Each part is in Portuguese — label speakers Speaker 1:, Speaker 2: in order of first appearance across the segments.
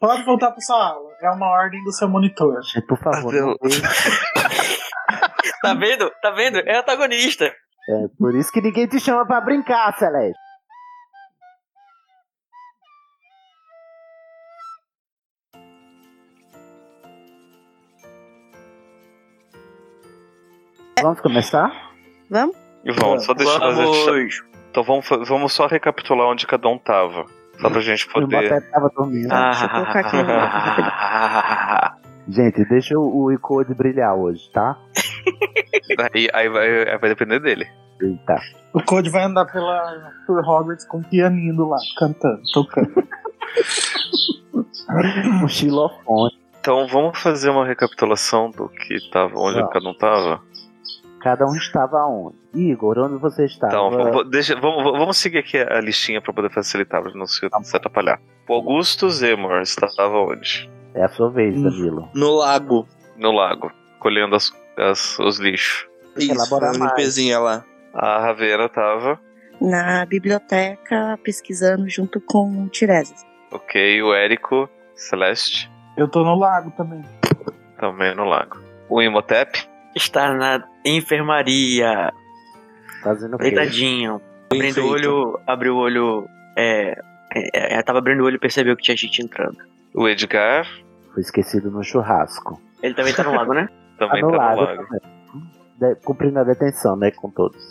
Speaker 1: Pode voltar pra sua aula. É uma ordem do seu monitor.
Speaker 2: É, Por favor, né? não deixe.
Speaker 3: um Tá vendo? Tá vendo? É antagonista.
Speaker 2: É
Speaker 4: um-
Speaker 2: por isso que ninguém te chama pra brincar, Celeste.
Speaker 4: É.
Speaker 2: Vamos começar?
Speaker 5: Vamos?
Speaker 4: Vamos, só deixa fazer.
Speaker 3: Vamos.
Speaker 4: Então vamos, fa- vamos só recapitular onde cada um tava. Só pra gente
Speaker 2: Eu
Speaker 4: poder.
Speaker 2: até tava dormindo.
Speaker 3: Ah.
Speaker 5: Deixa eu colocar aqui no mapa rapidinho.
Speaker 2: Gente, deixa o Icode brilhar hoje, tá?
Speaker 4: Aí, aí vai, aí vai depender dele.
Speaker 2: Eita.
Speaker 1: O Code vai andar pela Tour Roberts com o pianinho do lado, cantando, Então, tocando.
Speaker 2: Um xilofone.
Speaker 4: Então vamos fazer uma recapitulação do que tava, onde
Speaker 2: Tá.
Speaker 4: cada um tava?
Speaker 2: Cada um estava onde? Igor, onde você estava?
Speaker 4: Então, vamos- vamos- deixa- vamos, vamos- vamos seguir aqui a listinha pra poder facilitar, pra não se, se atrapalhar. O Augusto Zemor estava onde?
Speaker 2: É a sua vez,
Speaker 5: Hum.
Speaker 2: Danilo.
Speaker 5: No lago.
Speaker 4: No lago, colhendo as- as- os lixos.
Speaker 5: Isso,
Speaker 2: Elaborar
Speaker 5: fazendo
Speaker 2: mais.
Speaker 5: limpezinha lá.
Speaker 4: A Ravena estava,
Speaker 6: Na biblioteca, pesquisando junto com o Tiresias.
Speaker 4: ok. O Érico Celeste,
Speaker 1: Eu tô no lago também.
Speaker 4: também no lago. O Imhotep,
Speaker 3: Está na enfermaria.
Speaker 2: Fazendo o quê?
Speaker 3: Deitadinho.
Speaker 5: Bem
Speaker 3: Abrindo o
Speaker 5: feito.
Speaker 3: olho. Abriu o olho. É. é, é, tava abrindo o olho e percebeu que tinha gente entrando.
Speaker 4: o Edgar,
Speaker 2: Foi esquecido no churrasco.
Speaker 3: Ele também tá no lago, né?
Speaker 4: também tá no
Speaker 2: Anulado
Speaker 4: lago.
Speaker 2: também. De- cumprindo a detenção, né? Com todos.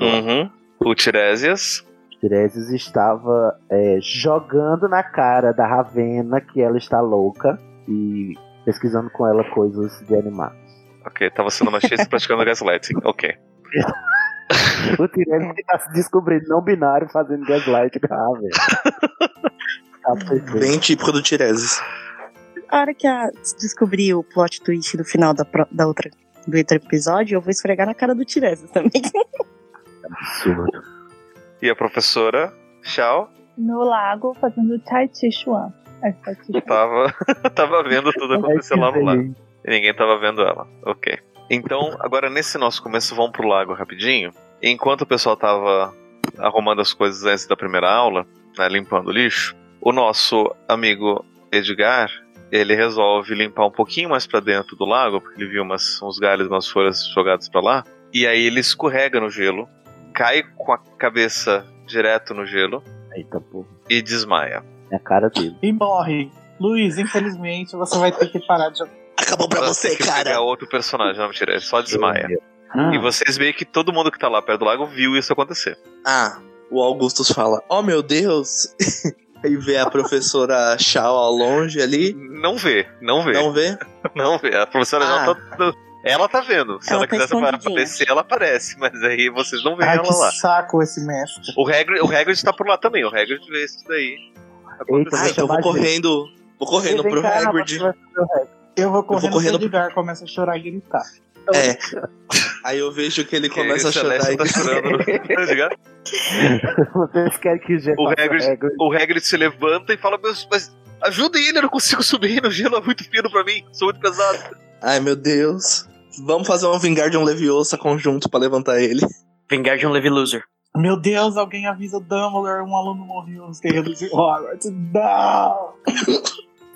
Speaker 4: Uhum. O Tiresias,
Speaker 2: Tiresias estava é, jogando na cara da Ravena que ela está louca e pesquisando com ela coisas de animais.
Speaker 4: ok. Tava sendo machista e praticando gaslighting, ok.
Speaker 2: O Tiresias que está se descobrindo não binário fazendo gaslight com a Ravena. Tá perfeito.
Speaker 5: Bem típico do Tireses.
Speaker 6: A hora que a descobrir o plot twist do final da, pro- da outra, do outro episódio, eu vou esfregar na cara do Tiresias também.
Speaker 2: absurdo.
Speaker 4: E a professora, Shao,
Speaker 7: No lago, fazendo Tai Chi Chuan. É, Tai Chi Chuan.
Speaker 4: tava, tava vendo tudo acontecer lá no lago. E ninguém tava vendo ela. Ok. Então, agora nesse nosso começo, vamos pro lago rapidinho. Enquanto o pessoal tava arrumando as coisas antes da primeira aula, né, limpando o lixo, o nosso amigo Edgar, ele resolve limpar um pouquinho mais pra dentro do lago, porque ele viu umas- uns galhos, umas folhas jogadas pra lá. E aí ele escorrega no gelo, cai com a cabeça direto no gelo
Speaker 2: Eita, porra.
Speaker 4: e desmaia.
Speaker 2: É a cara dele.
Speaker 1: E morre. Luiz, infelizmente, você vai ter que parar de jogar.
Speaker 5: Acabou pra você,
Speaker 4: tem que
Speaker 5: cara.
Speaker 4: pegar outro personagem, não mentira, ele só desmaia.
Speaker 2: Ah,
Speaker 4: E vocês meio que todo mundo que tá lá perto do lago viu isso acontecer.
Speaker 5: Ah, o Augustus fala: Oh meu Deus! Aí vê a professora Shao ao longe ali.
Speaker 4: Não vê, não vê, não,
Speaker 5: Não vê?
Speaker 4: vê. A professora
Speaker 5: Ah.
Speaker 4: não tá. não- Ela tá vendo. Se ela,
Speaker 6: Ela tá
Speaker 4: quisesse
Speaker 6: escondidinha.
Speaker 4: aparecer, ela aparece, mas aí vocês não veem
Speaker 1: Ai,
Speaker 4: ela
Speaker 1: que
Speaker 4: lá.
Speaker 1: saco esse mestre.
Speaker 4: O Hagrid, o Hagrid tá por lá também, o Hagrid vê isso daí.
Speaker 2: Eita,
Speaker 5: Ah,
Speaker 2: deixa
Speaker 4: acontecer.
Speaker 5: então
Speaker 2: eu
Speaker 5: eu vou
Speaker 2: mais
Speaker 5: correndo. Vou correndo
Speaker 2: Vem
Speaker 5: pro
Speaker 2: cá,
Speaker 5: Hagrid.
Speaker 2: você vai-
Speaker 1: Eu vou
Speaker 5: vou
Speaker 1: correndo,
Speaker 5: correndo
Speaker 1: o Edgar começa a chorar e gritar.
Speaker 5: É. Aí eu vejo que ele
Speaker 4: Porque
Speaker 5: começa a chorar
Speaker 4: Celeste
Speaker 5: e
Speaker 4: tá chorando. tá ligado?
Speaker 2: Vocês querem que o G
Speaker 4: O
Speaker 2: faça
Speaker 4: Hagrid-
Speaker 2: Hagrid
Speaker 4: o Hagrid se levanta e fala: Meus, mas ajuda ele, eu não consigo subir no gelo, é muito fino pra mim, sou muito pesado.
Speaker 5: Ai meu Deus. Vamos fazer um Vingardium Leviosa conjunto pra levantar ele.
Speaker 3: Vingardium Levi Loser.
Speaker 1: Meu Deus, alguém avisa o Dumbledore, um aluno morreu nos terrenos de Hogwarts. Não!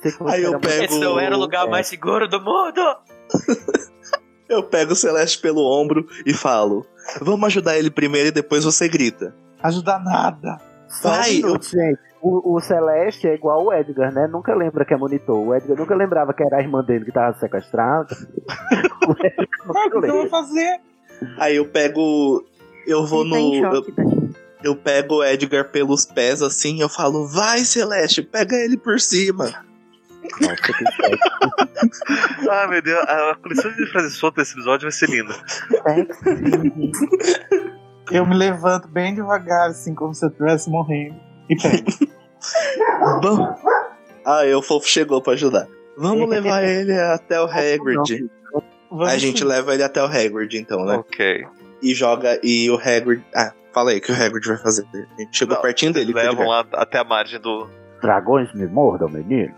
Speaker 2: Sei que
Speaker 5: Aí
Speaker 2: você
Speaker 5: eu
Speaker 2: era muito-
Speaker 5: pego-
Speaker 3: Esse não era o lugar
Speaker 2: é.
Speaker 3: mais seguro do mundo.
Speaker 5: Eu pego o Celeste pelo ombro e falo: Vamos ajudar ele primeiro e depois você grita.
Speaker 1: Ajuda nada.
Speaker 2: Só um
Speaker 5: Vai,
Speaker 2: minuto, gente. O, o Celeste é igual o Edgar, né? Nunca lembra que é monitor. O Edgar nunca lembrava que era a irmã dele que tava sequestrada. o Edgar
Speaker 1: Ah, o
Speaker 2: nunca
Speaker 1: que eu vou
Speaker 2: lembra.
Speaker 1: fazer?
Speaker 5: Aí eu pego. Eu vou
Speaker 6: Ele tá em
Speaker 5: no. Eu,
Speaker 6: choque, tadinho.
Speaker 5: eu pego o Edgar pelos pés assim e eu falo: Vai, Celeste, pega ele por cima.
Speaker 2: Nossa, que sexy.
Speaker 4: Ah, meu Deus, a coleção de frases soltas desse episódio vai ser linda.
Speaker 1: Eu me levanto bem devagar, assim, como se eu estivesse morrendo. E pego.
Speaker 5: Bom. Aí o fofo chegou pra ajudar. Vamos levar ele até o Hagrid.
Speaker 1: Vamos
Speaker 5: A gente
Speaker 1: sim.
Speaker 5: leva ele até o Hagrid então, né?
Speaker 4: Ok.
Speaker 5: E joga. E o Hagrid. Ah, fala aí o que o Hagrid vai fazer. A gente chegou
Speaker 4: Não, é
Speaker 5: pertinho dele.
Speaker 4: Levam
Speaker 5: Edgar.
Speaker 4: Né, lá até a margem do,
Speaker 2: Dragões me mordam, menino.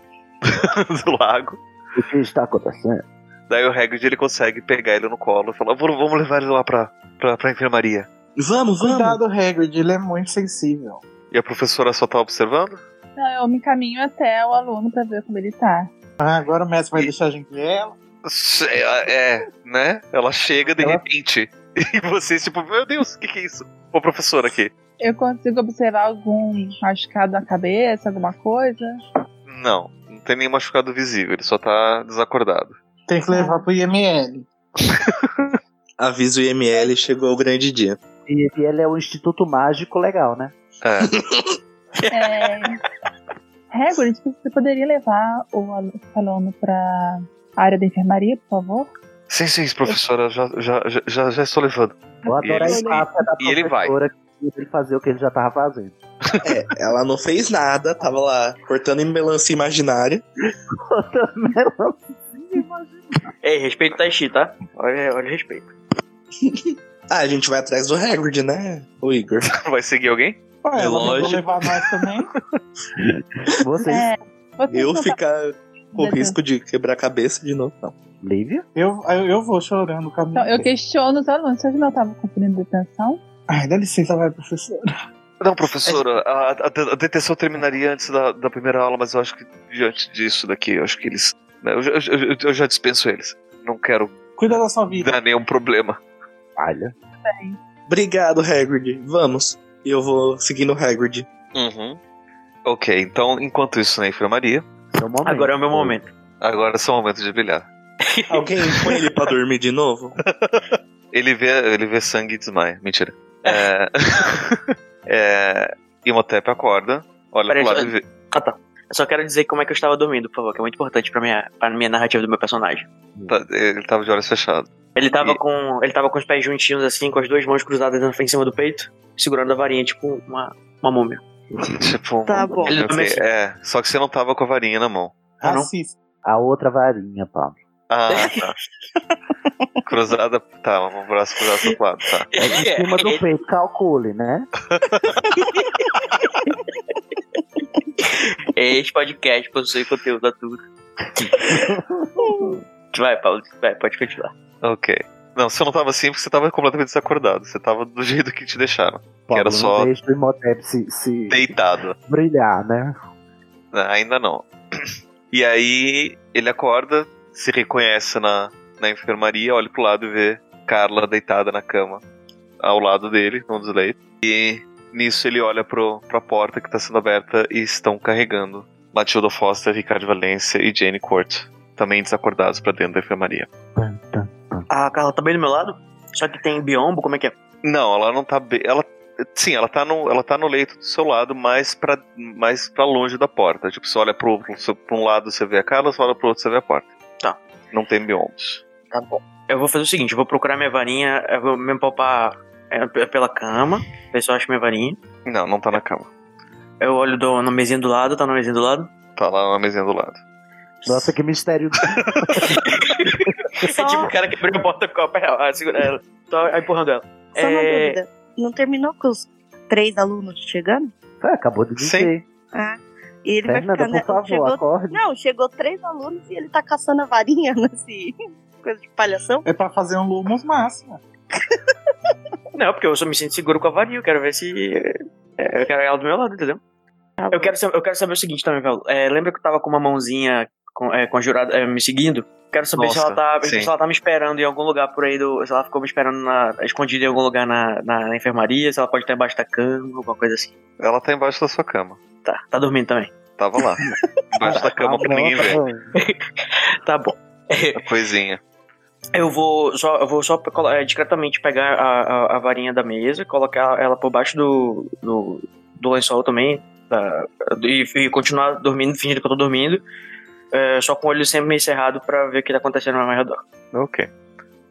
Speaker 4: do lago.
Speaker 2: O que está acontecendo?
Speaker 4: Daí o Hagrid ele consegue pegar ele no colo e falar: "Vamos- vamos levar ele lá pra, pra, pra enfermaria.
Speaker 5: Vamos, vamos.
Speaker 1: Cuidado, Hagrid, ele é muito sensível.
Speaker 4: E a professora só tá observando?
Speaker 7: Não, eu me encaminho até o aluno pra ver como ele tá.
Speaker 1: Ah, agora o mestre vai deixar a gente ver ela.
Speaker 4: É, né? Ela chega de
Speaker 1: Ela-
Speaker 4: repente. E vocês, tipo, meu Deus, o que, que é isso? Ô, professor aqui.
Speaker 7: Eu consigo observar algum machucado na cabeça, alguma coisa?
Speaker 4: Não, não tem nenhum machucado visível, ele só tá desacordado.
Speaker 1: Tem que levar pro IML.
Speaker 5: Avisa o IML, chegou o grande dia.
Speaker 2: E ele é um instituto mágico legal, né?
Speaker 4: É.
Speaker 7: É... Hagrid, tipo, você poderia levar o alu- esse aluno pra área da enfermaria, por favor?
Speaker 4: Sim, sim, professora, já, já, já- já, já estou levando.
Speaker 2: Vou
Speaker 4: E
Speaker 2: adorar a
Speaker 4: ele-
Speaker 2: estátua da
Speaker 4: e ele vai.
Speaker 2: professora que ele fazer o que ele já tava fazendo.
Speaker 5: É, ela não fez nada, tava lá cortando em melancia imaginária.
Speaker 3: Ei, respeito o Taishi, tá? Olha, olha o respeito.
Speaker 5: Ah, a gente vai atrás do Hagrid, né, o Igor?
Speaker 4: Vai seguir alguém?
Speaker 1: Ué,
Speaker 5: É
Speaker 1: ela mandou
Speaker 5: lógico.
Speaker 1: levar nós também.
Speaker 2: Vocês,
Speaker 7: É, vocês
Speaker 5: Eu
Speaker 7: não
Speaker 5: ficar com
Speaker 7: Meu Deus.
Speaker 5: risco de quebrar a cabeça de novo, não.
Speaker 2: Lívia?
Speaker 1: Eu, eu, eu vou chorando o caminho.
Speaker 7: Então, eu questiono os alunos. Vocês não estavam cumprindo detenção?
Speaker 1: Ai, dá licença, vai, professor.
Speaker 4: Não, professora, a, a, a detenção terminaria antes da, da primeira aula, mas eu acho que diante disso daqui, eu acho que eles. né, Eu, já- eu já- eu já dispenso eles. Não quero
Speaker 1: Cuida da sua vida.
Speaker 4: dar nenhum problema.
Speaker 2: Falha.
Speaker 5: Obrigado, Hagrid. Vamos. E eu vou seguindo o Hagrid.
Speaker 4: Uhum. Ok, então, enquanto isso na enfermaria,
Speaker 2: Seu momento.
Speaker 3: Agora é o meu momento.
Speaker 4: agora é só o momento de brilhar.
Speaker 5: Alguém põe ele pra dormir de novo?
Speaker 4: Ele vê, ele vê sangue e desmaia. Mentira. É. é... Imhotep acorda, olha
Speaker 3: Peraí,
Speaker 4: pro lado
Speaker 3: só-
Speaker 4: e vê.
Speaker 3: Ah, tá. Eu só quero dizer como é que eu estava dormindo, por favor, que é muito importante pra minha, pra minha narrativa do meu personagem.
Speaker 4: tá- ele tava de olhos fechados.
Speaker 3: Ele tava,
Speaker 4: E-
Speaker 3: com, ele tava com os pés juntinhos assim, com as duas mãos cruzadas em cima do peito, segurando a varinha, tipo uma, uma múmia.
Speaker 4: Tipo,
Speaker 6: Tá bom.
Speaker 4: Ele
Speaker 3: Ele também-
Speaker 4: É, só que você não tava com a varinha na mão.
Speaker 3: Ah, não.
Speaker 1: Racista.
Speaker 2: A outra varinha, Paulo.
Speaker 4: Ah, tá. cruzada. Tá, um braço cruzado pro outro lado, tá.
Speaker 2: É de cima do peito, calcule, né?
Speaker 3: Este podcast possui conteúdo adulto. Vai, Paulo, vai, pode continuar.
Speaker 4: Ok. Não, você não tava assim porque você tava completamente desacordado. Você tava do jeito que te deixaram.
Speaker 2: Paulo,
Speaker 4: era
Speaker 2: não
Speaker 4: só-
Speaker 2: Deixa o Imhotep se, se
Speaker 4: Deitado.
Speaker 2: brilhar, né?
Speaker 4: Ah, Ainda não. E aí ele acorda, se reconhece na, na enfermaria, olha pro lado e vê Carla deitada na cama, ao lado dele, num dos leitos. E nisso ele olha pro, pra porta que tá sendo aberta e estão carregando Matilda Foster, Ricardo Valência e Jane Court, também desacordados pra dentro da enfermaria.
Speaker 2: Tan, tan.
Speaker 3: A Carla tá bem do meu lado? Só que tem biombo, como é que é?
Speaker 4: Não, ela não tá bem. Ela, sim, ela tá, no, ela tá no leito do seu lado, mas pra, mais pra longe da porta. Tipo, você olha pro, pro, seu- pra um lado você vê a Carla, você olha pro outro você vê a porta.
Speaker 3: Tá.
Speaker 4: Não tem biombos.
Speaker 3: Tá bom. Eu vou fazer o seguinte, eu vou procurar minha varinha, eu vou me empalpar é, p- pela cama, ver se eu acho minha varinha.
Speaker 4: Não, não tá na cama.
Speaker 3: Eu olho do, na mesinha do lado, tá na mesinha do lado?
Speaker 4: Tá lá na mesinha do lado.
Speaker 2: Nossa, que mistério.
Speaker 3: É tipo o cara que abriu a porta com a perna, ah, segura ela. Tô empurrando ela.
Speaker 6: Só uma
Speaker 3: É.
Speaker 6: dúvida. Não terminou com os três alunos chegando?
Speaker 2: Você acabou de dizer.
Speaker 6: Ah. E ele
Speaker 2: Fernanda,
Speaker 6: vai ficar, né?
Speaker 2: por favor,
Speaker 6: Chegou...
Speaker 2: acorde.
Speaker 6: Não, chegou três alunos e ele tá caçando a varinha nesse coisa de palhação.
Speaker 1: É pra fazer um Lumos máximo.
Speaker 3: Não, porque eu só me sinto seguro com a varinha, eu quero ver se. é, Eu quero ela do meu lado, entendeu?
Speaker 6: Tá bom.
Speaker 3: Eu quero, sa- eu quero saber o seguinte também, Paulo. É, lembra que eu tava com uma mãozinha con- é, conjurada é, me seguindo? Quero saber se,
Speaker 4: Nossa,
Speaker 3: ela tá,
Speaker 4: sim.
Speaker 3: se ela tá me esperando em algum lugar por aí, do, se ela ficou me esperando na- escondida em algum lugar na, na, na enfermaria, se ela pode estar embaixo da cama, alguma coisa assim.
Speaker 4: Ela tá embaixo da sua cama.
Speaker 3: Tá, tá dormindo também.
Speaker 4: Tava lá. Embaixo da
Speaker 2: Ah,
Speaker 4: cama pra ninguém ver.
Speaker 3: Tá bom.
Speaker 4: A coisinha.
Speaker 3: Eu vou só, eu vou só colo- é, discretamente pegar a, a, a varinha da mesa, colocar ela por baixo do, do, do lençol também, da- e, e continuar dormindo, fingindo que eu tô dormindo, é, só com o olho sempre meio cerrado pra ver o que tá acontecendo ao meu redor.
Speaker 4: Ok.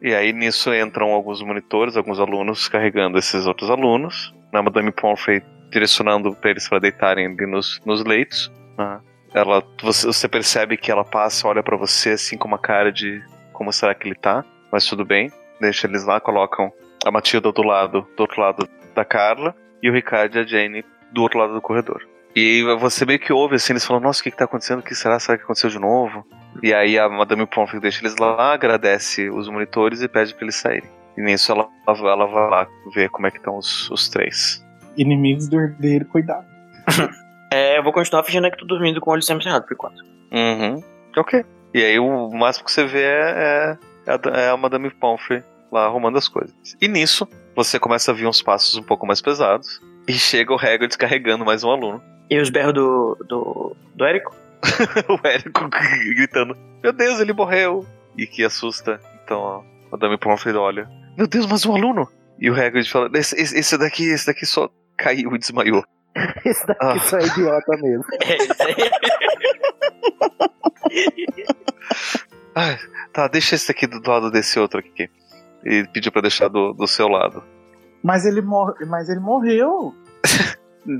Speaker 4: E aí nisso entram alguns monitores, alguns alunos carregando esses outros alunos. A Madame Pomfrey direcionando pra eles para deitarem ali nos, nos leitos. né? Ela, você, você percebe que ela passa, olha pra você assim com uma cara de como será que ele tá, mas tudo bem. Deixa eles lá, colocam a Matilda do lado, do outro lado da Carla e o Ricardo e a Jane do outro lado do corredor. E aí você meio que ouve assim, eles falam, nossa, o que, que tá acontecendo? O que será? Será que aconteceu de novo? E aí a Madame Pomfrey deixa eles lá, agradece os monitores e pede pra eles saírem. E nisso ela, ela vai lá ver como é que estão os, os três.
Speaker 1: Inimigos do herdeiro, cuidado.
Speaker 3: É, eu eu vou continuar fingindo que tô dormindo com o olho sempre cerrado por enquanto.
Speaker 4: Uhum. Ok. E aí o máximo que você vê é, é, a, da- é a Madame Pomfrey lá arrumando as coisas. E nisso, você começa a ver uns passos um pouco mais pesados. E chega o Hagrid carregando mais um aluno.
Speaker 3: E os berros do. do. do Érico?
Speaker 4: o Érico gritando: Meu Deus, ele morreu! E que assusta. Então a Madame Pomfrey olha: Meu Deus, mais um aluno! E o Hagrid fala: Esse, esse- esse daqui, esse daqui só caiu e desmaiou.
Speaker 2: Esse daqui
Speaker 4: Ah.
Speaker 2: só é idiota mesmo.
Speaker 3: É, isso aí.
Speaker 4: Tá, deixa esse daqui do lado desse outro aqui. E pediu pra deixar do- do seu lado.
Speaker 1: Mas ele, mor... Mas ele morreu.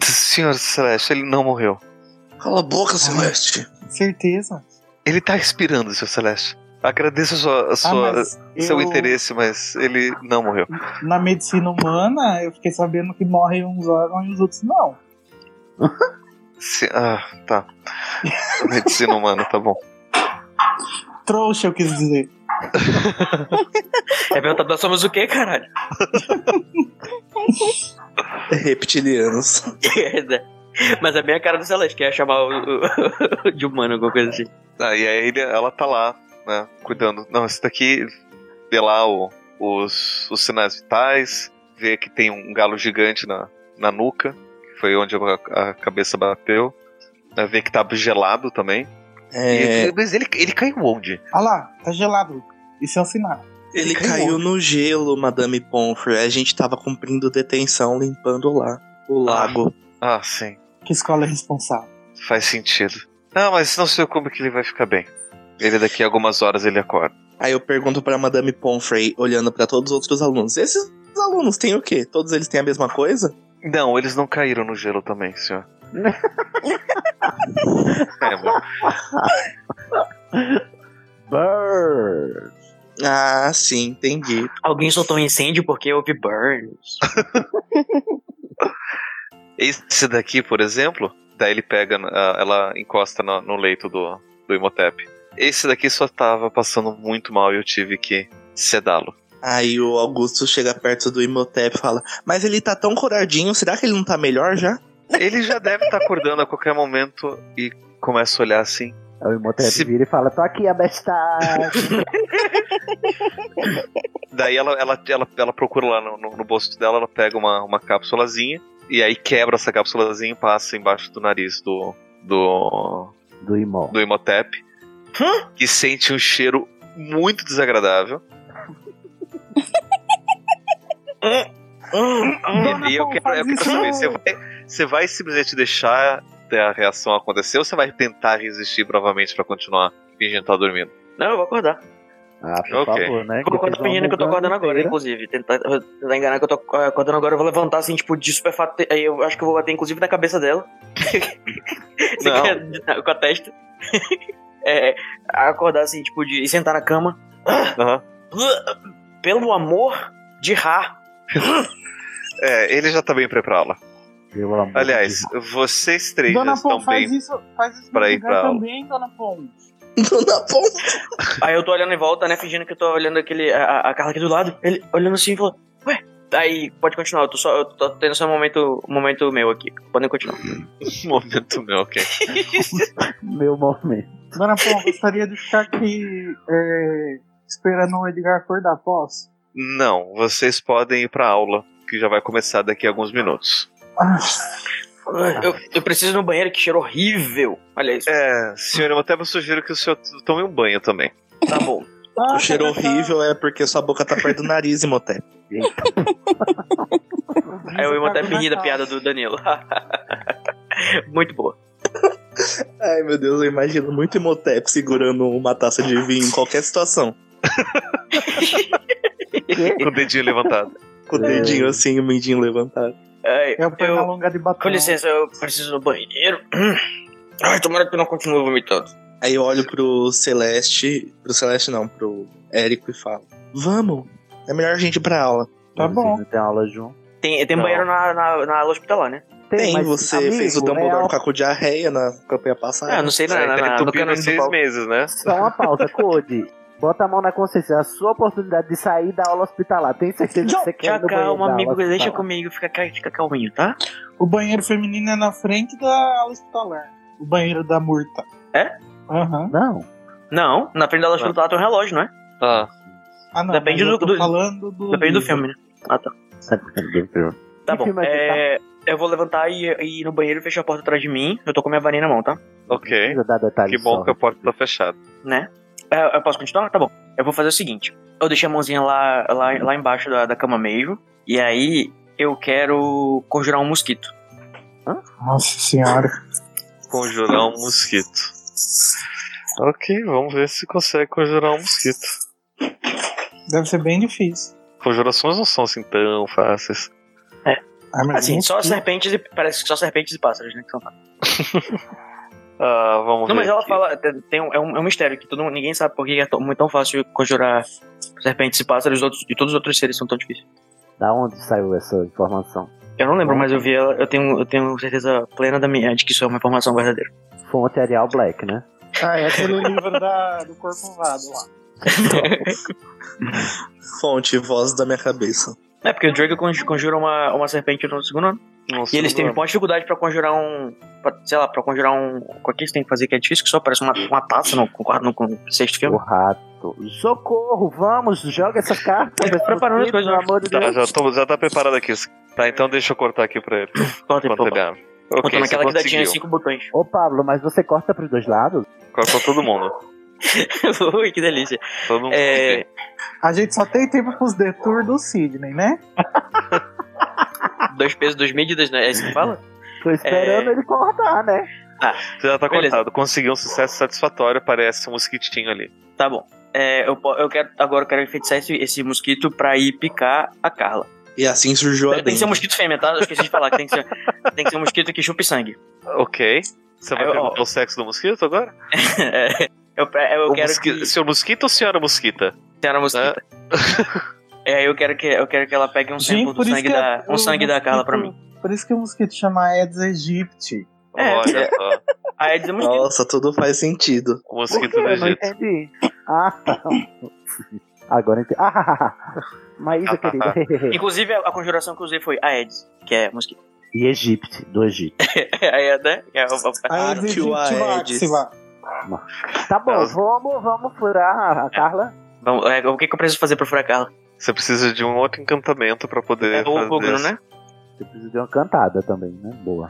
Speaker 4: Senhor Celeste, ele não morreu.
Speaker 5: Cala a boca, Celeste.
Speaker 1: Certeza.
Speaker 4: Ele tá respirando, Senhor Celeste. Agradeço a sua, a sua-
Speaker 1: Ah, mas
Speaker 4: seu
Speaker 1: eu-
Speaker 4: interesse, mas ele não morreu.
Speaker 1: Na medicina humana, eu fiquei sabendo que morrem uns órgãos e os outros não.
Speaker 4: Se- ah, tá. Medicina humana, tá bom.
Speaker 1: Trouxa, eu quis dizer.
Speaker 3: É perguntar, nós somos o quê, caralho?
Speaker 5: Reptilianos.
Speaker 3: Mas é bem a cara do Celeste, que é chamar o, o- de humano, alguma coisa assim.
Speaker 4: Ah, e aí ele- ela tá lá, né, cuidando. Não, esse daqui vê lá o- os, os sinais vitais, vê que tem um galo gigante na, na nuca, que foi onde a, a cabeça bateu. né, Vê que tá gelado também.
Speaker 5: É,
Speaker 4: E- mas ele, ele caiu onde?
Speaker 1: Olha lá, tá gelado. Isso é um sinal.
Speaker 5: ele caiu no gelo, Madame Pomfrey. A gente tava cumprindo detenção, limpando lá o lago.
Speaker 4: Ah, sim.
Speaker 1: Que escola é responsável.
Speaker 4: Faz sentido. Não, mas não se preocupe que ele vai ficar bem. Ele daqui a algumas horas ele acorda.
Speaker 5: Aí eu pergunto pra Madame Pomfrey, olhando pra todos os outros alunos: Esses alunos têm o quê? Todos eles têm a mesma coisa?
Speaker 4: Não, eles não caíram no gelo também, senhor. é, bom.
Speaker 2: Burr.
Speaker 5: Ah, sim, entendi.
Speaker 3: Alguém soltou um incêndio porque houve burns.
Speaker 4: Esse daqui, por exemplo, daí ele pega, ah, ela encosta no, no leito do, do Imhotep. Esse daqui só tava passando muito mal e eu tive que sedá-lo.
Speaker 5: Aí o Augusto chega perto do Imhotep e fala: Mas ele tá tão coradinho, será que ele não tá melhor já?
Speaker 4: Ele já deve estar acordando a qualquer momento e começa a olhar assim.
Speaker 2: Aí o Imhotep
Speaker 4: Se-
Speaker 2: vira e fala: Tô aqui, abestado.
Speaker 4: Daí ela, ela, ela, ela procura lá no, no- no bolso dela, ela pega uma, uma cápsulazinha e aí quebra essa cápsulazinha e passa embaixo do nariz do. do.
Speaker 2: Do Imó.
Speaker 4: do Imhotep. Que sente um cheiro muito desagradável.
Speaker 3: Então,
Speaker 1: Dona
Speaker 4: e eu
Speaker 1: Pom,
Speaker 4: quero,
Speaker 1: faz
Speaker 4: é eu quero
Speaker 1: isso
Speaker 4: saber,
Speaker 1: não.
Speaker 4: você vai, você vai simplesmente deixar a reação acontecer ou você vai tentar resistir bravamente pra continuar fingindo estar dormindo?
Speaker 3: Não, eu vou acordar.
Speaker 2: Ah, por
Speaker 4: Ok.
Speaker 2: favor, né?
Speaker 3: Eu vou acordar fingindo que eu tô acordando agora, inclusive. Tentar, tentar enganar que eu tô eh, acordando agora, eu vou levantar assim, tipo, de super fato. Aí eu acho que eu vou bater, inclusive, na cabeça dela. Você
Speaker 4: Não.
Speaker 3: quer- com a testa. É, acordar assim, tipo, de, e sentar na cama.
Speaker 4: Aham.
Speaker 3: Pelo amor de Ra.
Speaker 4: É, ele já tá bem preparado.
Speaker 3: Uhum.
Speaker 2: Pelo amor
Speaker 4: Aliás,
Speaker 2: de
Speaker 4: vocês três já
Speaker 1: Dona
Speaker 4: estão
Speaker 1: Pom, faz
Speaker 4: bem.
Speaker 1: isso, faz isso no
Speaker 4: pra ir
Speaker 1: lugar
Speaker 4: pra aula.
Speaker 1: também, Dona Pom.
Speaker 5: Dona Pomfrey.
Speaker 3: Aí eu tô olhando em volta, né? Fingindo que eu tô olhando aquele. A, a- a Carla aqui do lado. Ele olhando assim e falou, ué. Aí, pode continuar, eu tô só. Eu tô tendo só um momento, um momento meu aqui. Podem continuar.
Speaker 4: Momento meu, ok.
Speaker 2: Deus. Meu momento.
Speaker 1: Dona Pom, gostaria de ficar aqui é, esperando o Edgar acordar, posso?
Speaker 4: Não, vocês podem ir pra aula, que já vai começar daqui a alguns minutos.
Speaker 1: Ah,
Speaker 3: Eu, eu preciso ir no banheiro, que cheiro horrível. Olha isso.
Speaker 4: É, senhor, eu até sugiro que o senhor t- tome um banho também.
Speaker 3: Tá bom.
Speaker 1: ah,
Speaker 5: O cheiro
Speaker 1: tá, tá.
Speaker 5: horrível é porque sua boca tá perto do nariz, Imhotep.
Speaker 3: Aí É, eu ia até
Speaker 1: Cagou
Speaker 3: me
Speaker 1: na
Speaker 3: rir da
Speaker 1: calça.
Speaker 3: piada do Danilo. Muito boa.
Speaker 5: Ai, meu Deus, eu imagino muito Imhotep segurando uma taça de vinho em qualquer situação.
Speaker 4: Com o dedinho levantado.
Speaker 5: Com o
Speaker 2: É.
Speaker 5: dedinho assim, o mindinho levantado.
Speaker 3: Ai,
Speaker 1: É o perna
Speaker 3: eu-
Speaker 1: longa de
Speaker 3: com
Speaker 1: batom.
Speaker 3: licença, eu preciso ir no banheiro. Ai, tomara que eu não continue vomitando.
Speaker 5: Aí eu olho pro Celeste. Pro Celeste não, pro Érico e falo: Vamos, é melhor a gente ir pra aula.
Speaker 1: Tá
Speaker 2: Vocês
Speaker 1: bom.
Speaker 2: Não tem aula junto.
Speaker 3: Tem, tem
Speaker 4: Não.
Speaker 3: banheiro na, na, na aula hospitalar, né?
Speaker 5: Tem,
Speaker 2: mas,
Speaker 5: você
Speaker 2: amigo,
Speaker 5: fez o Dumbledore
Speaker 2: é a-
Speaker 5: ficar com diarreia na campanha
Speaker 3: Ah,
Speaker 5: passada.
Speaker 3: não sei, na,
Speaker 4: Aí
Speaker 3: na,
Speaker 4: tá
Speaker 3: na, no
Speaker 4: entupindo
Speaker 3: canal do
Speaker 4: seis
Speaker 3: pau.
Speaker 4: meses, né?
Speaker 2: Só uma pausa, Code. Bota a mão na consciência. É A sua oportunidade de sair da aula hospitalar. Tem certeza que você quer ir
Speaker 3: Já
Speaker 2: no banheiro
Speaker 3: calma,
Speaker 2: da
Speaker 3: amigo,
Speaker 2: aula
Speaker 3: deixa
Speaker 2: hospitalar?
Speaker 3: comigo, fica, cal- fica calminho, tá?
Speaker 1: O banheiro feminino é na frente da ala hospitalar. O banheiro da murta.
Speaker 3: É?
Speaker 1: Aham.
Speaker 2: Não.
Speaker 3: Não, na frente dela chutar tem um relógio, não é?
Speaker 4: Ah,
Speaker 1: Ah, não.
Speaker 3: Depende
Speaker 1: mas eu
Speaker 3: do-
Speaker 1: tô
Speaker 3: do-
Speaker 1: falando do.
Speaker 3: Depende do
Speaker 1: livro.
Speaker 3: filme, né? Ah, tá. Tá
Speaker 2: Que
Speaker 3: bom.
Speaker 2: filme é que
Speaker 3: É, eu vou levantar e e ir no banheiro e fechar a porta atrás de mim. Eu tô com a minha varinha na mão, tá?
Speaker 4: ok.
Speaker 2: Precisa dar detalhes
Speaker 4: Que bom
Speaker 2: só.
Speaker 4: que a porta tá fechada.
Speaker 3: né? É, Eu posso continuar? Tá bom. Eu vou fazer o seguinte: eu deixei a mãozinha lá, lá, lá embaixo da, da cama mesmo. E aí eu quero conjurar um mosquito.
Speaker 1: Nossa senhora.
Speaker 4: Conjurar um mosquito. Ok, vamos ver se consegue conjurar um mosquito.
Speaker 1: Deve ser bem difícil.
Speaker 4: Conjurações não são assim tão fáceis.
Speaker 1: Ah, mas
Speaker 3: Assim,
Speaker 1: muito-
Speaker 3: só serpentes e. Parece que só serpentes e pássaros, né? que são lá.
Speaker 4: Ah, vamos
Speaker 3: Não,
Speaker 4: ver.
Speaker 3: mas ela
Speaker 4: aqui.
Speaker 3: fala. tem- tem um- é, um, é um mistério que todo, mundo- ninguém sabe por que é tão, tão fácil conjurar serpentes e pássaros e outros- e todos os outros seres são tão difíceis.
Speaker 2: Da onde saiu essa informação?
Speaker 3: Eu não lembro, mas eu vi ela. Eu tenho, eu tenho certeza plena da minha, de que isso é uma informação verdadeira.
Speaker 2: Fonte um Arial Black, né?
Speaker 1: Ah, é aquele livro da, do Corcovado lá.
Speaker 5: Fonte, voz da minha cabeça.
Speaker 3: É, porque o Drago conju- conjura uma, uma serpente no segundo ano.
Speaker 4: Não
Speaker 3: E
Speaker 4: sei
Speaker 3: eles
Speaker 4: o
Speaker 3: têm
Speaker 4: nome.
Speaker 3: uma dificuldade pra conjurar um. pra- sei lá, pra conjurar um. Qual que eles têm que fazer que é difícil, que só parece uma, uma taça no, com quarto- no, com sexto
Speaker 2: O
Speaker 3: filme.
Speaker 2: rato. Socorro, vamos, joga essa carta.
Speaker 3: Eu tô preparando as coisas,
Speaker 2: pelo amor de
Speaker 4: Tá,
Speaker 2: Deus.
Speaker 4: já, tô, já tá preparado aqui. Tá, então deixa eu cortar aqui pra ele.
Speaker 3: Corta aí,
Speaker 4: Enquanto ele
Speaker 3: pô.
Speaker 4: abre. é Ok,
Speaker 3: Botando
Speaker 4: você
Speaker 3: aquela assim. que dá- tinha
Speaker 4: conseguiu.
Speaker 3: cinco botões.
Speaker 2: Ô, Pablo, mas você corta pros dois lados?
Speaker 4: Cortou todo mundo.
Speaker 3: Ui, que delícia.
Speaker 4: Todo mundo.
Speaker 3: É,
Speaker 1: A gente só tem tempo pros detour do Sidney, né?
Speaker 3: dois pesos, duas medidas, né? É isso que fala?
Speaker 2: Tô esperando
Speaker 3: É.
Speaker 2: ele cortar, né?
Speaker 4: Você já tá
Speaker 3: Beleza.
Speaker 4: cortado. Conseguiu um sucesso satisfatório, parece um mosquitinho ali.
Speaker 3: Tá bom. É, eu, po- eu quero, agora eu quero enfeitiçar esse, esse mosquito pra ir picar a Carla.
Speaker 5: E assim surgiu a
Speaker 3: Tem que ser um
Speaker 5: dengue.
Speaker 3: mosquito fêmea, tá? Eu esqueci de falar que tem que ser, tem que ser um mosquito que chupe sangue.
Speaker 4: Ok. Você vai
Speaker 3: Aí, ó.
Speaker 4: perguntar o sexo do mosquito agora?
Speaker 3: É, eu eu
Speaker 4: O
Speaker 3: quero
Speaker 4: mosqui-
Speaker 3: que...
Speaker 4: Senhor mosquito ou senhora mosquita?
Speaker 3: Senhora mosquita. É, eu quero que, eu quero que ela pegue um
Speaker 1: Gente,
Speaker 3: sample do sangue da,
Speaker 4: é
Speaker 3: um
Speaker 1: é o
Speaker 3: sangue da Carla pra mim.
Speaker 1: mosquito- Por isso que o mosquito chama Aedes aegypti.
Speaker 3: É.
Speaker 4: Olha só.
Speaker 3: Aí diz muito
Speaker 5: Nossa, tudo faz sentido.
Speaker 2: Por
Speaker 4: O
Speaker 2: quê?
Speaker 4: mosquito do
Speaker 2: Eu não
Speaker 4: Egito.
Speaker 2: entendi. Ah, tá. Agora entendi. Ah, ah, ah, ah. Maísa, querida.
Speaker 3: Inclusive, a a conjuração que eu usei foi Aedes, que é mosquito.
Speaker 2: e Egipte, do Egito.
Speaker 3: Aí, é, né? É, o- o-
Speaker 1: Aedes aegypti
Speaker 5: Arqueo Aedes.
Speaker 1: maxima.
Speaker 2: Tá bom,
Speaker 4: Não.
Speaker 2: vamos, vamos furar a Carla.
Speaker 3: Vamos, é, o que, que eu preciso fazer pra furar Carla?
Speaker 4: Você precisa de um outro encantamento pra poder.
Speaker 3: É o
Speaker 4: fazer
Speaker 3: bugno,
Speaker 4: isso.
Speaker 3: né?
Speaker 2: Você precisa de uma cantada também, né? Boa.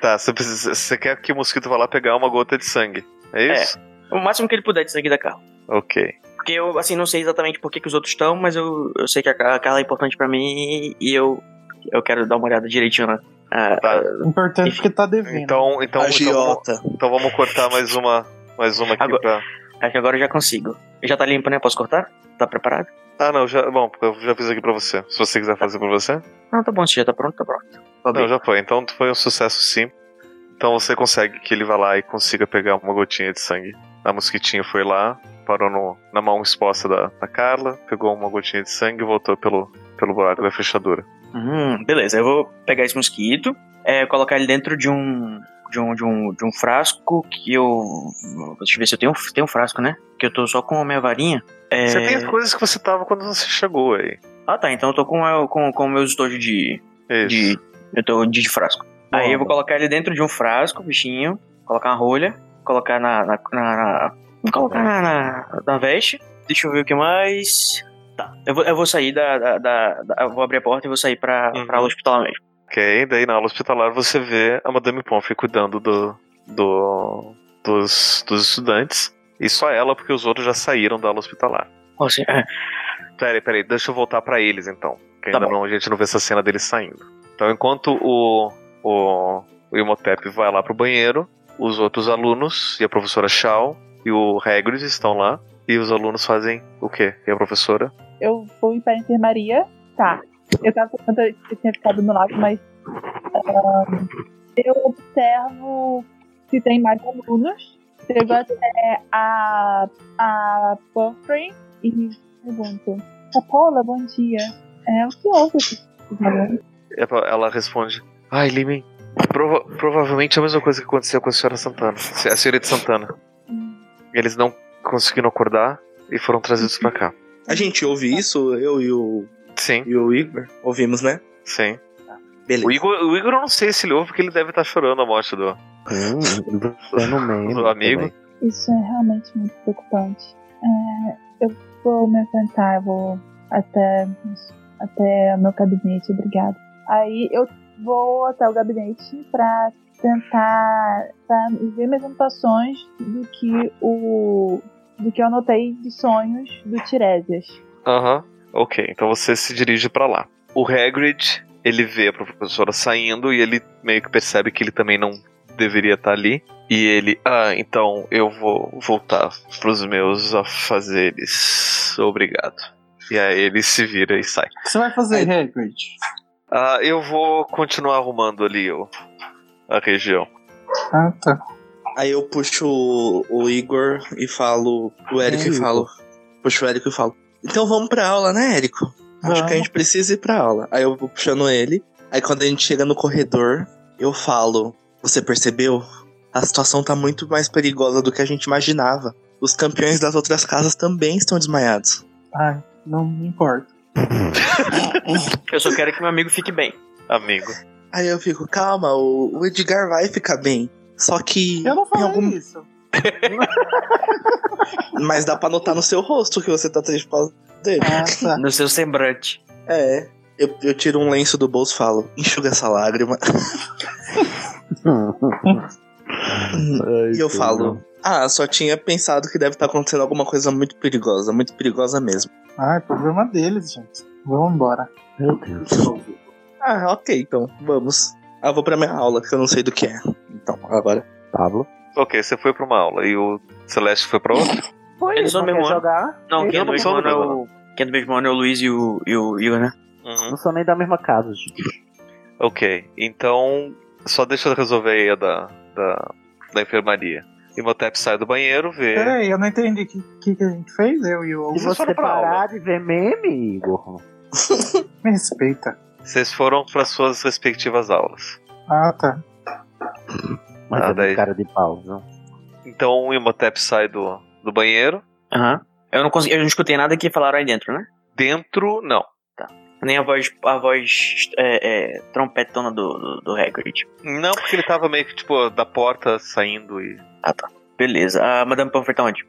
Speaker 4: Tá, você, precisa- você quer que o mosquito vá lá pegar uma gota de sangue. É isso?
Speaker 3: O máximo que ele puder de sangue da Carla.
Speaker 4: Ok.
Speaker 3: Porque eu, assim, não sei exatamente por que, que os outros estão, mas eu, eu sei que a Ca- a Carla é importante pra mim e eu, eu quero dar uma olhada direitinho na. ah,
Speaker 4: Tá.
Speaker 1: Importante que tá devendo.
Speaker 4: Então, então, então, vamos,
Speaker 5: Agiota.
Speaker 4: então vamos cortar mais uma, mais uma aqui
Speaker 3: Agora-
Speaker 4: pra.
Speaker 3: acho que agora eu já consigo. Já tá limpo, né? Posso cortar? Tá preparado?
Speaker 4: Ah, não, já, bom, eu já fiz aqui pra você. Se você quiser fazer pra você.
Speaker 3: Não, tá bom, se já tá pronto, tá pronto. Vou abrir.
Speaker 4: Não, já foi. Então foi um sucesso sim. Então você consegue que ele vá lá e consiga pegar uma gotinha de sangue. A mosquitinha foi lá, parou no- na mão exposta da, da Carla, pegou uma gotinha de sangue e voltou pelo, pelo buraco da fechadura.
Speaker 3: Hum, beleza, eu vou pegar esse mosquito, é, colocar ele dentro de um, de um, de um, de um frasco que eu. Deixa eu ver se eu tenho, um- tenho um frasco, né? Que eu tô só com a minha varinha. É,
Speaker 4: Você tem as coisas que você tava quando você chegou aí.
Speaker 3: Ah, tá, então eu tô com a- com, com meus estojos de,
Speaker 4: É Isso.
Speaker 3: de. Eu tô de, de frasco. Aí eu vou colocar ele dentro de um frasco, bichinho, colocar uma rolha, colocar na. na, na- na- vou colocar na, na, na veste. Deixa eu ver o que mais. Tá, eu vou, eu vou sair da, da, da- da- Eu vou abrir a porta e vou sair pra,
Speaker 4: Uhum.
Speaker 3: pra aula hospitalar mesmo.
Speaker 4: Ok, daí na aula hospitalar você vê a Madame Pomfrey cuidando do, do- dos, dos estudantes. E só ela, porque os outros já saíram da aula hospitalar.
Speaker 3: Nossa, é,
Speaker 4: Peraí, peraí, deixa eu voltar pra eles então. Que
Speaker 3: Tá
Speaker 4: ainda
Speaker 3: bom.
Speaker 4: não, a gente não vê essa cena deles saindo. Então, enquanto o, o, o Imhotep vai lá pro banheiro, os outros alunos e a professora Shaw e o Hagrid estão lá. E os alunos fazem o quê? E a professora?
Speaker 7: Eu vou ir pra enfermaria. Tá. Eu tava pensando que eu tinha ficado no lápis, mas. ahn, eu observo se tem mais alunos. Chego até a, a Buffrey e pergunto: Papola, bom dia. É, o que houve com os alunos?
Speaker 4: E a- Ela responde: Ai, Limin, prova- é provavelmente a mesma coisa que aconteceu com a senhora Santana. A senhorita Santana.
Speaker 7: Hum,
Speaker 4: Eles não conseguiram acordar e foram trazidos pra cá.
Speaker 5: A gente ouve isso, eu e o,
Speaker 4: Sim,
Speaker 5: e o Igor ouvimos, né?
Speaker 4: sim.
Speaker 5: Beleza.
Speaker 4: O Igor, o Igor eu não sei se ele ouve, porque ele deve estar chorando a morte do,
Speaker 2: Hum, você não
Speaker 4: do
Speaker 2: lembra.
Speaker 4: amigo.
Speaker 2: também.
Speaker 7: Isso é realmente muito preocupante. É, eu vou me assentar, eu vou até, até o meu gabinete, obrigada. Aí eu vou até o gabinete pra tentar pra ver minhas anotações do que o do que eu anotei de sonhos do Tiresias.
Speaker 4: Aham. Ok, então você se dirige pra lá. O Hagrid, ele vê a professora saindo e ele meio que percebe que ele também não deveria estar ali. E ele, ah, então eu vou voltar pros meus afazeres. Obrigado. E aí ele se vira e sai.
Speaker 1: O que você vai fazer, Hagrid?
Speaker 4: Ah, eu vou continuar arrumando ali o, a região.
Speaker 1: Ah, tá.
Speaker 5: Aí eu puxo o, o Igor e falo. O Érico
Speaker 2: É,
Speaker 5: e falo. Puxo o Érico e falo. Então vamos pra aula, né, Érico? Acho
Speaker 1: Vamos.
Speaker 5: que a gente precisa ir pra aula. Aí eu vou puxando ele. Aí quando a gente chega no corredor, eu falo: Você percebeu? A situação tá muito mais perigosa do que a gente imaginava. Os campeões das outras casas também estão desmaiados.
Speaker 1: Ai, não me importa.
Speaker 3: Eu só quero que meu amigo fique bem.
Speaker 4: Amigo.
Speaker 5: Aí eu fico: Calma, o, o Edgar vai ficar bem. Só que.
Speaker 1: Eu não
Speaker 5: em
Speaker 1: falei
Speaker 5: algum-
Speaker 1: isso.
Speaker 5: Mas dá pra notar no seu rosto que você tá triste por causa dele.
Speaker 1: Ah, tá.
Speaker 3: No seu semblante.
Speaker 5: É. Eu, eu tiro um lenço do bolso e falo: Enxuga essa lágrima.
Speaker 2: Ai,
Speaker 5: E eu
Speaker 2: Deus.
Speaker 5: falo, ah, só tinha pensado que deve estar acontecendo alguma coisa muito perigosa, muito perigosa mesmo.
Speaker 1: Ah, é problema deles, gente. Vamos embora.
Speaker 2: Meu Deus.
Speaker 5: Ah, ok, então, vamos. Ah, vou pra minha aula, que eu não sei do que é. Então, agora.
Speaker 2: Pablo?
Speaker 4: Ok, você foi pra uma aula e o Celeste foi pra outra?
Speaker 7: Foi
Speaker 3: Eles
Speaker 7: isso.
Speaker 3: são do mesmo ano.
Speaker 2: jogar?
Speaker 3: Não, quem é do
Speaker 4: não
Speaker 3: mesmo
Speaker 4: sou
Speaker 3: ano é
Speaker 4: do
Speaker 3: o. Quem é do mesmo ano é o Luiz e o, e o Igor, né?
Speaker 4: Uhum.
Speaker 2: Não sou nem da mesma casa, gente.
Speaker 4: Ok, então só deixa eu resolver aí a da, da, da enfermaria. Imhotep sai do banheiro,
Speaker 3: É.
Speaker 4: vê.
Speaker 1: Peraí, eu não entendi o que, que, que a gente fez, eu e o.
Speaker 2: E
Speaker 4: Então Vocês
Speaker 2: você
Speaker 4: foram pra aula.
Speaker 2: parar de ver meme, Igor?
Speaker 1: Me respeita.
Speaker 4: Vocês foram para suas respectivas aulas.
Speaker 1: Ah, tá.
Speaker 2: Mas
Speaker 4: Ah,
Speaker 2: é
Speaker 4: daí.
Speaker 2: muito cara de pau, viu?
Speaker 4: Então o Imhotep sai do, do banheiro.
Speaker 3: Aham. Eu não consegui, eu não escutei nada que falaram aí dentro, né?
Speaker 4: Dentro, não.
Speaker 3: Nem a voz, a voz é, é, trompetona do, do, do Hagrid.
Speaker 4: Não, porque ele tava meio que tipo da porta saindo e
Speaker 3: Beleza. A Madame Pomfrey tá onde?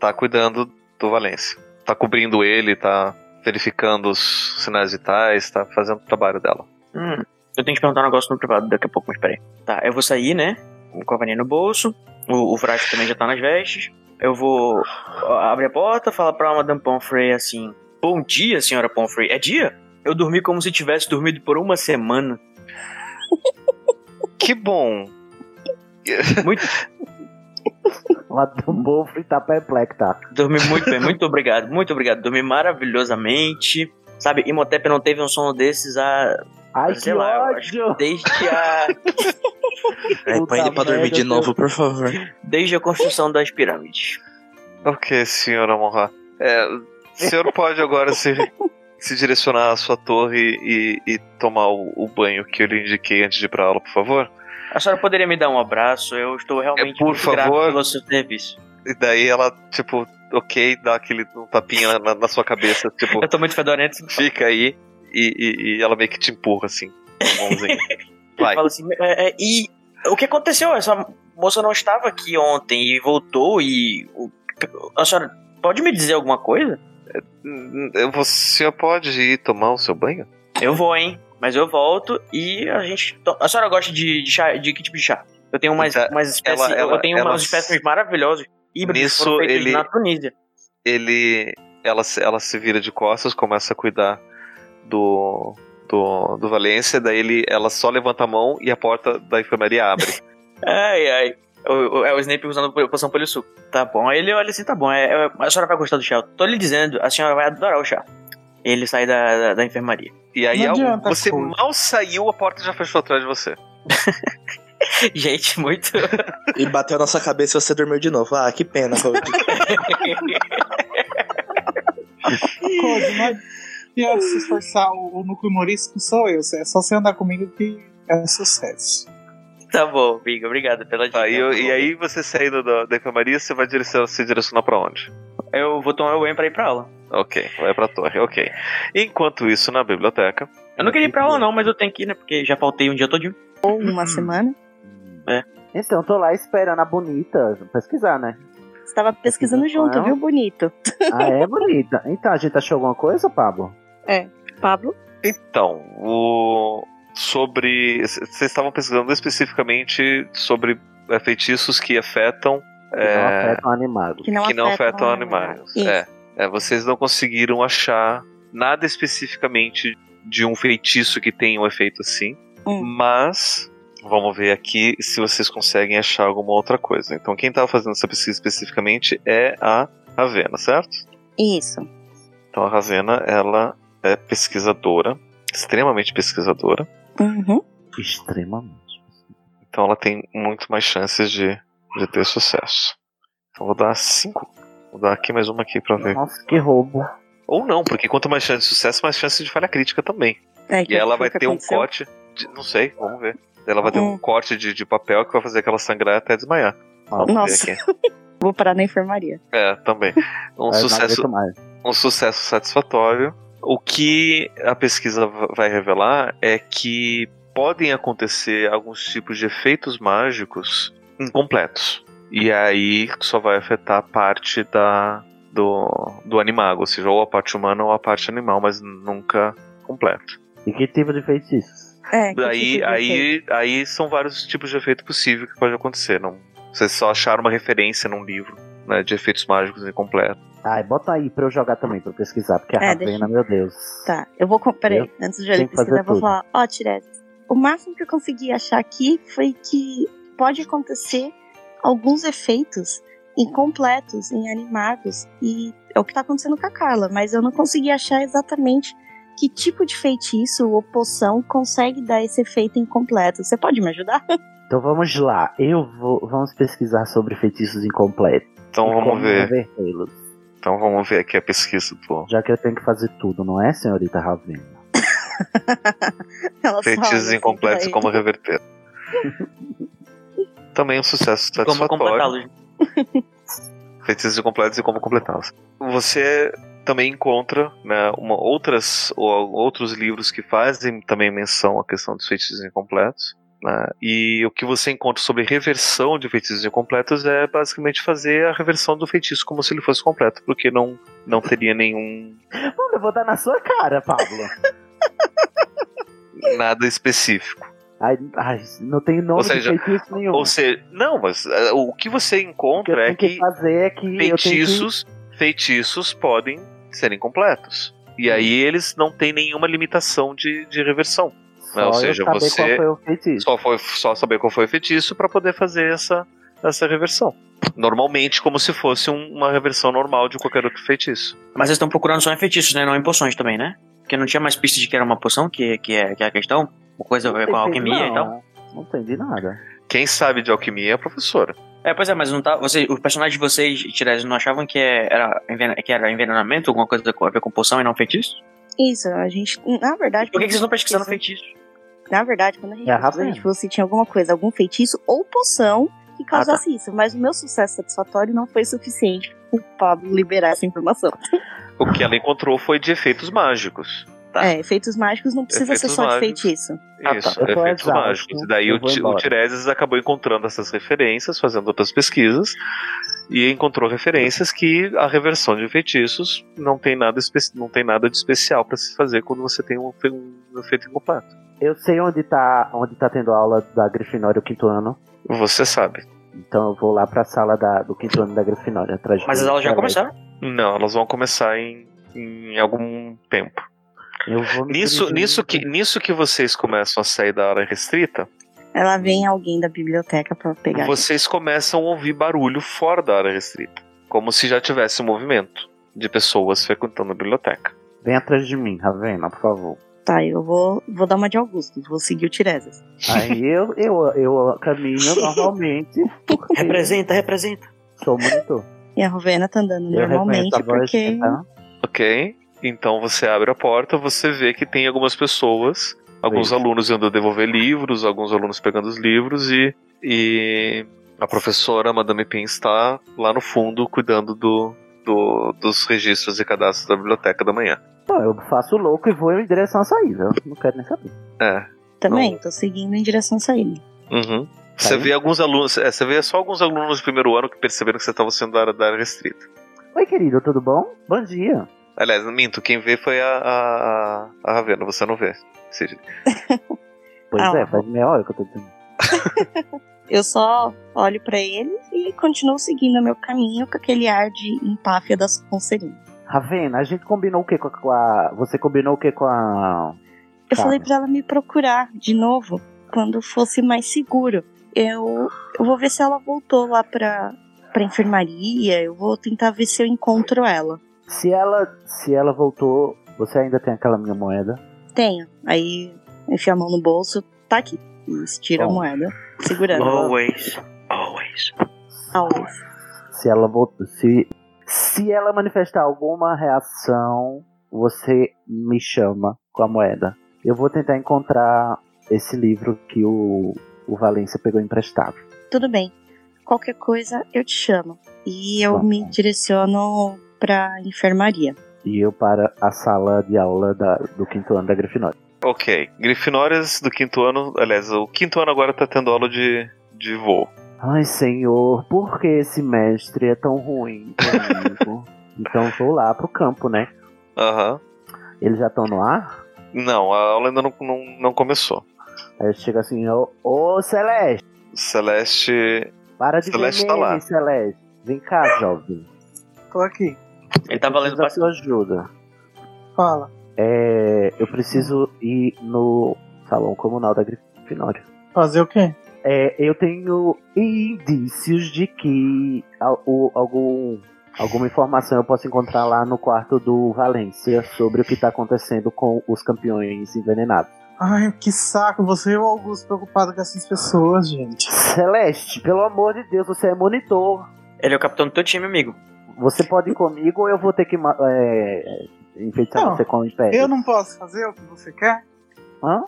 Speaker 4: tá cuidando do Valência. Tá cobrindo ele, tá verificando os sinais vitais, tá fazendo o trabalho dela.
Speaker 3: Hum, eu tenho que perguntar um negócio no privado daqui a pouco, mas peraí. Tá, eu vou sair, né? Com a varinha no bolso. O, o frasco também já tá nas vestes. Eu vou ó, abrir a porta, falar pra Madame Pomfrey assim: Bom dia, senhora Pomfrey. É dia? Eu dormi como se tivesse dormido por uma semana.
Speaker 4: Que bom!
Speaker 3: Muito,
Speaker 2: Lá do Bofre tá perplexo, tá?
Speaker 3: dormi muito bem, muito obrigado, muito obrigado. Dormi maravilhosamente. Sabe, Imhotep não teve um sono desses há.
Speaker 2: Ai,
Speaker 3: sei
Speaker 2: que
Speaker 3: lá, eu acho
Speaker 2: ódio!
Speaker 3: desde a.
Speaker 5: É,
Speaker 2: Puta
Speaker 5: põe ele pra dormir
Speaker 2: merda,
Speaker 5: de
Speaker 2: eu
Speaker 5: novo, por favor.
Speaker 3: desde a construção das pirâmides.
Speaker 4: Ok, senhora Monra. É, o senhor pode agora se, se direcionar à sua torre e, e tomar o, o banho que eu lhe indiquei antes de ir pra aula, por favor?
Speaker 3: A senhora poderia me dar um abraço? Eu estou realmente
Speaker 4: por
Speaker 3: muito grato
Speaker 4: favor.
Speaker 3: pelo seu serviço.
Speaker 4: E daí ela, tipo, ok, dá aquele um tapinha na, na sua cabeça, tipo,
Speaker 3: Eu tô muito fedorento.
Speaker 4: fica aí e, e- e ela meio que te empurra, assim, com a mãozinha. Vai. Hum,
Speaker 3: Fala assim, é, é, e o que aconteceu? Essa moça não estava aqui ontem e voltou e... o- a senhora pode me dizer alguma coisa?
Speaker 4: Hum, O senhor pode ir tomar o seu banho?
Speaker 3: Eu vou, hein? Mas eu volto e a gente... to- A senhora gosta de, de chá? De que tipo de chá? Eu tenho umas,
Speaker 4: Então,
Speaker 3: umas espécies...
Speaker 4: ela- ela-
Speaker 3: eu tenho
Speaker 4: ela-
Speaker 3: umas espécies maravilhosas. Híbridos
Speaker 4: Nisso,
Speaker 3: foram feitos
Speaker 4: ele-
Speaker 3: na Tunísia.
Speaker 4: ele ela, se- ela se vira de costas, começa a cuidar do do, do Valência, daí ele, ela só levanta a mão e a porta da enfermaria abre.
Speaker 3: Ai, ai. O, o- é o Snape usando po- poção pelo suco. Tá bom. Aí ele olha assim, tá bom. é- é- a senhora vai gostar do chá. Eu tô lhe dizendo, a senhora vai adorar o chá. Ele sai da, da, da enfermaria.
Speaker 4: E aí
Speaker 1: Não
Speaker 4: ao-
Speaker 1: adianta,
Speaker 4: você
Speaker 1: pô.
Speaker 4: mal saiu, a porta já fechou atrás de você.
Speaker 3: Gente, muito.
Speaker 5: E bateu na sua cabeça e você dormiu de novo. Ah, que pena, Rold.
Speaker 1: Code, não adianta né? se esforçar. O, o núcleo humorístico sou eu. É só você andar comigo que é sucesso.
Speaker 3: Tá bom, amigo. Obrigado pela dica.
Speaker 4: Tá, e, eu- e aí você saindo da, da enfermaria, você vai direcionar, se direcionar pra onde?
Speaker 3: Eu vou tomar o Wayne pra ir pra aula.
Speaker 4: Ok, vai pra torre, ok. Enquanto isso, na biblioteca.
Speaker 3: Eu não queria ir pra aula, não, mas eu tenho que ir, né? Porque já faltei um dia todinho.
Speaker 6: Ou
Speaker 2: Uhum.
Speaker 6: uma semana.
Speaker 2: Então, tô lá esperando a bonita pesquisar, né?
Speaker 6: Você tava pesquisando junto,
Speaker 2: Não.
Speaker 6: viu, bonito?
Speaker 2: Ah, é bonita. Então, a gente achou alguma coisa, Pablo?
Speaker 6: Pablo?
Speaker 4: Então, o. Sobre. c- Vocês estavam pesquisando especificamente sobre é, feitiços que afetam.
Speaker 2: Que não
Speaker 4: é,
Speaker 2: afeta um animado.
Speaker 6: Que não,
Speaker 4: que não afetam
Speaker 6: animais.
Speaker 4: animais. É, É, vocês não conseguiram achar nada especificamente de um feitiço que tenha um efeito assim,
Speaker 6: Hum.
Speaker 4: mas vamos ver aqui se vocês conseguem achar alguma outra coisa. Então, quem estava fazendo essa pesquisa especificamente é a Ravena, certo?
Speaker 6: Isso.
Speaker 4: Então, a Ravena, ela é pesquisadora, extremamente pesquisadora,
Speaker 6: Uhum.
Speaker 2: Extremamente.
Speaker 4: então ela tem muito mais chances de, de ter sucesso. Então, vou dar cinco. Vou dar aqui mais uma aqui pra ver.
Speaker 2: Nossa, que roubo.
Speaker 4: Ou não, porque quanto mais chance de sucesso, mais chance de falha crítica também.
Speaker 6: É,
Speaker 4: E ela
Speaker 6: foi
Speaker 4: vai
Speaker 6: o que
Speaker 4: ter um
Speaker 6: aconteceu.
Speaker 4: corte. de- não sei, vamos ver. Ela vai ter um corte de, de papel que vai fazer aquela sangrar até desmaiar. Vamos
Speaker 6: Nossa.
Speaker 4: ver aqui.
Speaker 6: Vou parar na enfermaria.
Speaker 4: É, também. Um
Speaker 2: Mas não
Speaker 4: sucesso,
Speaker 2: aguento mais.
Speaker 4: um sucesso satisfatório. O que a pesquisa va- vai revelar é que podem acontecer alguns tipos de efeitos mágicos incompletos. E aí só vai afetar a parte da, do, do animago, ou seja, ou a parte humana ou a parte animal, mas nunca completo.
Speaker 2: E que tipo de feitiços?
Speaker 6: É, que tipo
Speaker 4: Aí,
Speaker 6: de efeito?
Speaker 4: aí, aí são vários tipos de efeito possível que pode acontecer. Não, vocês só acharam uma referência num livro né, de efeitos mágicos incompleto.
Speaker 2: Ai, bota aí pra eu jogar também, pra eu pesquisar, porque a
Speaker 6: É,
Speaker 2: Ravena, meu Deus.
Speaker 6: Tá, eu vou. com- Peraí, antes de ele
Speaker 2: tenho que fazer
Speaker 6: pesquisar, eu vou
Speaker 2: tudo.
Speaker 6: falar: Ó, Tiresias, o máximo que eu consegui achar aqui foi que pode acontecer alguns efeitos incompletos em animados. E é o que tá acontecendo com a Carla, mas eu não consegui achar exatamente que tipo de feitiço ou poção consegue dar esse efeito incompleto. Você pode me ajudar?
Speaker 2: Então vamos lá. Eu vou. Vamos pesquisar sobre feitiços incompletos.
Speaker 4: Então
Speaker 2: E
Speaker 4: vamos
Speaker 2: como
Speaker 4: ver.
Speaker 2: revertê-los.
Speaker 4: Então vamos ver aqui a pesquisa do
Speaker 2: Já que eu tenho que fazer tudo, não é, senhorita Ravena?
Speaker 6: Ela só olha
Speaker 4: feitiços
Speaker 6: assim
Speaker 4: incompletos e
Speaker 6: pra ele.
Speaker 4: como reverter. Também um sucesso
Speaker 3: Como
Speaker 4: satisfatório.
Speaker 3: completá-los.
Speaker 4: Feitiços incompletos e como completá-los. Você também encontra né, uma- outras, ou- outros livros que fazem também menção à questão dos feitiços incompletos. né, E o que você encontra sobre reversão de feitiços incompletos é basicamente fazer a reversão do feitiço como se ele fosse completo, porque não, não teria nenhum
Speaker 2: Pablo, eu vou dar na sua cara, Pablo.
Speaker 4: nada específico.
Speaker 2: ai, ai, não tem nome
Speaker 4: Ou seja,
Speaker 2: de feitiço nenhum.
Speaker 4: Ou seja, não, mas eh, o que você
Speaker 2: o que eu
Speaker 4: encontra é
Speaker 2: tenho que,
Speaker 4: que
Speaker 2: fazer é que eu tenho
Speaker 4: feitiços, feitiços podem ser incompletos. E aí eles não têm nenhuma limitação de, de reversão.
Speaker 2: que
Speaker 4: Não,
Speaker 2: só
Speaker 4: ou seja,
Speaker 2: eu saber qual
Speaker 4: você-
Speaker 2: foi o feitiço.
Speaker 4: Só, foi, só saber qual foi o feitiço para poder fazer essa, essa reversão. Normalmente, como se fosse um- uma reversão normal de qualquer outro feitiço.
Speaker 3: Mas vocês estão procurando só em feitiços, né? Não em poções também, né? Porque não tinha mais pista de que era uma poção, que, que, é, que é a questão. Uma coisa a ver
Speaker 4: é
Speaker 3: com a alquimia
Speaker 4: então?
Speaker 3: e tal.
Speaker 2: não, Não entendi nada.
Speaker 4: Quem sabe de alquimia é a professora.
Speaker 3: É, pois é, mas não tá. Vocês, os personagens de vocês, Tiresias, não achavam que é- era, envena- que era envenenamento, alguma coisa com- a ver com poção e não feitiço?
Speaker 6: Isso, a gente. Na verdade.
Speaker 3: Por que, que vocês estão pesquisando
Speaker 6: Isso.
Speaker 3: feitiço?
Speaker 6: Na verdade, quando a gente
Speaker 2: É a
Speaker 6: pesquisou, a
Speaker 2: Ravena.
Speaker 6: gente falou se tinha alguma coisa, algum feitiço ou poção
Speaker 2: Ah,
Speaker 6: que
Speaker 3: tá.
Speaker 6: causasse isso. Mas o meu sucesso satisfatório não foi suficiente pro Pablo liberar essa informação.
Speaker 4: O que ela encontrou foi de efeitos mágicos. Tá.
Speaker 6: É, efeitos mágicos não precisa ser
Speaker 4: Efeitos
Speaker 6: só
Speaker 4: mágicos.
Speaker 6: de feitiço.
Speaker 2: Ah, tá.
Speaker 4: Isso,
Speaker 2: Eu tô
Speaker 4: efeitos
Speaker 2: exausto,
Speaker 4: mágicos. E daí
Speaker 2: eu
Speaker 4: o,
Speaker 2: vou
Speaker 4: Ti- o
Speaker 2: embora.
Speaker 4: Tireses acabou encontrando essas referências, fazendo outras pesquisas, e encontrou referências que a reversão de feitiços não tem nada, espe- não tem nada de especial para se fazer quando você tem um, fe- um efeito incompleto.
Speaker 2: Eu sei onde tá, onde tá tendo aula da Grifinória o quinto ano.
Speaker 4: Você sabe.
Speaker 2: Então eu vou lá pra sala da- do quinto ano da Grifinória. Atrás de
Speaker 3: Mas
Speaker 2: mim,
Speaker 3: as aulas já
Speaker 2: peraí.
Speaker 3: começaram.
Speaker 4: Não, elas vão começar em, em algum tempo.
Speaker 2: Eu vou me
Speaker 4: Nisso,
Speaker 2: dirigir-
Speaker 4: nisso, que, nisso que vocês começam a sair da área restrita,
Speaker 6: Ela vem alguém da biblioteca pra pegar.
Speaker 4: vocês começam a ouvir barulho fora da área restrita. Como se já tivesse um movimento de pessoas frequentando a biblioteca.
Speaker 2: Vem atrás de mim, Ravena, por favor.
Speaker 6: Tá, eu vou, vou dar uma de Augusto, vou seguir o Tiresias.
Speaker 2: Aí eu, eu, eu caminho normalmente. porque
Speaker 3: Representa, representa.
Speaker 2: Sou monitor.
Speaker 6: E a Rovena tá andando
Speaker 2: Eu reconheço
Speaker 6: normalmente,
Speaker 2: a voz.
Speaker 6: porque.
Speaker 2: então.
Speaker 4: Ok. Então você abre a porta, você vê que tem algumas pessoas Alguns alunos indo devolver livros, alguns alunos pegando os livros e, e a professora, Madame Pin, está lá no fundo cuidando do, do- dos registros e cadastros da biblioteca da manhã.
Speaker 2: Não, eu faço louco e vou em direção à saída. Eu não quero nem saber.
Speaker 4: É.
Speaker 6: Também, tô seguindo em direção à saída.
Speaker 4: Uhum. Você
Speaker 2: Aí.
Speaker 4: vê alguns alunos, é, você vê só alguns alunos do primeiro ano que perceberam que você estava sendo da área, da área restrita.
Speaker 2: Oi, querido, tudo bom? Bom dia.
Speaker 4: Aliás, minto, quem vê foi a, a, a- a Ravena, você não vê. Cid.
Speaker 2: Pois
Speaker 6: Ah,
Speaker 2: é, faz meia hora que eu tô dizendo.
Speaker 6: Eu só olho pra ele e continuo seguindo o meu caminho com aquele ar de empáfia das pulseirinhas.
Speaker 2: Ravena, a gente combinou o que com a, com a- Você combinou o que com a.
Speaker 6: Eu
Speaker 2: Tá.
Speaker 6: falei pra ela me procurar de novo quando fosse mais seguro. Eu, eu vou ver se ela voltou lá pra, pra enfermaria. Eu vou tentar ver se eu encontro ela.
Speaker 2: Se ela, se ela voltou, você ainda tem aquela minha moeda?
Speaker 6: Tenho. Aí enfia a mão no bolso, tá aqui. E estira a
Speaker 2: Bom.
Speaker 6: moeda, segurando.
Speaker 3: Always. Always.
Speaker 6: Always.
Speaker 2: Se ela voltou, se se ela manifestar alguma reação, você me chama com a moeda. Eu vou tentar encontrar esse livro que o, o Valência pegou emprestado.
Speaker 6: Tudo bem. Qualquer coisa, eu te chamo. E eu
Speaker 2: Tá
Speaker 6: me
Speaker 2: bom.
Speaker 6: direciono pra enfermaria.
Speaker 2: E eu para a sala de aula da- do quinto ano da Grifinória.
Speaker 4: Ok. Grifinórias do quinto ano, aliás, o quinto ano agora tá tendo aula de, de voo.
Speaker 2: Ai, senhor, por que esse mestre é tão ruim comigo? então vou lá pro campo, né?
Speaker 4: Aham.
Speaker 2: Eles já estão no ar?
Speaker 4: Não, a aula ainda não, não, não começou.
Speaker 2: Aí chega assim, ô, ô Celeste,
Speaker 4: Celeste.
Speaker 2: para de
Speaker 4: Celeste
Speaker 2: ver
Speaker 4: tá
Speaker 2: meme,
Speaker 4: lá.
Speaker 2: Celeste. Vem cá, jovem.
Speaker 1: Tô aqui.
Speaker 3: Ele tá
Speaker 2: Preciso
Speaker 3: valendo
Speaker 2: da
Speaker 3: pra
Speaker 2: sua ajuda.
Speaker 1: Fala.
Speaker 2: É, eu preciso ir no salão comunal da Grifinória.
Speaker 1: Fazer o quê?
Speaker 2: É, eu tenho indícios de que al- o- algum, alguma informação eu posso encontrar lá no quarto do Valência sobre o que está acontecendo com os campeões envenenados.
Speaker 1: Ai, que saco. Você e o Augusto preocupado com essas pessoas, gente.
Speaker 2: Celeste, pelo amor de Deus, você é monitor.
Speaker 3: Ele é o capitão do teu time, amigo.
Speaker 2: Você pode ir comigo ou eu vou ter que ma- é, enfeitar
Speaker 1: Não,
Speaker 2: você com o império?
Speaker 1: Eu não posso fazer o que você quer?
Speaker 2: Hã?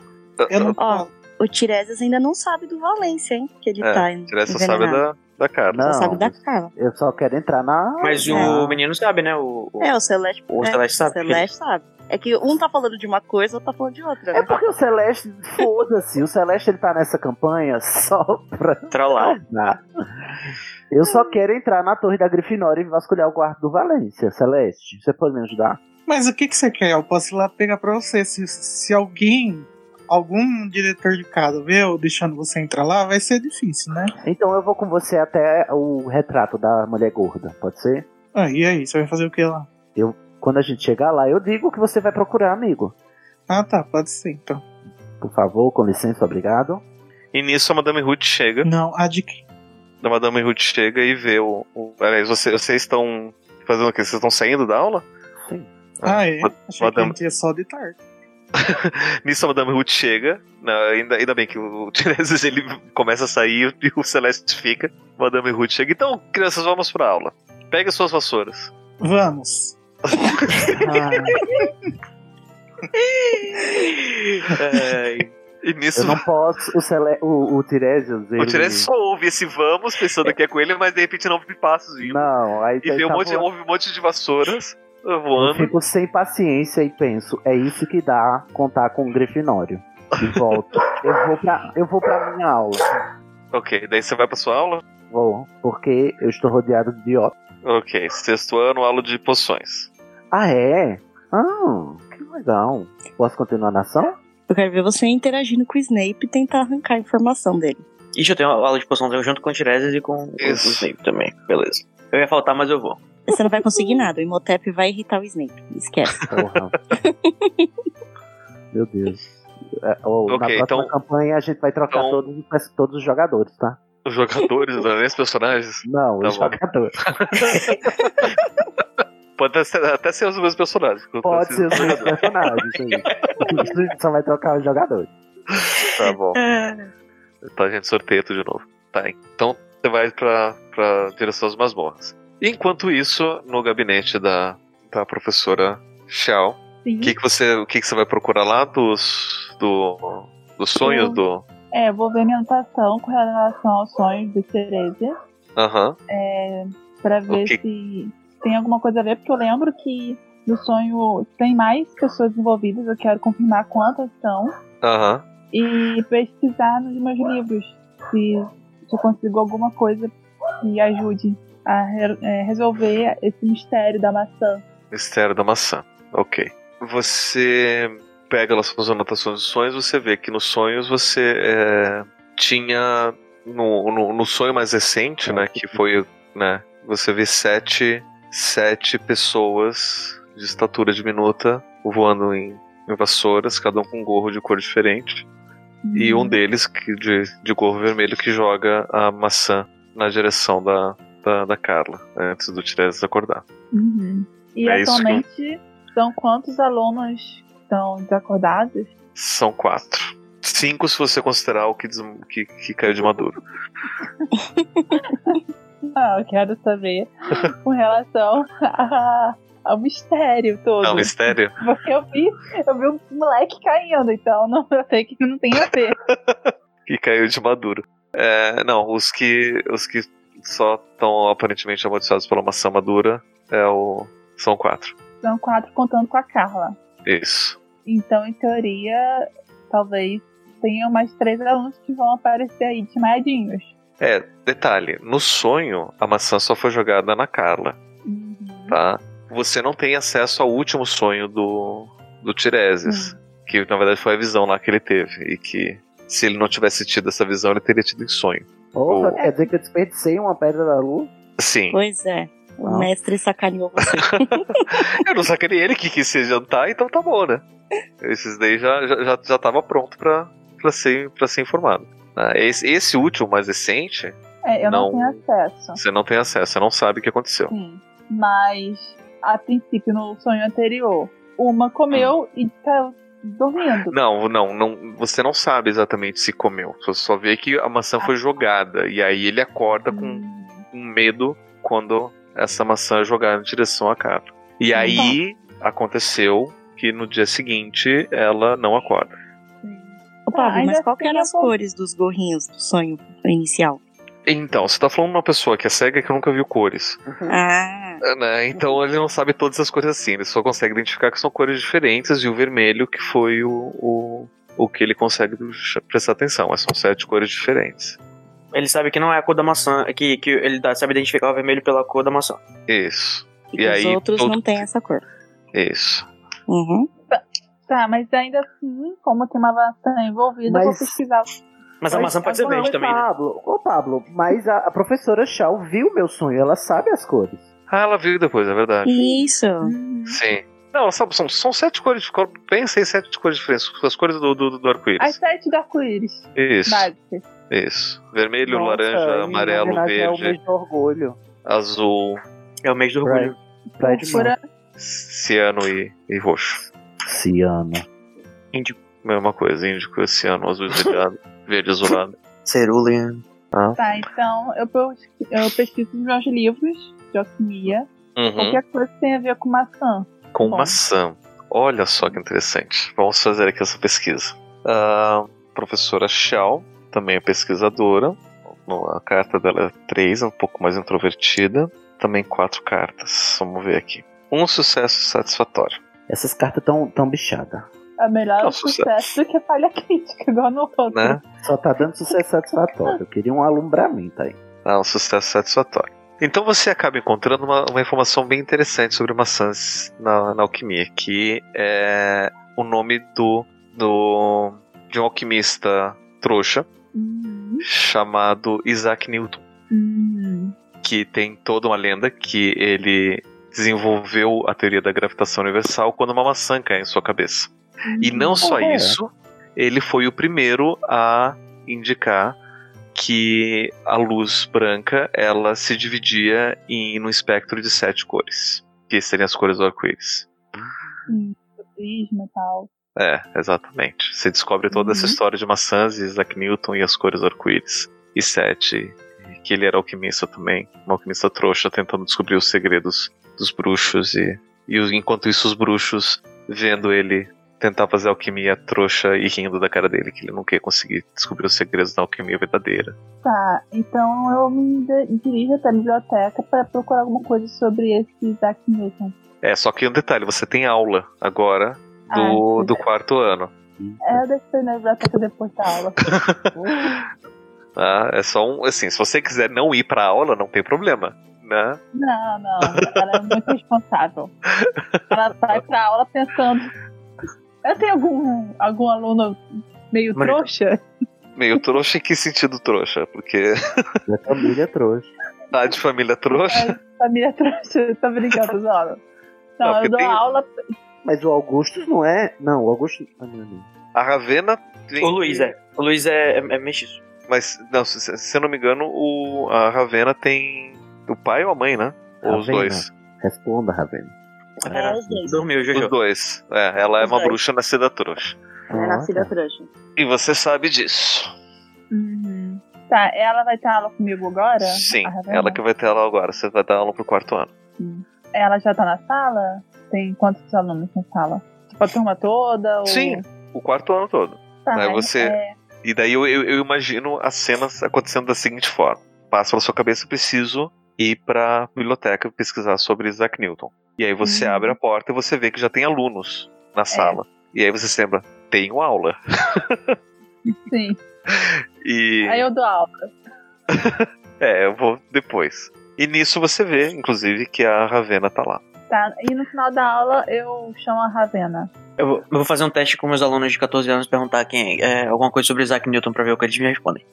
Speaker 1: Eu não
Speaker 6: Ó,
Speaker 1: posso.
Speaker 6: o Tiresias ainda não sabe do Valência, hein? Que ele
Speaker 4: É,
Speaker 6: tá em.
Speaker 4: Tirar essa sábia da, da cara.
Speaker 6: Só
Speaker 2: Não.
Speaker 6: sabe da Carla.
Speaker 2: Eu só quero entrar na.
Speaker 3: Mas
Speaker 2: na-
Speaker 1: É.
Speaker 3: o menino sabe, né? O, o-
Speaker 6: É, o Celeste.
Speaker 3: O
Speaker 6: é,
Speaker 3: Celeste sabe,
Speaker 6: Celeste sabe. É que um tá falando de uma coisa, outro tá falando de outra.
Speaker 2: É
Speaker 6: Né?
Speaker 2: porque o Celeste, foda-se, o Celeste ele tá nessa campanha só pra
Speaker 3: trollar.
Speaker 2: ajudar. Eu só quero entrar na torre da Grifinória e vasculhar o quarto do Valência, Celeste. Você pode me ajudar?
Speaker 1: Mas o que, que você quer? Eu posso ir lá pegar pra você. Se, se alguém, algum diretor de casa vê eu deixando você entrar lá, vai ser difícil, né?
Speaker 2: Então eu vou com você até o retrato da mulher gorda, pode ser?
Speaker 1: Ah, e aí? Você vai fazer o que lá?
Speaker 2: Quando a gente chegar lá, eu digo o que você vai procurar, amigo.
Speaker 1: Ah, tá. Pode ser, então.
Speaker 2: Por favor, com licença, obrigado.
Speaker 4: E nisso a Madame Ruth chega.
Speaker 1: Não, a de quem?
Speaker 4: A Madame Ruth chega e vê o. o aliás, você- vocês estão fazendo o quê? Vocês estão saindo da aula?
Speaker 2: Sim.
Speaker 1: Ah, é?
Speaker 4: Ma-
Speaker 1: Achei que a
Speaker 4: Madame-
Speaker 1: gente ia só de tarde.
Speaker 4: Nisso a Madame Ruth chega. na- ainda, ainda bem que o Tiresias ele começa a sair e o Celeste fica. Madame Ruth chega. Então, crianças, vamos pra aula. Pegue suas vassouras.
Speaker 1: Vamos.
Speaker 4: É, e- e nisso.
Speaker 2: eu não posso. O, Cele... o, o Tiresias.
Speaker 4: O
Speaker 2: ele-
Speaker 4: Tiresias só ouve esse vamos, pensando que é com ele, mas de repente não ouve passos. E,
Speaker 2: Não, aí
Speaker 4: e vê um
Speaker 2: tá
Speaker 4: monte,
Speaker 2: voando.
Speaker 4: ouve um monte de vassouras
Speaker 2: Eu
Speaker 4: voando.
Speaker 2: fico sem paciência e penso, é isso que dá contar com o Grifinório. E volto. eu, vou pra, eu vou pra minha aula.
Speaker 4: Ok, daí você vai pra sua aula?
Speaker 2: Vou, porque eu estou rodeado de idiota.
Speaker 4: Ok, sexto ano, aula de poções.
Speaker 2: Ah, é? Ah, que legal. Posso continuar na ação?
Speaker 6: Eu quero ver você interagindo com o Snape e tentar arrancar a informação dele.
Speaker 3: Ixi, eu tenho aula de poção junto com o Tiresias e com o-
Speaker 4: Isso.
Speaker 3: o Snape também. Beleza. Eu ia faltar, mas eu vou.
Speaker 6: Você não vai conseguir nada. O Imhotep vai irritar o Snape. Esquece.
Speaker 2: Porra. Meu Deus. É, ó, na
Speaker 4: Ok,
Speaker 2: próxima
Speaker 4: então-
Speaker 2: campanha a gente vai trocar
Speaker 4: então-
Speaker 2: todos, os pers- todos os jogadores, tá?
Speaker 4: Os jogadores, não é nem os personagens.
Speaker 2: Não,
Speaker 4: Tá
Speaker 2: os
Speaker 4: bom.
Speaker 2: jogadores.
Speaker 4: Pode até ser, até ser os mesmos personagens.
Speaker 2: Pode ser os seus personagens. isso aí. A gente só vai trocar os jogadores.
Speaker 4: Tá bom.
Speaker 6: É.
Speaker 4: Tá, gente, sorteia tudo de novo. Tá, então você vai pra, pra direção das masmorras. Enquanto isso, no gabinete da, da professora Xiao,
Speaker 7: Sim.
Speaker 4: O que, que você, o que, que você vai procurar lá dos, do, dos sonhos
Speaker 7: Eu-
Speaker 4: do.
Speaker 7: É, vou ver minha anotação com relação aos sonhos do Tereza.
Speaker 4: Aham.
Speaker 7: É, pra ver
Speaker 4: Ok.
Speaker 7: se tem alguma coisa a ver, porque eu lembro que no sonho tem mais pessoas envolvidas, eu quero confirmar quantas são.
Speaker 4: Aham.
Speaker 7: E pesquisar nos meus livros se, se eu consigo alguma coisa que ajude a re- é, resolver esse mistério da maçã.
Speaker 4: Mistério da maçã. Ok. Você pega as suas anotações dos sonhos, você vê que nos sonhos você é, tinha. No, no, no sonho mais recente, né? Que foi. Né, você vê sete, sete pessoas de estatura diminuta voando em, em vassouras, cada um com um gorro de cor diferente. E
Speaker 7: Uhum.
Speaker 4: um deles, que de, de gorro vermelho, que joga a maçã na direção da, da, da Carla, né, antes do Tiresias acordar.
Speaker 7: Uhum. E
Speaker 4: É isso que-
Speaker 7: atualmente são quantos alunos estão desacordados?
Speaker 4: São quatro. Cinco se você considerar o que, des- que, que caiu de maduro.
Speaker 7: Ah, eu quero saber com relação a- ao mistério todo.
Speaker 4: É um mistério?
Speaker 7: Porque eu vi, eu vi um moleque caindo, então não, eu sei que não tem a ver.
Speaker 4: Que caiu de maduro. É, não, os que, os que só estão aparentemente amaldiçoados pela maçã madura é o, são quatro.
Speaker 7: São quatro contando com a Carla.
Speaker 4: Isso.
Speaker 7: Então, em teoria, talvez tenham mais três alunos que vão aparecer aí desmaiadinhos.
Speaker 4: É, detalhe: no sonho, a maçã só foi jogada na Carla,
Speaker 7: Uhum.
Speaker 4: tá? Você não tem acesso ao último sonho do, do Tiresias, que na verdade foi a visão lá que ele teve, e que se ele não tivesse tido essa visão, ele teria tido em sonho.
Speaker 2: Opa,
Speaker 4: Oh.
Speaker 2: quer dizer que eu desperdicei uma pedra da lua?
Speaker 4: Sim.
Speaker 6: Pois é. O
Speaker 2: Ah.
Speaker 6: mestre sacaneou você.
Speaker 4: Eu não sacaria ele que quis se jantar, então tá bom, né? Esses daí já, já, já, já tava pronto pra, pra, ser, pra ser informado. Ah, Esse, esse último, mais recente,
Speaker 7: É, eu
Speaker 4: Não.
Speaker 7: não. tenho acesso.
Speaker 4: você não tem acesso, você não sabe o que aconteceu.
Speaker 7: Sim. Mas, a princípio, no sonho anterior, uma comeu e tá dormindo.
Speaker 4: Não, não, não, você não sabe exatamente se comeu. Você só vê que a maçã foi jogada. E aí ele acorda tá com,
Speaker 7: Hum.
Speaker 4: com medo quando essa maçã é jogada em direção à cara. E aí aconteceu que no dia seguinte ela não acorda.
Speaker 6: Ô, Pablo,
Speaker 7: ainda
Speaker 6: mas qual que
Speaker 7: assim
Speaker 6: eram
Speaker 7: eu
Speaker 6: as
Speaker 7: vou-
Speaker 6: cores dos gorrinhos do sonho inicial?
Speaker 4: Então, você tá falando de uma pessoa que é cega e que nunca viu cores.
Speaker 6: Ah,
Speaker 4: né? Então ele não sabe todas as cores assim, ele só consegue identificar que são cores diferentes e o vermelho que foi o, o, o que ele consegue ch- prestar atenção, mas são sete cores diferentes.
Speaker 3: Ele sabe que não é a cor da maçã, que, que ele dá- sabe identificar o vermelho pela cor da maçã.
Speaker 4: Isso,
Speaker 6: e,
Speaker 4: E
Speaker 6: que os
Speaker 4: aí,
Speaker 6: outros
Speaker 4: todo-
Speaker 6: não têm essa cor.
Speaker 4: isso.
Speaker 6: Uhum.
Speaker 7: Tá, mas ainda assim, como tem uma maçã envolvida, eu vou
Speaker 2: Mas-
Speaker 7: pesquisar.
Speaker 3: Mas a
Speaker 2: Mas
Speaker 3: maçã pode ser
Speaker 2: agora,
Speaker 3: verde também, né?
Speaker 2: Pablo, ô Pablo, mas a, a professora Shaw viu meu sonho, ela sabe as cores.
Speaker 4: Ah, ela viu depois, é verdade.
Speaker 6: Isso.
Speaker 7: Hum,
Speaker 4: Sim. Não, sabe, são, são sete cores, cor- pensa em sete cores diferentes, as cores do, do, do
Speaker 7: As
Speaker 4: arco-íris.
Speaker 7: sete do arco-íris,
Speaker 4: Isso,
Speaker 7: básicas.
Speaker 4: isso. Vermelho,
Speaker 2: Nossa,
Speaker 4: laranja,
Speaker 2: em
Speaker 4: amarelo,
Speaker 2: homenagem
Speaker 1: é
Speaker 2: ao
Speaker 4: verde,
Speaker 2: mês do orgulho.
Speaker 4: azul,
Speaker 3: É o mês do orgulho.
Speaker 2: Pra- Pra
Speaker 7: Púrpura,
Speaker 4: ciano e, e roxo.
Speaker 2: Ciano.
Speaker 4: Mesma coisa, índico, ciano, azul esverdeado, verde azulado.
Speaker 5: Cerulean.
Speaker 7: tá, então eu, pes- eu pesquiso nos meus livros de alquimia,
Speaker 4: Uhum,
Speaker 7: qualquer coisa que tenha a ver com maçã.
Speaker 4: com
Speaker 7: bom.
Speaker 4: maçã. Olha só que interessante. Vamos fazer aqui essa pesquisa. A professora Shell também é pesquisadora. No- A carta dela é 3, é um pouco mais introvertida. Também quatro cartas. Vamos ver aqui. Um sucesso satisfatório.
Speaker 2: Essas cartas tão, tão bichadas.
Speaker 7: É melhor
Speaker 4: Não,
Speaker 7: sucesso do que falha crítica, igual no outro.
Speaker 4: Tá Né?
Speaker 2: Só tá dando sucesso satisfatório. Eu queria um alumbramento aí.
Speaker 4: Ah, um sucesso satisfatório. Então você acaba encontrando uma, uma informação bem interessante sobre maçãs na, na alquimia, que é o nome do, do de um alquimista trouxa
Speaker 7: Uhum.
Speaker 4: chamado Isaac Newton,
Speaker 7: Uhum.
Speaker 4: que tem toda uma lenda que ele desenvolveu a teoria da gravitação universal quando uma maçã cai em sua cabeça. E
Speaker 7: Uhum.
Speaker 4: não só
Speaker 2: Ah, é?
Speaker 4: isso, ele foi o primeiro a indicar que a luz branca ela se dividia em um espectro de sete cores, que seriam as cores do arco-íris.
Speaker 7: Prisma e tal.
Speaker 4: É, exatamente. Você descobre toda essa
Speaker 7: Uhum.
Speaker 4: história de maçãs e Isaac Newton e as cores do arco-íris. E Sete, e que ele era alquimista também, um alquimista trouxa tentando descobrir os segredos dos bruxos e, e os- enquanto isso os bruxos vendo ele tentar fazer alquimia trouxa e rindo da cara dele, que ele não quer conseguir descobrir os segredos da alquimia verdadeira.
Speaker 7: Tá, então eu me de- dirijo até a biblioteca para procurar alguma coisa sobre esse Isaac Newton.
Speaker 4: É, só que um detalhe, você tem aula agora do,
Speaker 7: Ah,
Speaker 4: do quarto ano.
Speaker 7: É, eu deixo pra ir na biblioteca depois da aula.
Speaker 4: Tá? É só um. Assim, se você quiser não ir pra aula, não tem problema. Né?
Speaker 7: Não, não, ela é muito responsável. Ela vai pra aula pensando. Eu tenho algum, algum aluno meio
Speaker 4: Mas-
Speaker 7: trouxa?
Speaker 4: Meio trouxa, em que sentido trouxa? Porque
Speaker 2: Minha família trouxe.
Speaker 4: tá de família trouxa.
Speaker 7: É, família trouxa, tá brincando, não. Não,
Speaker 4: Não, porque
Speaker 7: eu dou
Speaker 4: tem-
Speaker 7: aula.
Speaker 2: Mas o Augusto não é. Não, o Augusto. Ah, não, não.
Speaker 4: A Ravena. tem-
Speaker 3: O Luiz é. O Luiz é, é, é mexiço.
Speaker 4: Mas, não, se, se- se eu não me engano, o, a Ravena tem o pai ou a mãe, né? Ou os
Speaker 2: Ravena.
Speaker 4: dois?
Speaker 2: Responda, Ravena.
Speaker 6: É, os dois.
Speaker 3: Dormiu,
Speaker 4: Os
Speaker 3: Jojo.
Speaker 4: dois. É, ela é
Speaker 6: Os
Speaker 4: uma
Speaker 6: dois.
Speaker 4: bruxa nascida trouxa.
Speaker 6: É
Speaker 2: tá.
Speaker 6: nascida trouxa.
Speaker 4: E você sabe disso.
Speaker 7: Uhum. Tá, ela vai ter aula comigo agora? Ah, é
Speaker 4: Sim,
Speaker 7: A Ravena?
Speaker 4: ela que vai ter aula agora. Você vai dar aula pro quarto ano.
Speaker 7: Ela já tá na sala? Tem quantos alunos na sala? Tipo, a turma toda? Ou...
Speaker 4: Sim, o quarto ano todo.
Speaker 7: Tá,
Speaker 4: Aí você-
Speaker 7: é,
Speaker 4: E daí eu, eu- eu imagino as cenas acontecendo da seguinte forma: passa pela sua cabeça, preciso ir pra biblioteca pesquisar sobre Isaac Newton. E aí você
Speaker 7: Hum.
Speaker 4: abre a porta e você vê que já tem alunos
Speaker 7: É.
Speaker 4: na sala. E aí você se lembra: tenho aula.
Speaker 7: sim.
Speaker 4: E.
Speaker 7: Aí eu dou aula.
Speaker 4: É, eu vou depois. E nisso você vê, inclusive, que a Ravena tá lá.
Speaker 7: Tá, e no final da aula eu chamo a Ravena.
Speaker 3: Eu vou, eu vou fazer um teste com meus alunos de 14 anos, perguntar quem é, alguma coisa sobre Isaac Newton pra ver o que eles me respondem.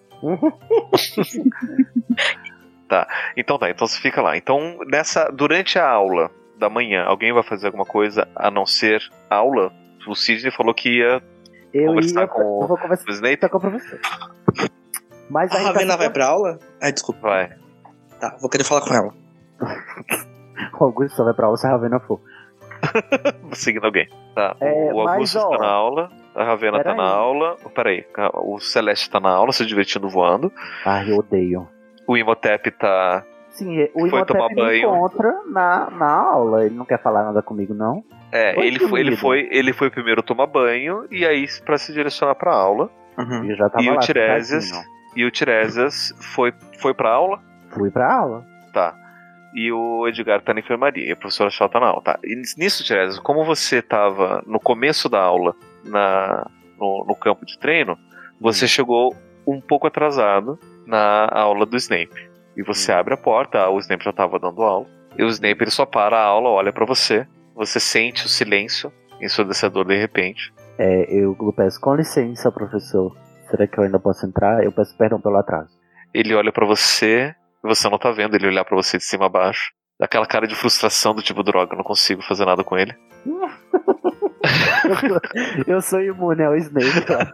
Speaker 4: Então tá, então você fica lá. Então, nessa. Durante a aula da manhã, alguém vai fazer alguma coisa a não ser aula? O Sidney falou que ia
Speaker 2: Eu
Speaker 4: Conversar
Speaker 2: ia.
Speaker 4: com
Speaker 2: Eu vou conversar
Speaker 4: pro Snape?
Speaker 2: com o professor. Mas
Speaker 5: A
Speaker 2: aí.
Speaker 5: Ravena
Speaker 2: tá...
Speaker 5: vai pra aula? Ai, desculpa.
Speaker 4: Vai.
Speaker 5: Tá, vou querer falar com ela.
Speaker 2: O Augusto só vai pra aula se a Ravena for.
Speaker 4: Seguindo alguém. Tá.
Speaker 2: É,
Speaker 4: o
Speaker 2: mas,
Speaker 4: Augusto
Speaker 2: ó,
Speaker 4: está na aula. A Ravena tá
Speaker 2: peraí.
Speaker 4: na aula. Peraí, o Celeste tá na aula, se divertindo voando.
Speaker 2: Ai, Ah, eu odeio.
Speaker 4: O Imhotep tá.
Speaker 2: Sim, o
Speaker 4: Foi
Speaker 2: Imhotep
Speaker 4: tomar
Speaker 2: me
Speaker 4: banho.
Speaker 2: encontra na, na aula. Ele não quer falar nada comigo, não.
Speaker 4: É,
Speaker 2: Oi,
Speaker 4: ele foi, ele
Speaker 2: querido.
Speaker 4: foi, ele foi primeiro tomar banho e aí pra se direcionar pra aula.
Speaker 5: Uhum.
Speaker 2: Eu já tava
Speaker 4: E o
Speaker 2: lá.
Speaker 4: Tiresias?
Speaker 2: sentadinho.
Speaker 4: E o Tiresias foi foi para aula.
Speaker 2: Fui pra aula.
Speaker 4: Tá. E o Edgar tá na enfermaria, e a professora Shaw tá na aula. Tá. E nisso, Tiresias, como você tava no começo da aula na, no, no campo de treino, você chegou um pouco atrasado na aula do Snape. E você abre a porta, ah, o Snape já tava dando aula. E o Snape ele só para a aula, olha pra você. Você sente o silêncio ensurdecedor de repente.
Speaker 2: É, eu peço com licença, professor. Será que eu ainda posso entrar? Eu peço perdão pelo atraso.
Speaker 4: Ele olha pra você, e você não tá vendo ele olhar pra você de cima a baixo. Aquela cara de frustração do tipo, droga, eu não consigo fazer nada com ele.
Speaker 2: Eu sou, eu sou imune ao Snape. cara.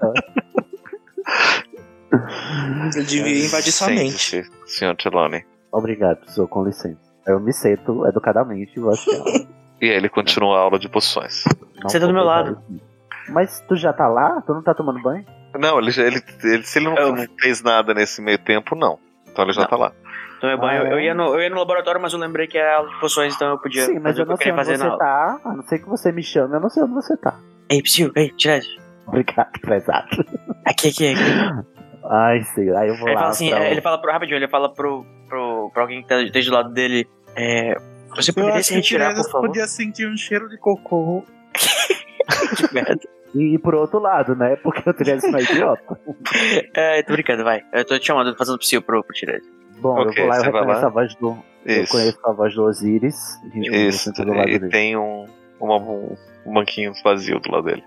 Speaker 5: Ele
Speaker 4: É,
Speaker 5: devia invadir sua mente.
Speaker 4: Sente-se, Senhor Trelawney.
Speaker 2: Obrigado, professor, com licença. Eu me sento educadamente e vou assistir a aula.
Speaker 4: E aí ele continua a aula de poções.
Speaker 2: Não
Speaker 3: Senta do
Speaker 2: vou
Speaker 3: meu
Speaker 2: pensar
Speaker 3: lado.
Speaker 2: isso. Mas tu já tá lá? Tu não tá tomando banho?
Speaker 4: Não, ele, já- ele, ele- se ele não,
Speaker 3: Eu-
Speaker 4: não fez nada nesse meio tempo, não. Então ele já
Speaker 3: Não.
Speaker 4: tá lá.
Speaker 3: Então eu, banho,
Speaker 2: Ah, é?
Speaker 3: eu, ia no, eu ia no laboratório, mas eu lembrei que era aula de poções, então eu podia
Speaker 2: Sim, mas
Speaker 3: fazer
Speaker 2: eu
Speaker 3: o que
Speaker 2: não
Speaker 3: eu
Speaker 2: sei
Speaker 3: queria
Speaker 2: onde
Speaker 3: fazer na
Speaker 2: você
Speaker 3: aula.
Speaker 2: tá. A não ser que você me chame, eu não sei onde você tá.
Speaker 3: Ei, Psyu, ei, Tiresias.
Speaker 2: Obrigado, pesado.
Speaker 3: Aqui, aqui, aqui.
Speaker 2: Ai, sei. Aí eu vou
Speaker 3: Ele
Speaker 2: lá.
Speaker 3: fala assim,
Speaker 2: pra-
Speaker 3: é, ele fala pro, rapidinho, ele fala pro, pro, pra alguém que tá- esteja do lado dele, é, você
Speaker 1: Eu
Speaker 3: poderia
Speaker 1: acho
Speaker 3: se
Speaker 1: que o
Speaker 3: retirar,
Speaker 1: Tiresias
Speaker 3: por favor?
Speaker 1: podia sentir um cheiro de cocô.
Speaker 3: De merda.
Speaker 2: E por outro lado, né? Porque eu teria isso na idiota.
Speaker 3: É, tô brincando, vai. Eu tô te chamando, tô fazendo Psyu pro, pro Tiresias.
Speaker 2: Bom,
Speaker 4: Ok,
Speaker 2: eu vou lá, eu
Speaker 4: você vai
Speaker 2: reconheço
Speaker 4: lá.
Speaker 2: a voz do. Eu
Speaker 4: Isso.
Speaker 2: conheço a voz do Osiris. E eu
Speaker 4: Isso.
Speaker 2: sento do lado
Speaker 4: E
Speaker 2: dele.
Speaker 4: tem um, uma- um, um banquinho vazio do lado dele.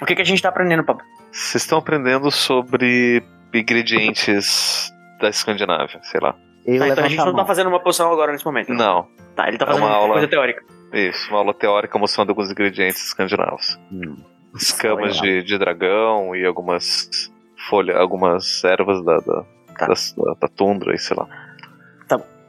Speaker 3: O que, que a gente tá aprendendo, papo?
Speaker 4: Vocês estão aprendendo sobre ingredientes da Escandinávia, sei lá.
Speaker 2: Eu
Speaker 3: Ah, então a
Speaker 2: levanto
Speaker 3: gente
Speaker 2: a
Speaker 3: não tá
Speaker 2: mão.
Speaker 3: fazendo uma poção agora nesse momento. né?
Speaker 4: Não.
Speaker 3: Tá, ele tá
Speaker 4: É
Speaker 3: fazendo
Speaker 4: uma
Speaker 3: uma
Speaker 4: aula-
Speaker 3: coisa teórica.
Speaker 4: Isso, uma aula teórica mostrando alguns ingredientes escandinavos.
Speaker 2: Hum.
Speaker 4: Escamas
Speaker 2: Legal.
Speaker 4: de, de dragão e algumas folhas, algumas ervas da, da,
Speaker 3: Tá.
Speaker 4: das- da- da tundra e sei lá.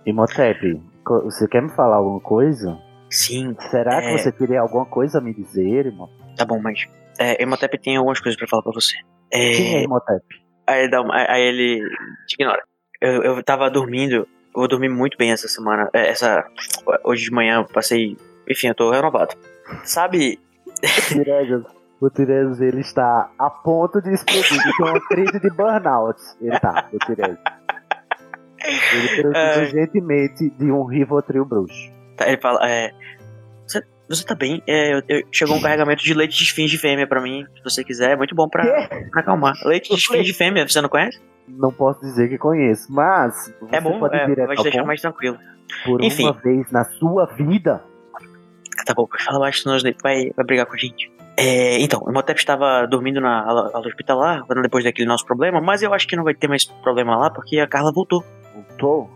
Speaker 2: Imhotep, co- você quer me falar alguma coisa?
Speaker 3: Sim,
Speaker 2: Será
Speaker 3: É.
Speaker 2: que você teria alguma coisa a me dizer, irmão?
Speaker 3: tá bom, mas... É, Emotep tem algumas coisas pra falar pra você.
Speaker 2: Quem é
Speaker 3: É,
Speaker 2: Imhotep?
Speaker 3: aí, dá uma- aí ele te ignora. Eu, eu tava dormindo, eu vou dormir muito bem essa semana. é, Essa, hoje de manhã eu passei... Enfim, eu tô renovado. Sabe
Speaker 2: Tiranjas. O Tiranjas, ele está a ponto de explodir. Ele tem uma crise de burnout. Ele tá, o Tiranjas. Ele precisa
Speaker 3: Ai.
Speaker 2: urgentemente de um Rivotril bruxo.
Speaker 3: Tá, ele fala, é. Você, você tá bem? É, eu- eu- chegou um carregamento de leite de esfinge fêmea pra mim, se você quiser, é muito bom pra, pra acalmar. Leite de esfinge fêmea, você não conhece?
Speaker 2: Não posso dizer que conheço, mas você
Speaker 3: é bom,
Speaker 2: pode
Speaker 3: é,
Speaker 2: vir
Speaker 3: vai
Speaker 2: até
Speaker 3: te
Speaker 2: o
Speaker 3: deixar
Speaker 2: ponto
Speaker 3: mais tranquilo.
Speaker 2: por
Speaker 3: Enfim.
Speaker 2: uma vez na sua vida.
Speaker 3: Tá bom, fala baixo, senão o Snape vai, vai brigar com a gente. É, então, o Motep estava dormindo na ala, ala hospitalar, depois daquele nosso problema, mas eu acho que não vai ter mais problema lá, porque a Carla voltou.
Speaker 2: Tô.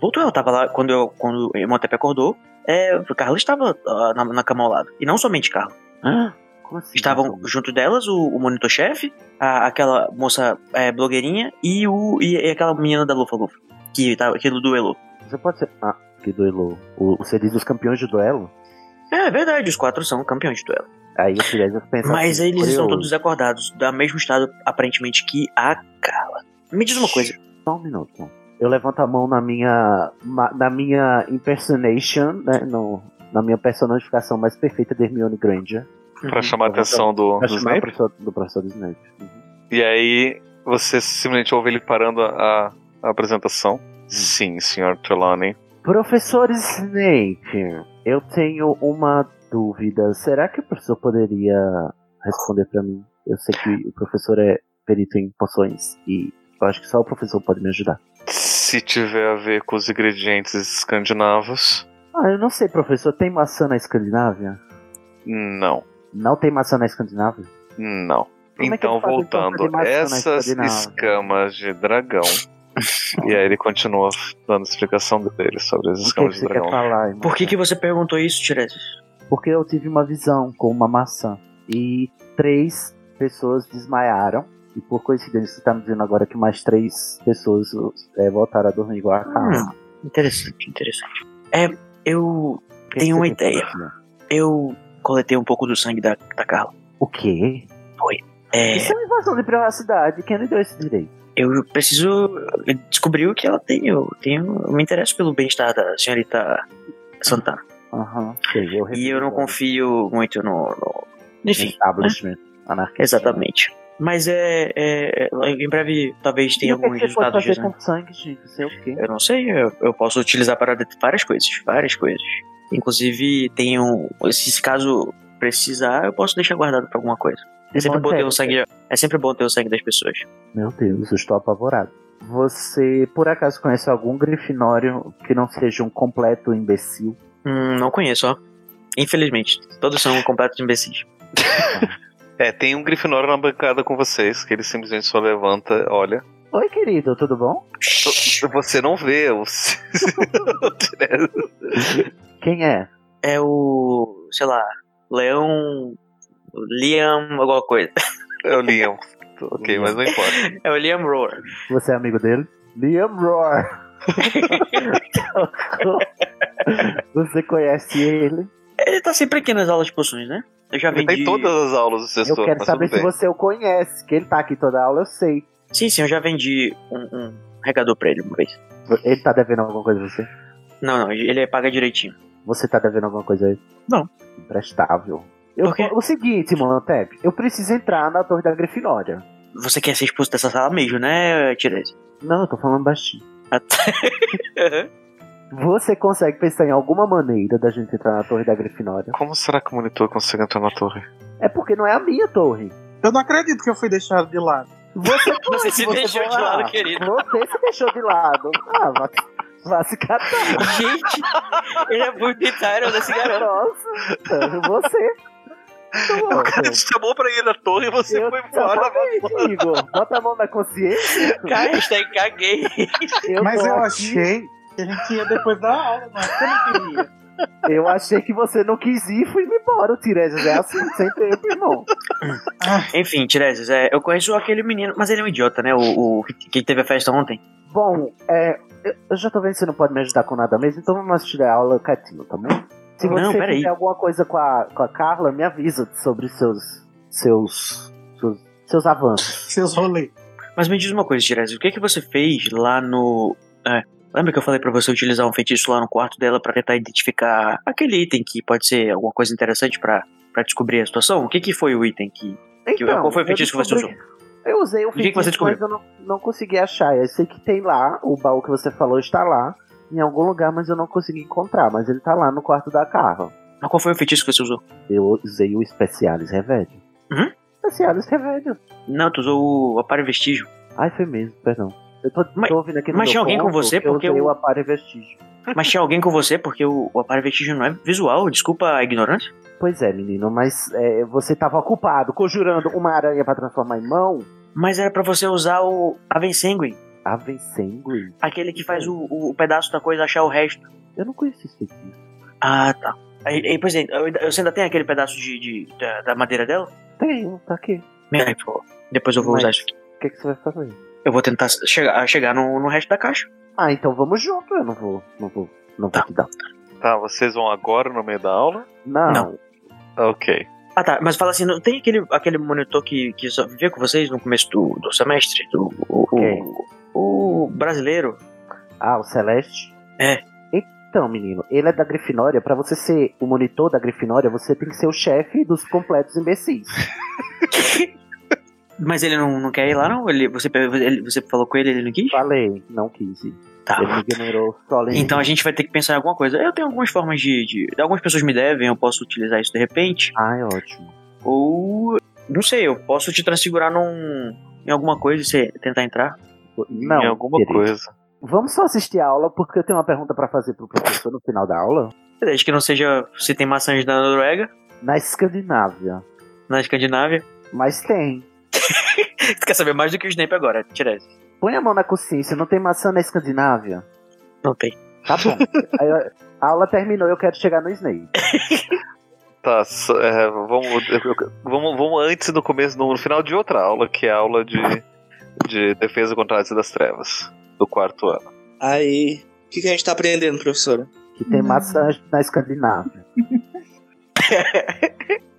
Speaker 3: Voltou, eu tava lá quando, eu, quando o Motep acordou, é, a Carla estava ah, na, na cama ao lado. E não somente Carla.
Speaker 2: Hã? Como assim?
Speaker 3: Estavam
Speaker 2: Como?
Speaker 3: junto delas o, o monitor-chefe, a- aquela moça é, blogueirinha e, o, e, e aquela menina da Lufa-Lufa, que, tá, que duelou.
Speaker 2: Você pode ser. Ah, que duelou. O, você diz os campeões de duelo?
Speaker 3: É verdade, os quatro são campeões de duelo.
Speaker 2: Aí o Tiranjas pensa.
Speaker 3: Mas
Speaker 2: assim,
Speaker 3: eles estão
Speaker 2: curioso.
Speaker 3: todos acordados, do mesmo estado, aparentemente, que a Carla. Me diz uma coisa.
Speaker 2: Só um minuto. Eu levanto a mão na minha. ma- na minha impersonation, né? No, na minha personificação mais perfeita de Hermione Granger. Uhum.
Speaker 4: Pra chamar a
Speaker 2: Então,
Speaker 4: atenção do,
Speaker 2: Pra
Speaker 4: do
Speaker 2: chamar o
Speaker 4: Snape.
Speaker 2: professor, do professor Snape. Uhum.
Speaker 4: E aí você simplesmente ouve ele parando a, a apresentação.
Speaker 2: Hum.
Speaker 4: Sim, senhor Trelawney.
Speaker 2: Professor Snape, eu tenho uma dúvida. Será que o professor poderia responder pra mim? Eu sei que o professor é perito em poções e eu acho que só o professor pode me ajudar.
Speaker 4: Se tiver a ver com os ingredientes escandinavos,
Speaker 2: Ah, eu não sei, professor. Tem maçã na Escandinávia?
Speaker 4: não.
Speaker 2: Não tem maçã na Escandinávia?
Speaker 4: Não.
Speaker 2: Como é que
Speaker 4: então,
Speaker 2: ele faz, então, pra fazer
Speaker 4: voltando,
Speaker 2: maçã na
Speaker 4: essas
Speaker 2: Escandinávia?
Speaker 4: escamas de dragão. e aí ele continua dando explicação dele sobre as
Speaker 2: O que, que
Speaker 4: escamas de
Speaker 2: você quer
Speaker 4: dragão.
Speaker 2: falar, irmão?
Speaker 3: Por que, que você perguntou isso, Tiresias?
Speaker 2: Porque eu tive uma visão com uma maçã e três pessoas desmaiaram. E por coincidência, você tá me dizendo agora que mais três pessoas eh, voltaram a dormir igual a casa.
Speaker 3: Hum, interessante, interessante. É, eu tenho uma ideia. Eu coletei um pouco do sangue da, da Carla.
Speaker 2: O quê?
Speaker 3: É,
Speaker 2: Isso é uma invasão de privacidade. Quem lhe deu esse direito?
Speaker 3: eu preciso descobrir o que ela tem. Eu, tenho, eu me interesso pelo bem-estar da senhorita Santana.
Speaker 2: Aham, sei. Eu
Speaker 3: E eu não
Speaker 2: refiro
Speaker 3: confio muito no. no...
Speaker 2: no
Speaker 3: Enfim,
Speaker 2: Establishment anarquista.
Speaker 3: Exatamente. Mas é, é- é, Em breve talvez
Speaker 2: E
Speaker 3: tenha
Speaker 2: o que, é
Speaker 3: alguns
Speaker 2: que você pode
Speaker 3: resultados né? de
Speaker 2: fazer
Speaker 3: exame.
Speaker 2: com sangue, gente? Você é o quê?
Speaker 3: Eu não sei, eu, eu posso utilizar para det- várias coisas, várias coisas. Inclusive, tem um. Se caso precisar, eu posso deixar guardado para alguma coisa. É sempre bom ter o sangue. É sempre bom ter o sangue das pessoas.
Speaker 2: Meu Deus, eu estou apavorado. Você, por acaso, conhece algum grifinório que não seja um completo imbecil?
Speaker 3: Hum, não conheço, ó. Infelizmente, todos são completos imbecis.
Speaker 4: É, tem um Grifinório na bancada com vocês, que ele simplesmente só levanta, olha.
Speaker 2: Oi, querido, tudo bom?
Speaker 4: Você não vê os.
Speaker 2: Quem é?
Speaker 3: É o. sei lá, Leão. Liam, alguma coisa.
Speaker 4: é o Liam. Ok, mas não importa.
Speaker 3: É o Liam Roar.
Speaker 2: Você é amigo dele? Liam Roar! Você conhece ele?
Speaker 3: Ele tá sempre aqui nas aulas de poções, né? Eu já
Speaker 4: Ele
Speaker 3: vendi.
Speaker 4: tá em todas as aulas do sexto
Speaker 2: Eu
Speaker 4: ano,
Speaker 2: quero
Speaker 4: mas
Speaker 2: saber
Speaker 4: tudo
Speaker 2: se
Speaker 4: bem.
Speaker 2: você o conhece, que ele tá aqui toda aula, eu sei.
Speaker 3: Sim, sim, eu já vendi um, um regador pra ele uma vez.
Speaker 2: Ele tá devendo alguma coisa a você?
Speaker 3: Não, não, ele paga direitinho.
Speaker 2: Você tá devendo alguma coisa a ele?
Speaker 3: Não.
Speaker 2: Imprestável. Eu-
Speaker 3: Por quê?
Speaker 2: o seguinte, Molantep, eu preciso entrar na torre da Grifinória.
Speaker 3: Você quer ser expulso dessa sala mesmo, né, Tirese?
Speaker 2: Não, eu tô falando baixinho.
Speaker 3: Uhum.
Speaker 2: Você consegue pensar em alguma maneira da gente entrar na torre da Grifinória?
Speaker 4: Como será que o monitor consegue entrar na torre?
Speaker 2: É porque não é a minha torre.
Speaker 1: Eu não acredito que eu fui deixado de lado.
Speaker 2: Você, pode,
Speaker 3: Você se deixou de
Speaker 2: voar.
Speaker 3: lado, querido.
Speaker 2: Você se deixou de lado. Ah, vai, vai se catar.
Speaker 3: Gente, ele é muito itário desse garoto.
Speaker 2: Nossa, você.
Speaker 4: É O cara te
Speaker 2: Nossa,
Speaker 4: chamou pra ir na torre e você
Speaker 2: eu
Speaker 4: foi embora.
Speaker 2: exatamente, Igor. Bota a mão na consciência.
Speaker 3: Cara, hashtag caguei.
Speaker 2: Eu
Speaker 1: Mas
Speaker 2: tô
Speaker 1: eu
Speaker 2: aqui.
Speaker 1: achei que a gente ia depois da aula, mas eu não queria.
Speaker 2: Eu achei que você não quis ir e fui embora. O Tiresias é assim, sem tempo, irmão.
Speaker 3: Enfim, Tirese, é, eu conheço aquele menino, mas ele é um idiota, né? O, o que teve a festa ontem.
Speaker 2: Bom, é, eu- eu já tô vendo que você não pode me ajudar com nada mesmo, então vamos assistir a aula quietinho, tá bom? Se
Speaker 3: Não,
Speaker 2: você
Speaker 3: peraí.
Speaker 2: tiver alguma coisa com a, com a Carla, me avisa sobre seus. seus. seus, seus avanços.
Speaker 1: Seus rolês.
Speaker 3: Mas me diz uma coisa, Tirese, o que, que você fez lá no. é, lembra que eu falei pra você utilizar um feitiço lá no quarto dela pra tentar identificar aquele item que pode ser alguma coisa interessante pra pra descobrir a situação? O que que foi o item que. que qual foi o
Speaker 2: Então, eu
Speaker 3: feitiço que você
Speaker 2: descobri-
Speaker 3: usou?
Speaker 2: Eu usei o
Speaker 3: que que
Speaker 2: feitiço,
Speaker 3: você descobriu?
Speaker 2: mas eu não, não consegui achar. Eu sei que tem lá, o baú que você falou está lá, em algum lugar, mas eu não consegui encontrar. Mas ele tá lá no quarto da carro.
Speaker 3: Mas qual foi o feitiço que você usou?
Speaker 2: Eu usei o Specialis Remédio.
Speaker 3: Hum?
Speaker 2: Specialis Remédio.
Speaker 3: Não, tu usou o aparelho vestígio.
Speaker 2: Ai, foi mesmo, perdão. Eu tô,
Speaker 3: Mas-
Speaker 2: tô ouvindo aqui no
Speaker 3: mas
Speaker 2: meu
Speaker 3: tinha alguém com
Speaker 2: ponto
Speaker 3: você?
Speaker 2: que eu
Speaker 3: Porque
Speaker 2: usei
Speaker 3: eu-
Speaker 2: o aparelho vestígio.
Speaker 3: Mas tinha alguém com você, porque o, o aparelho vestígio não é visual, desculpa a ignorância.
Speaker 2: Pois é, menino, mas é, você tava ocupado conjurando uma aranha pra transformar em mão? Ah,
Speaker 3: Mas era pra você usar o Avensanguin,
Speaker 2: Ave sangue.
Speaker 3: aquele que faz o, o pedaço da coisa achar o resto.
Speaker 2: Eu não conheço esse feitiço.
Speaker 3: Ah, tá. Aí, aí, pois é, eu ainda- você ainda tem aquele pedaço de, de- da, da madeira dela?
Speaker 2: Tenho, tá aqui.
Speaker 3: Me aí, por favor. Depois eu vou
Speaker 2: Mas-
Speaker 3: usar isso aqui.
Speaker 2: O que, que você vai fazer?
Speaker 3: Eu vou tentar chegar, chegar no, no resto da caixa.
Speaker 2: Ah, então vamos junto. Eu não vou, não vou, não vou
Speaker 3: Tá.
Speaker 2: te dar.
Speaker 4: Tá, vocês vão agora no meio da aula?
Speaker 2: Não.
Speaker 3: Não.
Speaker 4: Ok.
Speaker 3: Ah tá, mas fala assim, não tem aquele, aquele monitor que, que só vivia com vocês no começo do, do semestre? Do, o, o-
Speaker 2: Quem?
Speaker 3: o brasileiro.
Speaker 2: Ah, o Celeste?
Speaker 3: É.
Speaker 2: Então, menino, ele é da Grifinória. Pra você ser o monitor da Grifinória, você tem que ser o chefe dos completos imbecis.
Speaker 3: Mas ele não, não quer ir lá, não? Ele, você, ele- você falou com ele ele não quis?
Speaker 2: Falei, não quis. ir.
Speaker 3: Tá.
Speaker 2: Ele me ignorou solenemente.
Speaker 3: Então a gente vai ter que pensar em alguma coisa. Eu tenho algumas formas de, de. Algumas pessoas me devem, eu posso utilizar isso de repente.
Speaker 2: Ai, ótimo.
Speaker 3: Ou. Não sei, eu posso te transfigurar num. em alguma coisa e você tentar entrar.
Speaker 2: Não,
Speaker 4: em alguma
Speaker 2: querido.
Speaker 4: coisa.
Speaker 2: Vamos só assistir a aula, porque eu tenho uma pergunta pra fazer pro professor no final da aula.
Speaker 3: Desde que não seja se tem maçãs na Noruega,
Speaker 2: Na Escandinávia.
Speaker 3: na Escandinávia.
Speaker 2: Mas tem.
Speaker 3: Tu quer saber mais do que o Snape agora, tira essa.
Speaker 2: Põe a mão na consciência, não tem maçã na Escandinávia?
Speaker 3: Não tem.
Speaker 2: Tá bom. Aí eu- a aula terminou, eu quero chegar no Snape.
Speaker 4: Tá, s- é, vamos, eu- eu- vamos, vamos antes do começo, no, final de outra aula, que é a aula de, de defesa contra a arte das trevas, do quarto ano.
Speaker 5: Aí, o que, que a gente tá aprendendo, professora?
Speaker 2: Que tem
Speaker 3: Hum.
Speaker 7: Não.
Speaker 2: maçã na Escandinávia.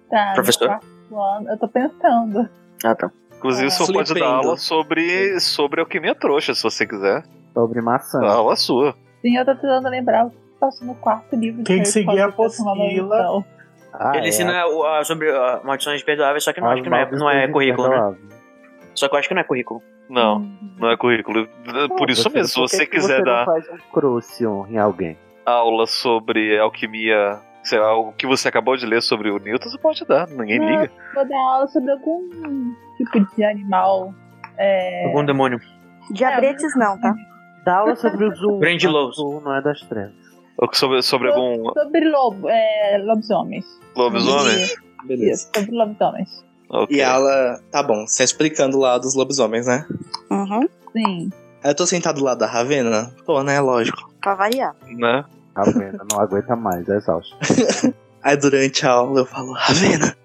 Speaker 7: Tá, no
Speaker 3: Professor?
Speaker 7: quarto ano, Eu tô pensando.
Speaker 3: Ah, tá.
Speaker 4: Inclusive,
Speaker 7: É.
Speaker 4: você pode dar
Speaker 5: Flipendo.
Speaker 4: aula sobre, sobre alquimia trouxa, se você quiser.
Speaker 2: Sobre maçã.
Speaker 4: A aula é sua.
Speaker 7: Sim, eu tô tentando lembrar o que passou no quarto livro. de
Speaker 1: Tem que
Speaker 7: Harry
Speaker 1: seguir
Speaker 7: Potter,
Speaker 1: a
Speaker 7: que eu tô tomando
Speaker 1: apostila.
Speaker 7: anotação.
Speaker 2: Ah,
Speaker 3: ele
Speaker 2: é,
Speaker 3: ensina o- a- sobre a maldições perdoáveis, só que não,
Speaker 2: as
Speaker 3: acho que não é,
Speaker 2: maldições
Speaker 3: não é currículo, né?
Speaker 2: imperdoáveis.
Speaker 3: Só que eu acho que não é currículo.
Speaker 4: Não, não é currículo. Por isso
Speaker 2: Professor,
Speaker 4: mesmo, se
Speaker 2: por que
Speaker 4: você
Speaker 2: que você
Speaker 4: quiser
Speaker 2: não
Speaker 4: dar
Speaker 2: faz um crucium em alguém.
Speaker 4: aula sobre alquimia, sei lá, o que você acabou de ler sobre o Newton, você pode dar, ninguém
Speaker 6: É.
Speaker 7: Não,
Speaker 4: liga.
Speaker 7: Vou dar aula sobre algum tipo de animal. É...
Speaker 3: Algum demônio.
Speaker 6: Diabretes não, tá?
Speaker 2: Dá aula sobre o Zoom.
Speaker 3: Grande
Speaker 2: mas o
Speaker 3: Lowe's.
Speaker 2: Zoom não é das trevas.
Speaker 4: Ou sobre, sobre algum
Speaker 7: Sobre lobo, é, lobisomens.
Speaker 4: lobisomem?
Speaker 7: Isso,
Speaker 5: Beleza.
Speaker 7: Isso, sobre lobisomens.
Speaker 4: Ok.
Speaker 5: E ela. Tá bom, você tá explicando lá dos lobisomens, né?
Speaker 6: Uhum.
Speaker 7: Sim.
Speaker 5: Aí eu tô sentado lá da Ravena. Pô, né? Lógico.
Speaker 6: Pra variar.
Speaker 4: Né?
Speaker 2: A Ravena não aguenta mais, é exausto.
Speaker 5: Aí durante a aula eu falo, Ravena.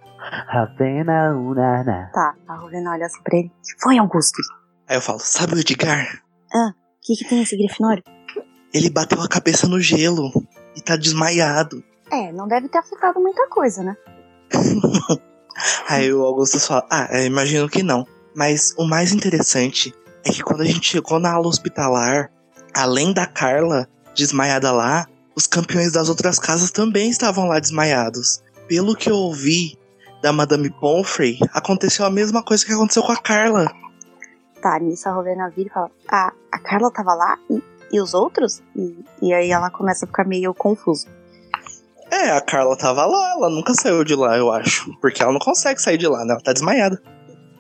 Speaker 2: Ravena Unana.
Speaker 6: Tá, a Rovena olha assim pra ele. "Que Foi, Augusto?
Speaker 5: Aí eu falo, sabe o Edgar?
Speaker 6: O que, que tem esse grifinório?
Speaker 5: Ele bateu a cabeça no gelo e tá desmaiado.
Speaker 6: É, não deve ter afetado muita coisa, né?
Speaker 5: Aí o Augusto fala, ah, eu imagino que não. Mas o mais interessante é que quando a gente chegou na aula hospitalar, além da Carla desmaiada lá, os campeões das outras casas também estavam lá desmaiados. Pelo que eu ouvi da Madame Pomfrey, aconteceu a mesma coisa que aconteceu com a Carla.
Speaker 6: Tá, nisso a Rovena vira e fala: Ah, a Carla tava lá e, e os outros? E, e aí ela começa a ficar meio confusa.
Speaker 5: É, a Carla tava lá, ela nunca saiu de lá, eu acho. Porque ela não consegue sair de lá, né? Ela tá desmaiada.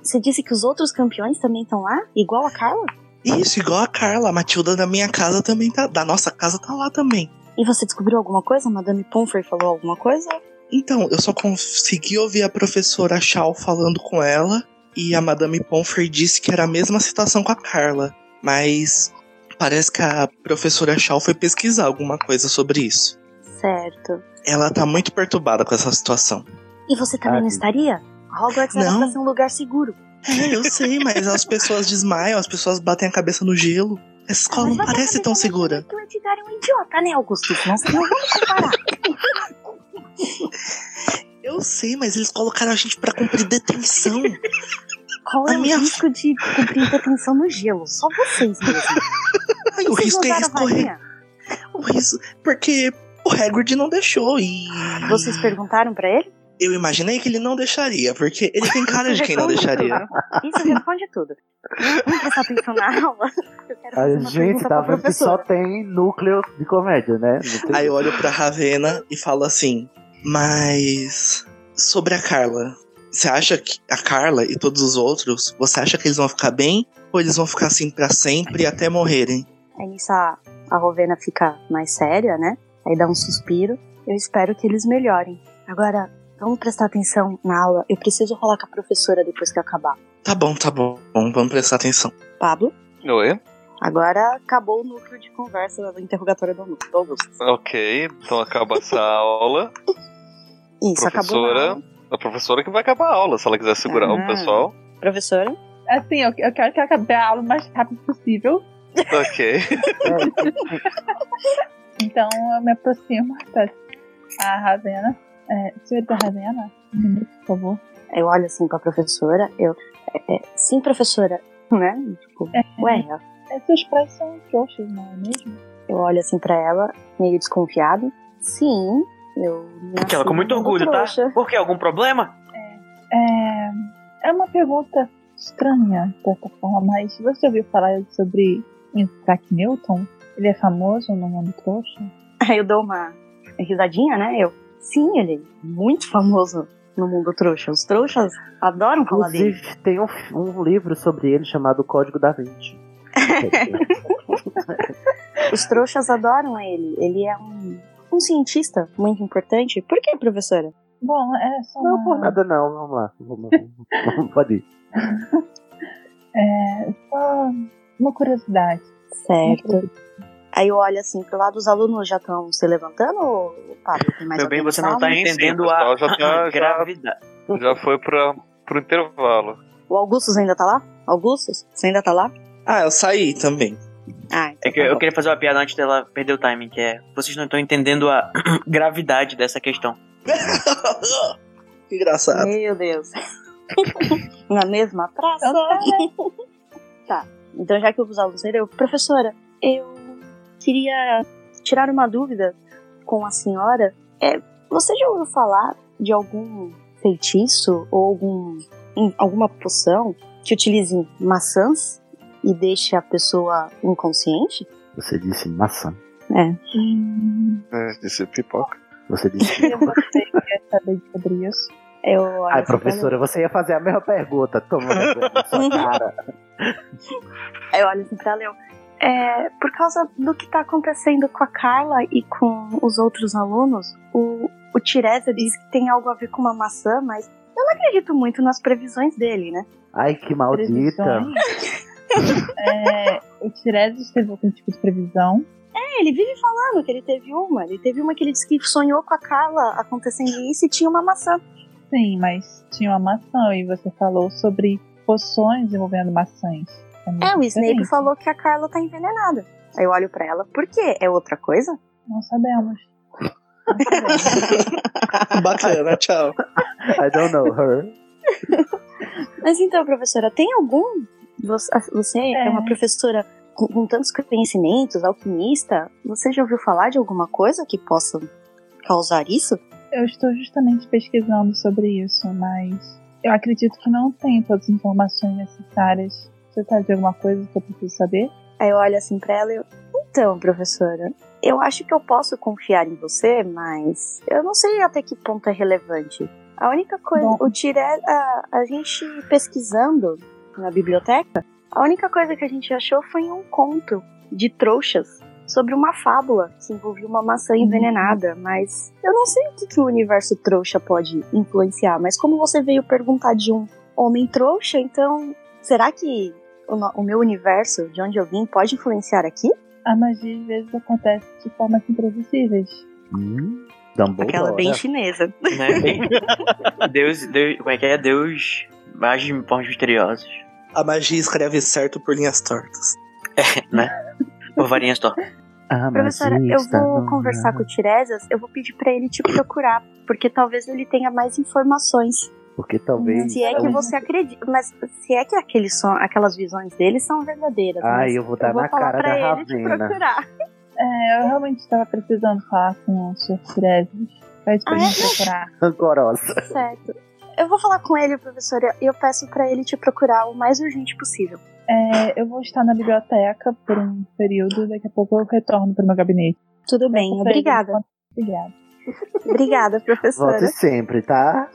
Speaker 6: Você disse que os outros campeões também estão lá? Igual a Carla?
Speaker 5: Isso, igual a Carla, a Matilda da minha casa também tá. Da nossa casa tá lá também.
Speaker 6: E você descobriu alguma coisa? Madame Pomfrey falou alguma coisa?
Speaker 5: Então, eu só consegui ouvir a professora Shaw falando com ela e a Madame Pomfrey disse que era a mesma situação com a Carla, mas parece que a professora Shaw foi pesquisar alguma coisa sobre isso.
Speaker 6: Certo.
Speaker 5: Ela tá muito perturbada com essa situação.
Speaker 6: E você também não
Speaker 2: Ah,
Speaker 6: estaria? Hogwarts era
Speaker 5: Não.
Speaker 6: pra ser um lugar seguro.
Speaker 5: É, eu sei, mas as pessoas desmaiam, as pessoas batem a cabeça no gelo. Essa escola não
Speaker 6: Mas vai
Speaker 5: parece
Speaker 6: saber
Speaker 5: tão
Speaker 6: como é
Speaker 5: segura.
Speaker 6: Que o Edgar é um idiota, né, Augusto? Não, não vamos comparar. é?
Speaker 5: Eu sei, mas eles colocaram a gente pra cumprir detenção.
Speaker 6: Qual é
Speaker 5: A
Speaker 6: o
Speaker 5: minha-
Speaker 6: risco de cumprir detenção no gelo? Só vocês mesmo.
Speaker 5: Ai, o
Speaker 6: Vocês
Speaker 5: risco é
Speaker 6: usaram
Speaker 5: escorrer.
Speaker 6: varinha?
Speaker 5: O risco. Porque o Hagrid não deixou e.
Speaker 6: Vocês perguntaram pra ele?
Speaker 5: Eu imaginei que ele não deixaria, porque ele tem cara de quem não
Speaker 6: Responde
Speaker 5: deixaria.
Speaker 6: tudo. Isso responde tudo. Vamos prestar atenção na aula. Eu quero
Speaker 2: A
Speaker 6: fazer uma
Speaker 2: gente tá
Speaker 6: pergunta pra
Speaker 2: vendo que
Speaker 6: professora.
Speaker 2: só tem núcleo de comédia, né? Não tem-
Speaker 5: Aí eu olho pra Ravena e falo assim: Mas. Sobre a Carla. Você acha que a Carla e todos os outros, você acha que eles vão ficar bem? Ou eles vão ficar assim pra sempre até morrerem?
Speaker 6: Aí nisso a, a Rovena fica mais séria, né? Aí dá um suspiro. Eu espero que eles melhorem. Agora, vamos prestar atenção na aula. Eu preciso rolar com a professora depois que acabar.
Speaker 5: Tá bom, tá bom. Bom, Vamos prestar atenção.
Speaker 6: Pablo,
Speaker 4: Oi?
Speaker 6: agora acabou o núcleo de conversa do interrogatório do Augusto. Do Augusto.
Speaker 4: Ok, então acaba essa aula.
Speaker 6: Isso, acabou. na
Speaker 4: Professora.
Speaker 6: aula.
Speaker 4: A professora que vai acabar a aula, se ela quiser segurar
Speaker 6: Ah.
Speaker 4: o pessoal.
Speaker 6: Professora?
Speaker 7: Assim, eu, eu quero que acabe a aula o mais rápido possível.
Speaker 4: Ok.
Speaker 7: Então eu me aproximo da a Ravena. É, senhorita Ravena, um minuto, por favor.
Speaker 6: Eu olho assim pra professora. Eu. é, é, sim, professora. Né? Tipo, ué,
Speaker 7: É, seus pais são trouxas, não é mesmo?
Speaker 6: Eu olho assim pra ela, meio desconfiado. Sim, eu. nasci
Speaker 3: Aquela com muito
Speaker 6: no mundo
Speaker 3: orgulho, tá?
Speaker 6: trouxa.
Speaker 3: Por quê? Algum problema?
Speaker 7: É, é uma pergunta estranha, de certa forma, mas você ouviu falar sobre Isaac Newton? Ele é famoso no mundo trouxa?
Speaker 6: Aí eu dou uma risadinha, né? Eu. Sim, ele é muito famoso no mundo trouxa. Os trouxas adoram falar dele.
Speaker 2: Inclusive, tem um, um livro sobre ele chamado Código da Vinci.
Speaker 6: Os trouxas adoram ele. Ele é um, um cientista muito importante. Por que, professora?
Speaker 7: Bom, é só
Speaker 2: não,
Speaker 7: uma-
Speaker 2: por nada não, vamos lá. Vamos, vamos- pode ir.
Speaker 7: é, só uma curiosidade.
Speaker 2: É,
Speaker 6: Certo. Aí eu olho assim pro lado, os alunos já estão se levantando, ou Pablo? Tem mais
Speaker 3: Meu bem,
Speaker 6: alguém na
Speaker 3: você não
Speaker 6: sala?
Speaker 3: tá
Speaker 4: Sim, sim,
Speaker 3: entendendo
Speaker 4: o
Speaker 3: a,
Speaker 4: pessoal já tá-
Speaker 3: a gravidade.
Speaker 4: Já foi pra, pro intervalo.
Speaker 6: O Augustus ainda tá lá? Augustus, você ainda tá lá?
Speaker 5: Ah, eu saí também.
Speaker 6: Ah,
Speaker 3: É que eu, eu queria fazer uma piada antes dela perder o timing, que é vocês não estão entendendo a gravidade dessa questão.
Speaker 5: que engraçado.
Speaker 6: Meu Deus. Na mesma praça. tá. Então, já que eu vou usar o luzeiro, eu, professora, eu queria tirar uma dúvida com a senhora. É, você já ouviu falar de algum feitiço ou algum, em- alguma poção que utilize maçãs e deixe a pessoa inconsciente?
Speaker 2: Você disse maçã.
Speaker 7: Hum,
Speaker 4: É, disse pipoca.
Speaker 2: Você disse.
Speaker 7: eu gostei quer saber sobre isso.
Speaker 6: Eu olho
Speaker 2: Ai,
Speaker 6: assim pra
Speaker 2: professora, você ia fazer a mesma pergunta. Toma vergonha na sua cara.
Speaker 6: Aí eu olho assim pra ela e eu, é, por causa do que tá acontecendo com a Carla e com os outros alunos, o, o Tiresias diz que tem algo a ver com uma maçã, mas eu não acredito muito nas previsões dele, né?
Speaker 2: Ai, que maldita.
Speaker 7: Previsões. É, o Tiresias teve algum tipo de previsão.
Speaker 6: É, ele vive falando que ele teve uma. Ele teve uma que ele disse que sonhou com a Carla acontecendo isso e tinha uma maçã.
Speaker 7: Sim, mas tinha uma maçã e você falou sobre poções envolvendo maçãs. muito
Speaker 6: É, o Snape
Speaker 7: diferente.
Speaker 6: falou que a Carla tá envenenada. Aí eu olho pra ela, por quê? É outra coisa?
Speaker 7: Não sabemos. Não sabemos.
Speaker 5: Bacana, tchau.
Speaker 2: I don't know her.
Speaker 6: Mas então, professora, tem algum. Você você é,
Speaker 7: É.
Speaker 6: uma professora com, com tantos conhecimentos, alquimista. Você já ouviu falar de alguma coisa que possa causar isso?
Speaker 7: Eu estou justamente pesquisando sobre isso, mas eu acredito que não tenho todas as informações necessárias. Você sabe de alguma coisa que eu preciso saber?
Speaker 6: Aí eu olho assim pra ela e eu. Então, professora, eu acho que eu posso confiar em você, mas eu não sei até que ponto é relevante. A única coisa.
Speaker 7: Bom.
Speaker 6: O tire, a, a gente pesquisando na biblioteca, a única coisa que a gente achou foi um conto de trouxas sobre uma fábula que envolvia uma maçã envenenada, mas eu não sei o que, que o universo trouxa pode influenciar, mas como você veio perguntar de um homem trouxa, então será que o, no- o meu universo, de onde eu vim, pode influenciar aqui?
Speaker 7: A magia às vezes acontece de formas imprevisíveis.
Speaker 2: Hum, Dumbledore.
Speaker 6: Aquela bem chinesa.
Speaker 3: Né? Deus, Deus. Como é que é? Deus age de formas misteriosas.
Speaker 5: A magia escreve certo por linhas tortas.
Speaker 3: Por varinhas tortas.
Speaker 2: Ah, mas
Speaker 6: Professora, eu
Speaker 2: está
Speaker 6: vou
Speaker 2: no-
Speaker 6: conversar com o Tiresias, eu vou pedir pra ele te procurar, porque talvez ele tenha mais informações.
Speaker 2: Porque talvez.
Speaker 6: Se é que
Speaker 7: Então-
Speaker 6: você acredita, mas se é que aqueles son- aquelas visões dele são verdadeiras.
Speaker 2: Ai,
Speaker 6: mas
Speaker 2: Ah, eu vou dar Tá
Speaker 6: vou
Speaker 2: na
Speaker 6: falar
Speaker 2: cara
Speaker 6: pra
Speaker 2: da
Speaker 6: ele te
Speaker 2: Ravena.
Speaker 6: procurar.
Speaker 7: É, eu realmente estava precisando falar com o Sr. Tiresias. Pede pra
Speaker 6: Ah,
Speaker 7: gente
Speaker 6: é?
Speaker 7: procurar.
Speaker 2: Rancorosa.
Speaker 6: Certo. Eu vou falar com ele, professora, e eu peço pra ele te procurar o mais urgente possível.
Speaker 7: É, eu vou estar na biblioteca por um período, daqui a pouco eu retorno pro meu gabinete.
Speaker 6: Tudo bem, obrigada.
Speaker 7: Obrigada.
Speaker 6: Obrigada,
Speaker 2: Volte
Speaker 6: professora.
Speaker 2: sempre, tá?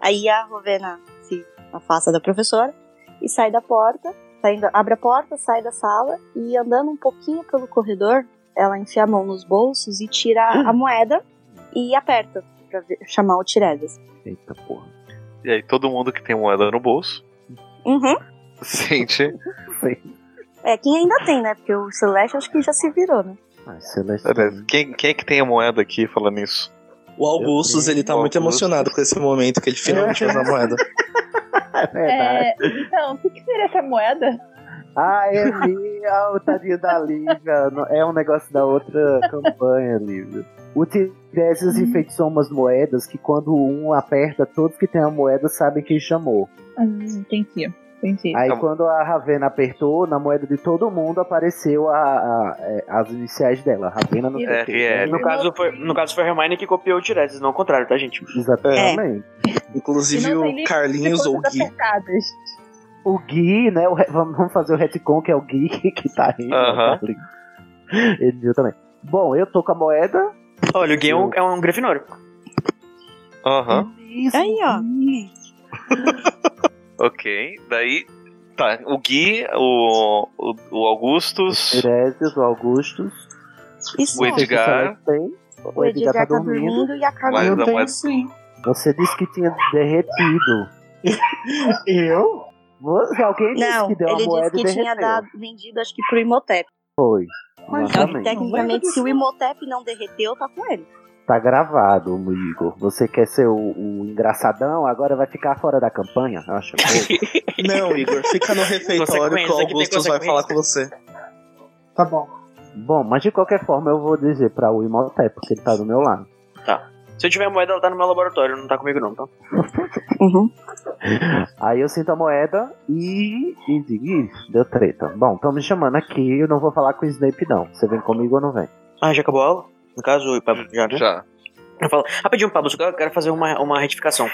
Speaker 6: Aí a Rovena se afasta da professora e sai da porta, sai da- abre a porta, sai da sala e andando um pouquinho pelo corredor, ela enfia a mão nos bolsos e tira
Speaker 2: Hum.
Speaker 6: a moeda e aperta pra ver- chamar o Tiredes.
Speaker 2: Eita porra.
Speaker 4: E aí todo mundo que tem moeda no bolso
Speaker 6: Uhum.
Speaker 4: sente
Speaker 6: É, quem ainda tem, né? Porque o Celeste acho que já se virou, né?
Speaker 2: Ai, Celeste.
Speaker 4: Aliás, Quem, quem é que tem a moeda aqui falando nisso?
Speaker 5: O Augustus,
Speaker 2: tenho
Speaker 5: ele tá
Speaker 4: o
Speaker 5: muito
Speaker 4: Augustus.
Speaker 5: emocionado com esse momento que ele finalmente fez a moeda.
Speaker 2: É verdade.
Speaker 7: É, então, o que, que seria essa moeda?
Speaker 2: Ah, é minha, o tadinho da Lívia. Não- É um negócio da outra campanha, Lívia. O Tiresias
Speaker 6: Uhum.
Speaker 2: enfeitiçou umas moedas que quando um aperta, todos que têm a moeda sabem quem chamou.
Speaker 7: Hum, entendi, entendi.
Speaker 2: Aí
Speaker 4: Tá bom.
Speaker 2: quando a Ravena apertou, na moeda de todo mundo apareceu a, a- é, as iniciais dela. Ravena no
Speaker 7: E-
Speaker 4: RL.
Speaker 3: No caso, foi, no caso foi a Hermione que copiou o Tireses, não o contrário, tá, gente?
Speaker 2: É.
Speaker 6: É.
Speaker 2: Exatamente.
Speaker 5: Inclusive
Speaker 7: E não tem
Speaker 5: o
Speaker 7: nem
Speaker 5: Carlinhos ou o
Speaker 7: Coisas
Speaker 5: Gui.
Speaker 7: apertadas.
Speaker 2: O Gui, né? o re- vamos vamos fazer o retcon, que é o Gui que tá rindo.
Speaker 4: Aham.
Speaker 2: Ele viu também. Bom, eu tô com a moeda.
Speaker 3: Olha, o Gui é um, é um Grifinório.
Speaker 4: Aham,
Speaker 2: Isso.
Speaker 6: Aí, ó.
Speaker 4: ok. Daí, tá, o Gui, o, o, o Augustus,
Speaker 2: Tiresias, o Augustus.
Speaker 6: Isso
Speaker 4: o
Speaker 6: é.
Speaker 4: Edgar,
Speaker 2: Tem.
Speaker 6: O Edgar tá dormindo e a
Speaker 4: Mas
Speaker 1: eu
Speaker 4: a
Speaker 6: Carmen
Speaker 1: tenho
Speaker 2: é-
Speaker 4: moeda-
Speaker 1: sim.
Speaker 2: Você disse que tinha derretido.
Speaker 1: Eu?
Speaker 2: Você- Alguém disse
Speaker 6: Não,
Speaker 2: que deu
Speaker 6: ele
Speaker 2: a moeda
Speaker 6: disse que
Speaker 2: e derreteu.
Speaker 6: tinha dado, vendido, acho que pro Imhotep.
Speaker 2: Foi.
Speaker 1: Mas
Speaker 6: Então,
Speaker 2: Exatamente.
Speaker 6: tecnicamente, se o Imhotep não derreteu, tá com ele.
Speaker 2: Tá gravado, Igor. Você quer ser o, o engraçadão, agora vai ficar fora da campanha, acha? Pô,
Speaker 5: Não, Igor, fica no refeitório que o
Speaker 3: Consequência, aqui tem
Speaker 5: Augustus vai
Speaker 3: consequência.
Speaker 5: falar com você.
Speaker 1: Tá bom.
Speaker 2: Bom, mas de qualquer forma eu vou dizer pra o Imhotep, porque ele tá do meu lado.
Speaker 3: Se eu tiver a moeda, ela tá no meu laboratório, não tá comigo não, tá?
Speaker 2: Aí eu sinto a moeda e, e digo, "Ih, deu treta. Bom, estão me chamando aqui, eu não vou falar com o Snape não. Você vem comigo ou não vem?
Speaker 3: Ah, já acabou a aula? No caso, o Pablo já, né?
Speaker 4: já.
Speaker 3: Eu falo, rapidinho, Pablo, só quero- quero fazer uma, uma retificação.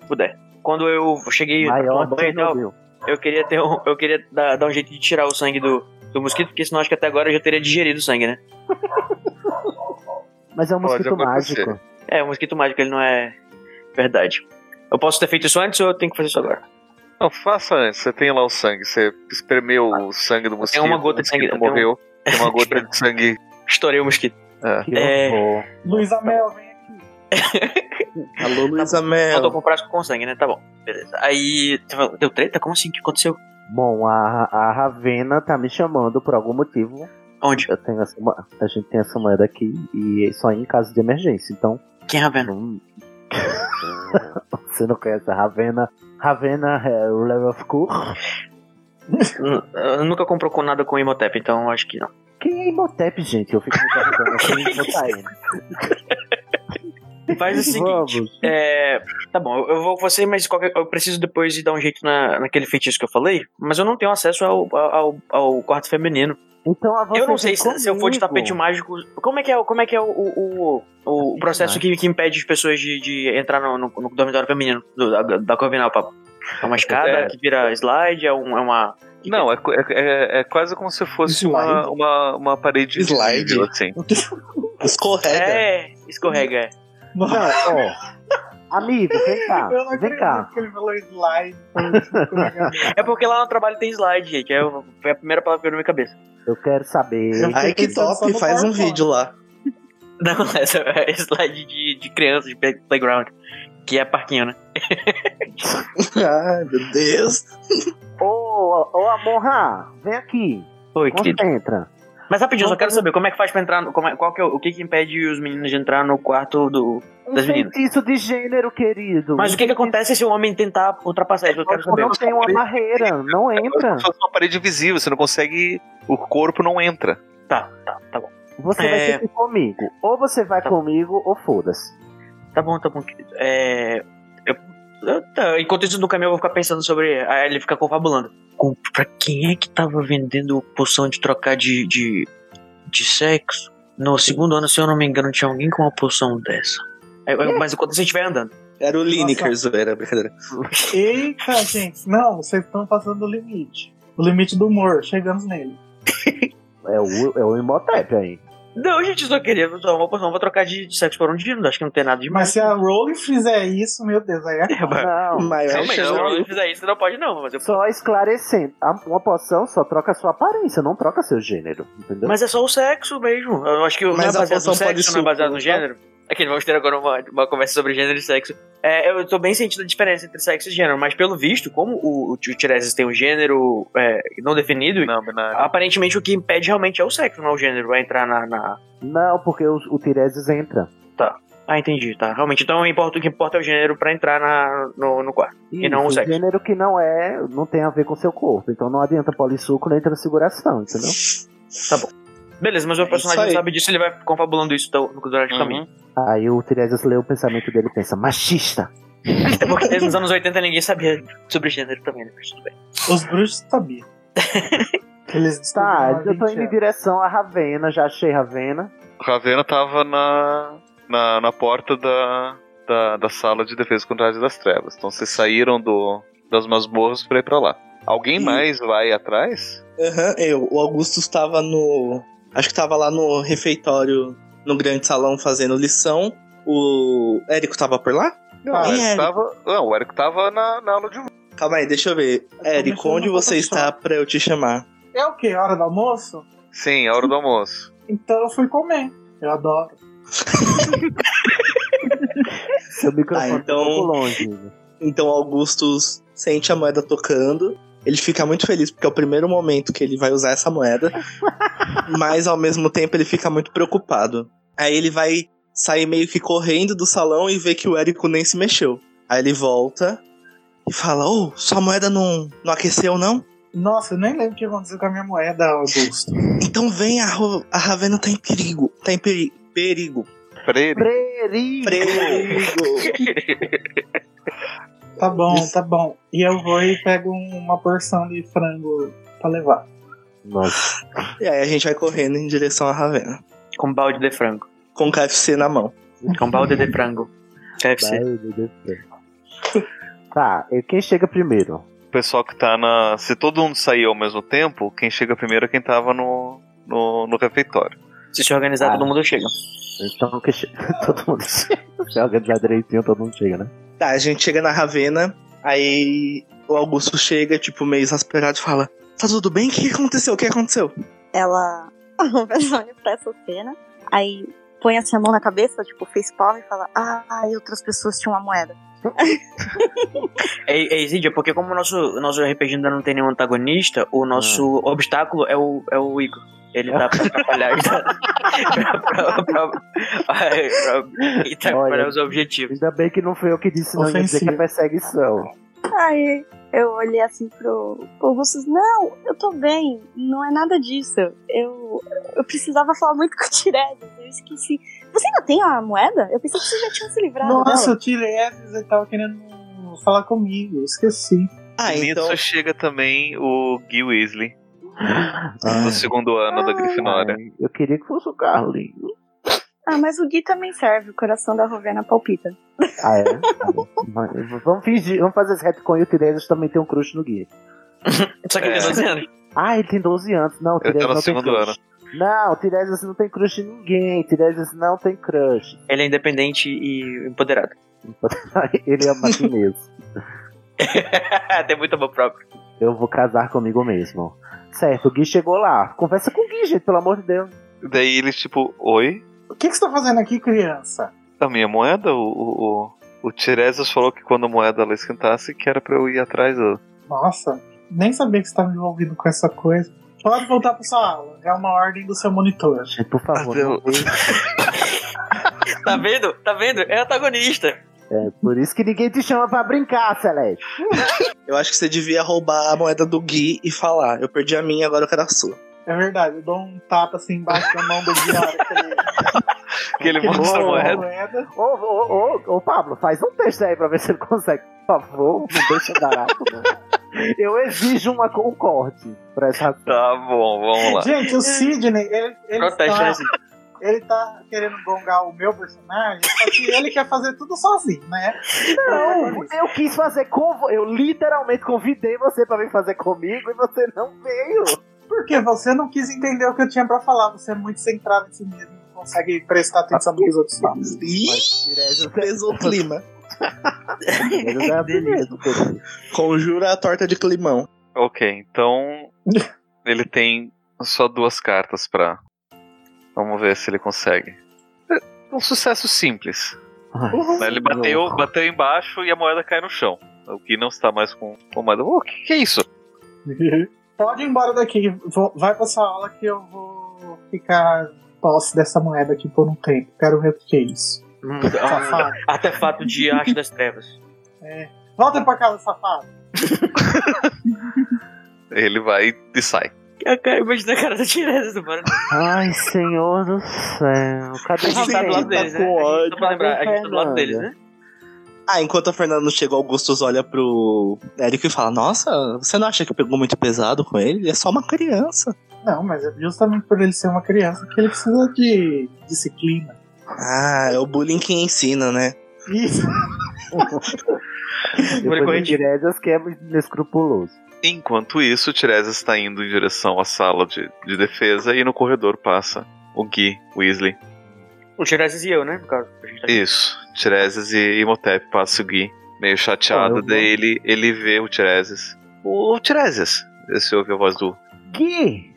Speaker 3: Se puder. Quando eu cheguei pra tomar
Speaker 2: Maior
Speaker 3: banho e tal,
Speaker 2: Chernobyl.
Speaker 3: eu queria ter um, eu queria dar, dar um jeito de tirar o sangue do, do mosquito, porque senão acho que até agora eu já teria digerido o sangue, né?
Speaker 2: Mas é um
Speaker 4: Pode
Speaker 2: mosquito
Speaker 4: acontecer.
Speaker 2: mágico.
Speaker 3: É, o mosquito mágico, ele não é verdade. Eu posso ter feito isso antes ou eu tenho que fazer isso agora?
Speaker 4: Não, faça antes, você tem lá o sangue, você espremeu o sangue do mosquito.
Speaker 3: uma gota
Speaker 4: o
Speaker 3: de sangue,
Speaker 4: mosquito
Speaker 3: eu Ah, tenho-
Speaker 4: morreu. Tem uma gota de sangue.
Speaker 3: Estourei o mosquito.
Speaker 2: Que
Speaker 3: É.
Speaker 2: horror.
Speaker 1: Luísa Mel, vem aqui.
Speaker 5: Alô, Luísa
Speaker 3: Faltou
Speaker 5: Mel.
Speaker 3: com o frasco com sangue, né? Tá bom. Beleza. Aí. tu falou, Deu treta? Como assim? O que aconteceu?
Speaker 2: Bom, a, a Ravena tá me chamando por algum motivo.
Speaker 3: Onde?
Speaker 2: Eu tenho essa, mo- a gente tem essa moeda aqui e é só em caso de emergência. Então,
Speaker 3: Quem é a Ravena?
Speaker 2: não- você não conhece a Ravena. Ravena é o Level of Kur.
Speaker 3: Hum, Eu nunca comprou com nada com o Imhotep, então acho que não.
Speaker 2: Quem é Imhotep, gente? Eu fico me perguntando quem é Imhotep.
Speaker 3: Faz o seguinte.
Speaker 2: Vamos.
Speaker 3: É, tá bom, eu, eu vou você, mas qualquer, eu preciso depois de dar um jeito na, naquele feitiço que eu falei, mas eu não tenho acesso ao, ao, ao quarto feminino.
Speaker 2: Então, a você
Speaker 3: eu não sei
Speaker 2: vem
Speaker 3: se, se eu for de
Speaker 2: comigo.
Speaker 3: tapete mágico. Como é que é, o- como é, que é o, o, o- o, o processo que, que impede as pessoas de, de entrar no, no, no dormitório feminino do, da, da Corvinal, papo? É uma escada
Speaker 4: É.
Speaker 3: que vira slide, é, um, é uma.
Speaker 4: Não, é, co- é- é, é quase como se fosse
Speaker 5: Slide.
Speaker 4: uma, uma, uma parede
Speaker 5: Slide.
Speaker 4: invisível, assim.
Speaker 5: Escorrega.
Speaker 3: É, escorrega. é.
Speaker 2: Não, ó. Amigo, vem cá.
Speaker 1: Eu não
Speaker 2: Ah, Vem
Speaker 1: acredito
Speaker 2: cá.
Speaker 1: que ele falou slide.
Speaker 3: É porque lá no trabalho tem slide, gente. É, o- foi a primeira palavra que veio na minha cabeça.
Speaker 2: Eu quero saber.
Speaker 5: Ai, tá que
Speaker 1: tá
Speaker 5: top, faz um vídeo lá.
Speaker 3: Não, essa é slide de, de criança, de play- playground. Que é parquinho, né?
Speaker 5: Ai, meu Deus.
Speaker 2: Ô, ô, Amorra, vem aqui.
Speaker 3: Oi, querido.
Speaker 2: Concentra.
Speaker 3: Mas rapidinho, eu só
Speaker 2: Vamos
Speaker 3: quero
Speaker 2: fazer-
Speaker 3: saber é? como é que faz pra entrar. no- como é- qual que é, o o que que impede os meninos de entrar no quarto do.
Speaker 2: Um
Speaker 3: Das meninas.
Speaker 2: feitiço de gênero, querido.
Speaker 3: Mas o que que acontece se o homem tentar ultrapassar É isso? Eu quero saber.
Speaker 2: Não tem uma barreira, não entra.
Speaker 4: É Como se fosse uma parede invisível, você não consegue. O corpo não entra.
Speaker 3: Tá, tá, tá bom.
Speaker 2: Você vai
Speaker 3: É.
Speaker 2: ter que ir comigo. Ou você vai
Speaker 3: Tá.
Speaker 2: comigo, ou foda-se.
Speaker 3: Tá bom, tá bom, querido. É. eu- eu- tá, enquanto isso no caminho eu vou ficar pensando sobre. Aí ele fica confabulando. Com, pra quem é que tava vendendo poção de trocar de. de, de sexo? No segundo ano, se eu não me engano, tinha alguém com uma poção dessa. Eu- eu- mas enquanto você estiver andando.
Speaker 5: Era o Lineker, zoeira, brincadeira.
Speaker 1: Eita, gente. Não, vocês estão passando do limite. O limite do humor. Chegamos nele.
Speaker 2: É o, é o Imhotep aí.
Speaker 3: Não, gente, só queria usar uma poção. Vou trocar de, de sexo por um dino. Acho que não tem nada
Speaker 1: Mas
Speaker 3: demais.
Speaker 1: se a Rowling fizer isso, meu Deus, aí é
Speaker 2: Não,
Speaker 5: Maior
Speaker 3: Realmente, se o
Speaker 5: chance.
Speaker 1: né?
Speaker 3: Ronald fizer isso, não pode não. Mas, eu-
Speaker 2: só esclarecendo. a- Uma poção só troca sua aparência, não troca seu gênero. Entendeu?
Speaker 3: Mas é só o sexo mesmo. Eu acho que não é
Speaker 5: Mas a
Speaker 3: baseado
Speaker 5: poção
Speaker 3: no
Speaker 5: pode
Speaker 3: sexo, não é baseado no
Speaker 5: suplantar?
Speaker 3: gênero. É Aqui, vamos ter agora uma, uma conversa sobre gênero e sexo. É, eu tô bem sentindo a diferença entre sexo e gênero, mas pelo visto, como o, o Tireses tem um gênero é, não definido,
Speaker 4: Não, é binário.
Speaker 3: aparentemente o que impede realmente é o sexo, não é o gênero. Vai entrar na, na,
Speaker 2: Não, porque o, o Tiresias entra.
Speaker 3: Ah, entendi, tá. Realmente, então importa, o que importa é o gênero pra entrar na, no, no quarto. E não o
Speaker 2: um
Speaker 3: sexo.
Speaker 2: gênero que não é, não tem a ver com seu corpo. Então não adianta polissuco nem transfiguração, entendeu?
Speaker 3: Beleza, mas o
Speaker 5: É
Speaker 3: personagem
Speaker 5: isso aí.
Speaker 3: sabe disso, ele vai confabulando isso então, no- durante
Speaker 4: Uhum.
Speaker 3: o caminho.
Speaker 2: Aí o Tiresias lê o pensamento dele e pensa, machista.
Speaker 3: Até É porque nos anos 80 ninguém sabia sobre gênero também, né? Mas tudo bem.
Speaker 1: Os bruxos sabiam. Eles
Speaker 2: Tá,
Speaker 1: descobriram há
Speaker 2: eu tô
Speaker 1: 20
Speaker 2: indo
Speaker 5: é.
Speaker 2: em
Speaker 1: anos.
Speaker 2: direção a Ravena, já achei Ravena.
Speaker 4: Ravena tava na, na, na porta da, da, da sala de defesa contra as das trevas. Então vocês saíram do, das masmorras pra ir pra lá. Alguém
Speaker 5: Ih.
Speaker 4: mais vai atrás?
Speaker 5: Aham, eu. O Augusto estava no. Acho que estava lá no refeitório, no grande salão, fazendo lição. O Érico estava por lá?
Speaker 4: Não,
Speaker 1: Ah,
Speaker 4: o Érico
Speaker 5: Érico.
Speaker 4: tava, não, o Érico tava na, na aula de
Speaker 5: Calma aí, deixa eu ver. Érico,
Speaker 1: mexendo
Speaker 5: onde
Speaker 1: no
Speaker 5: você
Speaker 1: Photoshop.
Speaker 5: está pra eu te chamar?
Speaker 1: É o quê? Hora do almoço?
Speaker 4: Sim, a hora do almoço.
Speaker 1: Então eu fui comer. Eu adoro.
Speaker 2: Seu microfone
Speaker 5: Ah, então-
Speaker 2: tá um pouco longe. Igor.
Speaker 5: Então, Augusto sente a moeda tocando. Ele fica muito feliz porque é o primeiro momento que ele vai usar essa moeda. mas, ao mesmo tempo, ele fica muito preocupado. Aí ele vai sair meio que correndo do salão e vê que o Érico nem se mexeu. Aí ele volta e fala: Ô, sua moeda não, não aqueceu, não?
Speaker 1: Nossa, eu nem lembro o que aconteceu com a minha moeda, Augusto.
Speaker 5: Então vem, a, Ro- a Ravena tá em perigo. Tá em peri- perigo.
Speaker 4: Pra ele.
Speaker 2: Prerigo!
Speaker 5: Perigo.
Speaker 1: Tá bom, tá bom. E eu vou e pego um, uma porção de frango pra levar.
Speaker 2: Nossa,
Speaker 5: e aí a gente vai correndo em direção à Ravena.
Speaker 3: Com balde de frango.
Speaker 5: Com o KFC na mão.
Speaker 3: Com Então, balde de frango. KFC.
Speaker 2: vai, meu Deus do céu. Tá, e quem chega primeiro?
Speaker 4: O pessoal que tá na. Se todo mundo sair ao mesmo tempo, quem chega primeiro é quem tava no, no, no refeitório.
Speaker 3: Se se organizar,
Speaker 2: Ah.
Speaker 3: todo mundo chega.
Speaker 2: Então que che... todo mundo chega. Se organizar direitinho, todo mundo chega, né?
Speaker 5: Tá, a gente chega na Ravena, aí o Augusto chega, tipo, meio exasperado e fala: Tá tudo bem? O que aconteceu? O que aconteceu?
Speaker 6: Ela olha pra essa cena, aí põe assim a mão na cabeça, tipo, fez palma e fala: Ah, e outras pessoas tinham uma moeda.
Speaker 3: É, é exídia, porque como o nosso, nosso RPG ainda não tem nenhum antagonista, o nosso obstáculo é o, é o Igor. Ele tá pra atrapalhar. tá, pra, pra, pra, ai, pra- e tá
Speaker 2: Olha.
Speaker 3: atrapalhar os objetivos.
Speaker 2: Ainda bem que não foi eu que disse, não ia dizer que é
Speaker 1: Ofensivo.
Speaker 2: perseguição.
Speaker 6: Aí eu olhei assim pro, pro Augusto: Não, eu tô bem, não é nada disso. Eu, eu precisava falar muito com o Tiresias, eu esqueci. Você ainda tem a moeda? Eu pensei que vocês já tinham se livrado.
Speaker 1: Nossa,
Speaker 6: dela.
Speaker 1: eu tirei essas e tava querendo falar comigo. Eu esqueci.
Speaker 5: Ah,
Speaker 4: E
Speaker 5: então.
Speaker 4: Nisso chega também o Gui Weasley,
Speaker 5: Ah,
Speaker 4: do segundo ano da Grifinória.
Speaker 2: Ai, eu queria que fosse o Carlinho.
Speaker 6: Ah, mas o Gui também serve, o coração da Rovena palpita.
Speaker 2: Ah, é? Ah, mas- vamos fingir, vamos fazer esse retcon e o Tiresias também tem um crush no Gui.
Speaker 3: Só que ele
Speaker 4: É.
Speaker 3: tá dizendo.
Speaker 2: Ah, ele tem 12 anos. Não, o
Speaker 4: Eu tô
Speaker 2: Tiresias
Speaker 4: no
Speaker 2: não tem
Speaker 4: segundo ano.
Speaker 2: crush. Não, o Tiresias não tem crush em ninguém. Tiresias não tem crush.
Speaker 3: Ele é independente e empoderado.
Speaker 2: ele é matinês.
Speaker 3: É, Tem muito amor próprio.
Speaker 2: Eu vou casar comigo mesmo. Certo, o Gui chegou lá. Conversa com o Gui, gente, pelo amor de Deus.
Speaker 4: Daí eles, tipo, oi?
Speaker 1: O que, que você tá fazendo aqui, criança?
Speaker 4: A minha moeda? O, o, o, o Tiresias falou que quando a moeda ela esquentasse, que era pra eu ir atrás. ó.
Speaker 1: Nossa, nem sabia que você tava envolvido com essa coisa. Pode voltar pra sua aula. É uma ordem do seu monitor.
Speaker 2: Gente, por favor.
Speaker 4: Ah,
Speaker 2: não veja.
Speaker 3: Tá vendo? Tá vendo? É antagonista.
Speaker 2: É, por isso que ninguém te chama pra brincar, Celeste.
Speaker 5: Eu acho que você devia roubar a moeda do Gui e falar: Eu perdi a minha, agora eu quero a sua.
Speaker 1: É verdade, eu dou um tapa assim embaixo da mão do Guiara.
Speaker 4: Que ele mostra a
Speaker 2: bom.
Speaker 4: moeda.
Speaker 2: Ô, ô, ô, ô, Pablo, faz um texto aí pra ver se ele consegue. Por favor, não deixa barato. Eu exijo uma, um corte pra essa.
Speaker 4: Tá bom, vamos lá.
Speaker 1: Gente, o Sidney, ele, ele
Speaker 3: Protesta, né?
Speaker 1: está
Speaker 3: assim?
Speaker 1: Ele tá querendo gongar o meu personagem, só que ele quer fazer tudo sozinho, né?
Speaker 2: Não, eu quis fazer com vo- Eu literalmente convidei você pra vir fazer comigo e você não veio.
Speaker 1: Porque você não quis entender o que eu tinha pra falar. Você é muito centrado em si mesmo, não consegue prestar atenção no que os outros falam.
Speaker 5: Ih,
Speaker 2: Tiresias
Speaker 5: pesou o clima.
Speaker 2: é bonito, Pedro.
Speaker 5: Conjura a torta de climão.
Speaker 4: Ok, então ele tem só duas cartas pra. Vamos ver se ele consegue. É Um sucesso simples. Né,
Speaker 2: Ai,
Speaker 4: Ele bateu,
Speaker 2: não.
Speaker 4: bateu embaixo e a moeda cai no chão. O que não está mais com com moeda. O que, que é isso?
Speaker 1: Pode ir embora daqui, vou- vai pra sua aula que eu vou ficar posse dessa moeda aqui por um tempo. Quero ver o que é isso.
Speaker 3: Hum,
Speaker 1: Safado.
Speaker 3: ah, Artefato de arte das trevas.
Speaker 1: Volta pra casa, safado.
Speaker 4: Ele vai e sai.
Speaker 3: Eu quero imaginar a cara da Tiresias agora.
Speaker 2: Ai, senhor do céu. Cadê
Speaker 3: A gente tá do lado
Speaker 2: Fernanda?
Speaker 3: deles, né? A gente, só pra lembrar, a gente tá do lado deles, né?
Speaker 5: Ah, enquanto a Fernanda não chegou, Augustus olha pro Érico e fala: Nossa, você não acha que pegou muito pesado com ele? Ele é só uma criança.
Speaker 1: Não, mas é justamente por ele ser uma criança que ele precisa de disciplina.
Speaker 5: Ah, é o bullying que ensina, né?
Speaker 1: Isso.
Speaker 2: Depois do Tiresias que é inescrupuloso.
Speaker 4: Enquanto isso, Tiresias está indo em direção à sala de, de defesa e no corredor passa o Gui Weasley.
Speaker 3: O Tiresias e eu, né? No caso, a gente tá aqui.
Speaker 4: Isso, Tiresias e Imhotep passa o Gui. Meio
Speaker 2: Ah,
Speaker 4: chateado,
Speaker 2: eu
Speaker 4: daí ele, ele vê o Tiresias. O, o Tiresias! Esse ouve a voz do
Speaker 2: Gui!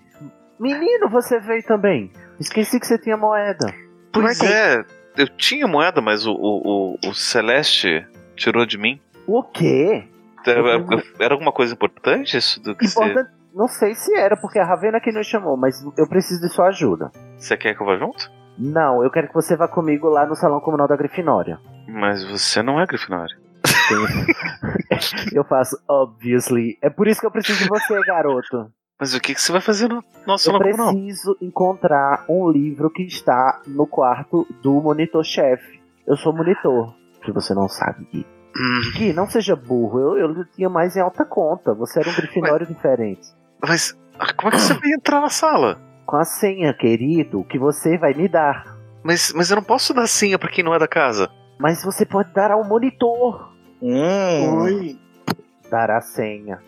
Speaker 2: Menino, você veio também. Esqueci que você tinha moeda.
Speaker 4: Pois
Speaker 3: Marquei.
Speaker 4: é, eu tinha moeda, mas o, o, o- o Celeste tirou de mim. Então,
Speaker 2: O quê?
Speaker 4: Era, era alguma coisa importante isso do que você.
Speaker 2: Importante. Não sei se era, porque a Ravena que nos chamou, mas eu preciso de sua ajuda.
Speaker 4: Você quer que eu vá junto?
Speaker 2: Não, eu quero que você vá comigo lá no Salão Comunal da Grifinória.
Speaker 4: Mas você não é Grifinória.
Speaker 2: Tem- eu faço, obviously. É por isso que eu preciso de você, garoto.
Speaker 4: Mas o que, que você vai fazer no nosso
Speaker 2: Eu
Speaker 4: local, não?
Speaker 2: preciso encontrar um livro que está no quarto do monitor-chefe. Eu sou monitor. Se você não sabe, Gui.
Speaker 3: Uhum.
Speaker 4: Hum,
Speaker 2: Gui, não seja burro. Eu, eu tinha mais em alta conta. Você era um Grifinório diferente.
Speaker 4: mas ah, como é que você vai entrar na sala?
Speaker 2: Com a senha, querido, que você vai me dar.
Speaker 4: Mas, mas eu não posso dar senha pra quem não é da casa.
Speaker 2: Mas você pode dar ao monitor.
Speaker 5: Hum.
Speaker 1: Oi.
Speaker 2: Dar a senha.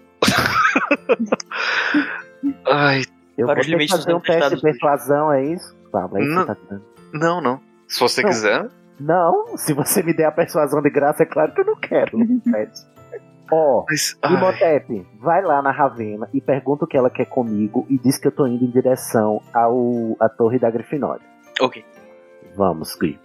Speaker 4: Ai,
Speaker 2: Eu
Speaker 3: Para
Speaker 2: vou
Speaker 3: os
Speaker 2: ter que
Speaker 3: limites
Speaker 2: fazer um
Speaker 3: são
Speaker 2: teste de
Speaker 3: testados hoje.
Speaker 2: persuasão, é isso? Tá, mas
Speaker 4: Não.
Speaker 2: você tá dando.
Speaker 4: não, não. Se você
Speaker 2: Não.
Speaker 4: quiser.
Speaker 2: Não, se você me der a persuasão de graça, é claro que eu não quero. Pede. Ó,
Speaker 4: Mas, ai,
Speaker 2: Imhotep, vai lá na Ravena e pergunta o que ela quer comigo e diz que eu tô indo em direção ao, à Torre da Grifinória.
Speaker 3: Ok.
Speaker 2: Vamos, Gui.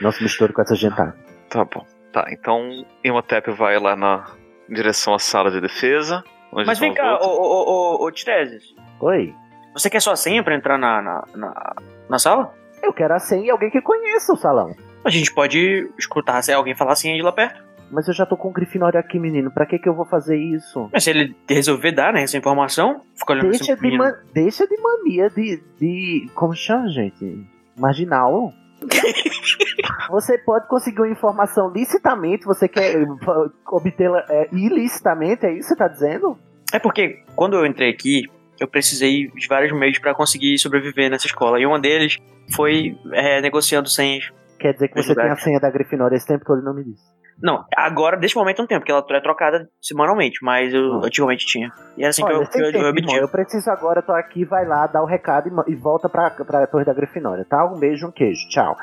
Speaker 2: Não se misture com essa gentada.
Speaker 4: tá bom. Tá, então Imhotep vai lá na em direção à sala de defesa. onde
Speaker 3: Mas vem
Speaker 4: estão
Speaker 3: cá,
Speaker 4: os
Speaker 3: ô,
Speaker 4: outros.
Speaker 3: ô, ô, ô, ô Tiresias.
Speaker 2: Oi.
Speaker 3: Você quer sua senha pra entrar na, na, na, na sala?
Speaker 2: Eu quero a senha e alguém que conheça o salão.
Speaker 3: A gente pode escutar se alguém falar a senha de lá perto.
Speaker 2: Mas eu já tô com o Grifinória aqui, menino. Pra que que eu vou fazer isso?
Speaker 3: Mas se ele resolver dar, né, essa informação, fica olhando
Speaker 2: Deixa
Speaker 3: assim pro
Speaker 2: de,
Speaker 3: menino.
Speaker 2: ma- deixa de mania de, de. Como chama, gente? Marginal. você pode conseguir uma informação licitamente, você quer eh, fa- obtê-la eh, ilicitamente, é isso que você tá dizendo?
Speaker 3: É porque quando eu entrei aqui, eu precisei de vários meios pra conseguir sobreviver nessa escola. E um deles foi é, negociando senhas.
Speaker 2: Quer dizer que você tem a
Speaker 3: Verdade.
Speaker 2: senha da Grifinória esse tempo todo e não me disse.
Speaker 3: Não, agora, neste momento, não tem, porque ela é trocada semanalmente, mas eu
Speaker 2: Ah.
Speaker 3: antigamente tinha. E era assim
Speaker 2: Olha,
Speaker 3: que eu,
Speaker 2: sem
Speaker 3: que eu, eu
Speaker 2: tempo, irmão,
Speaker 3: obtive.
Speaker 2: eu preciso agora, tô aqui, vai lá, dá o recado e, ma- e volta pra, pra Torre da Grifinória, tá? Um beijo, um queijo, tchau.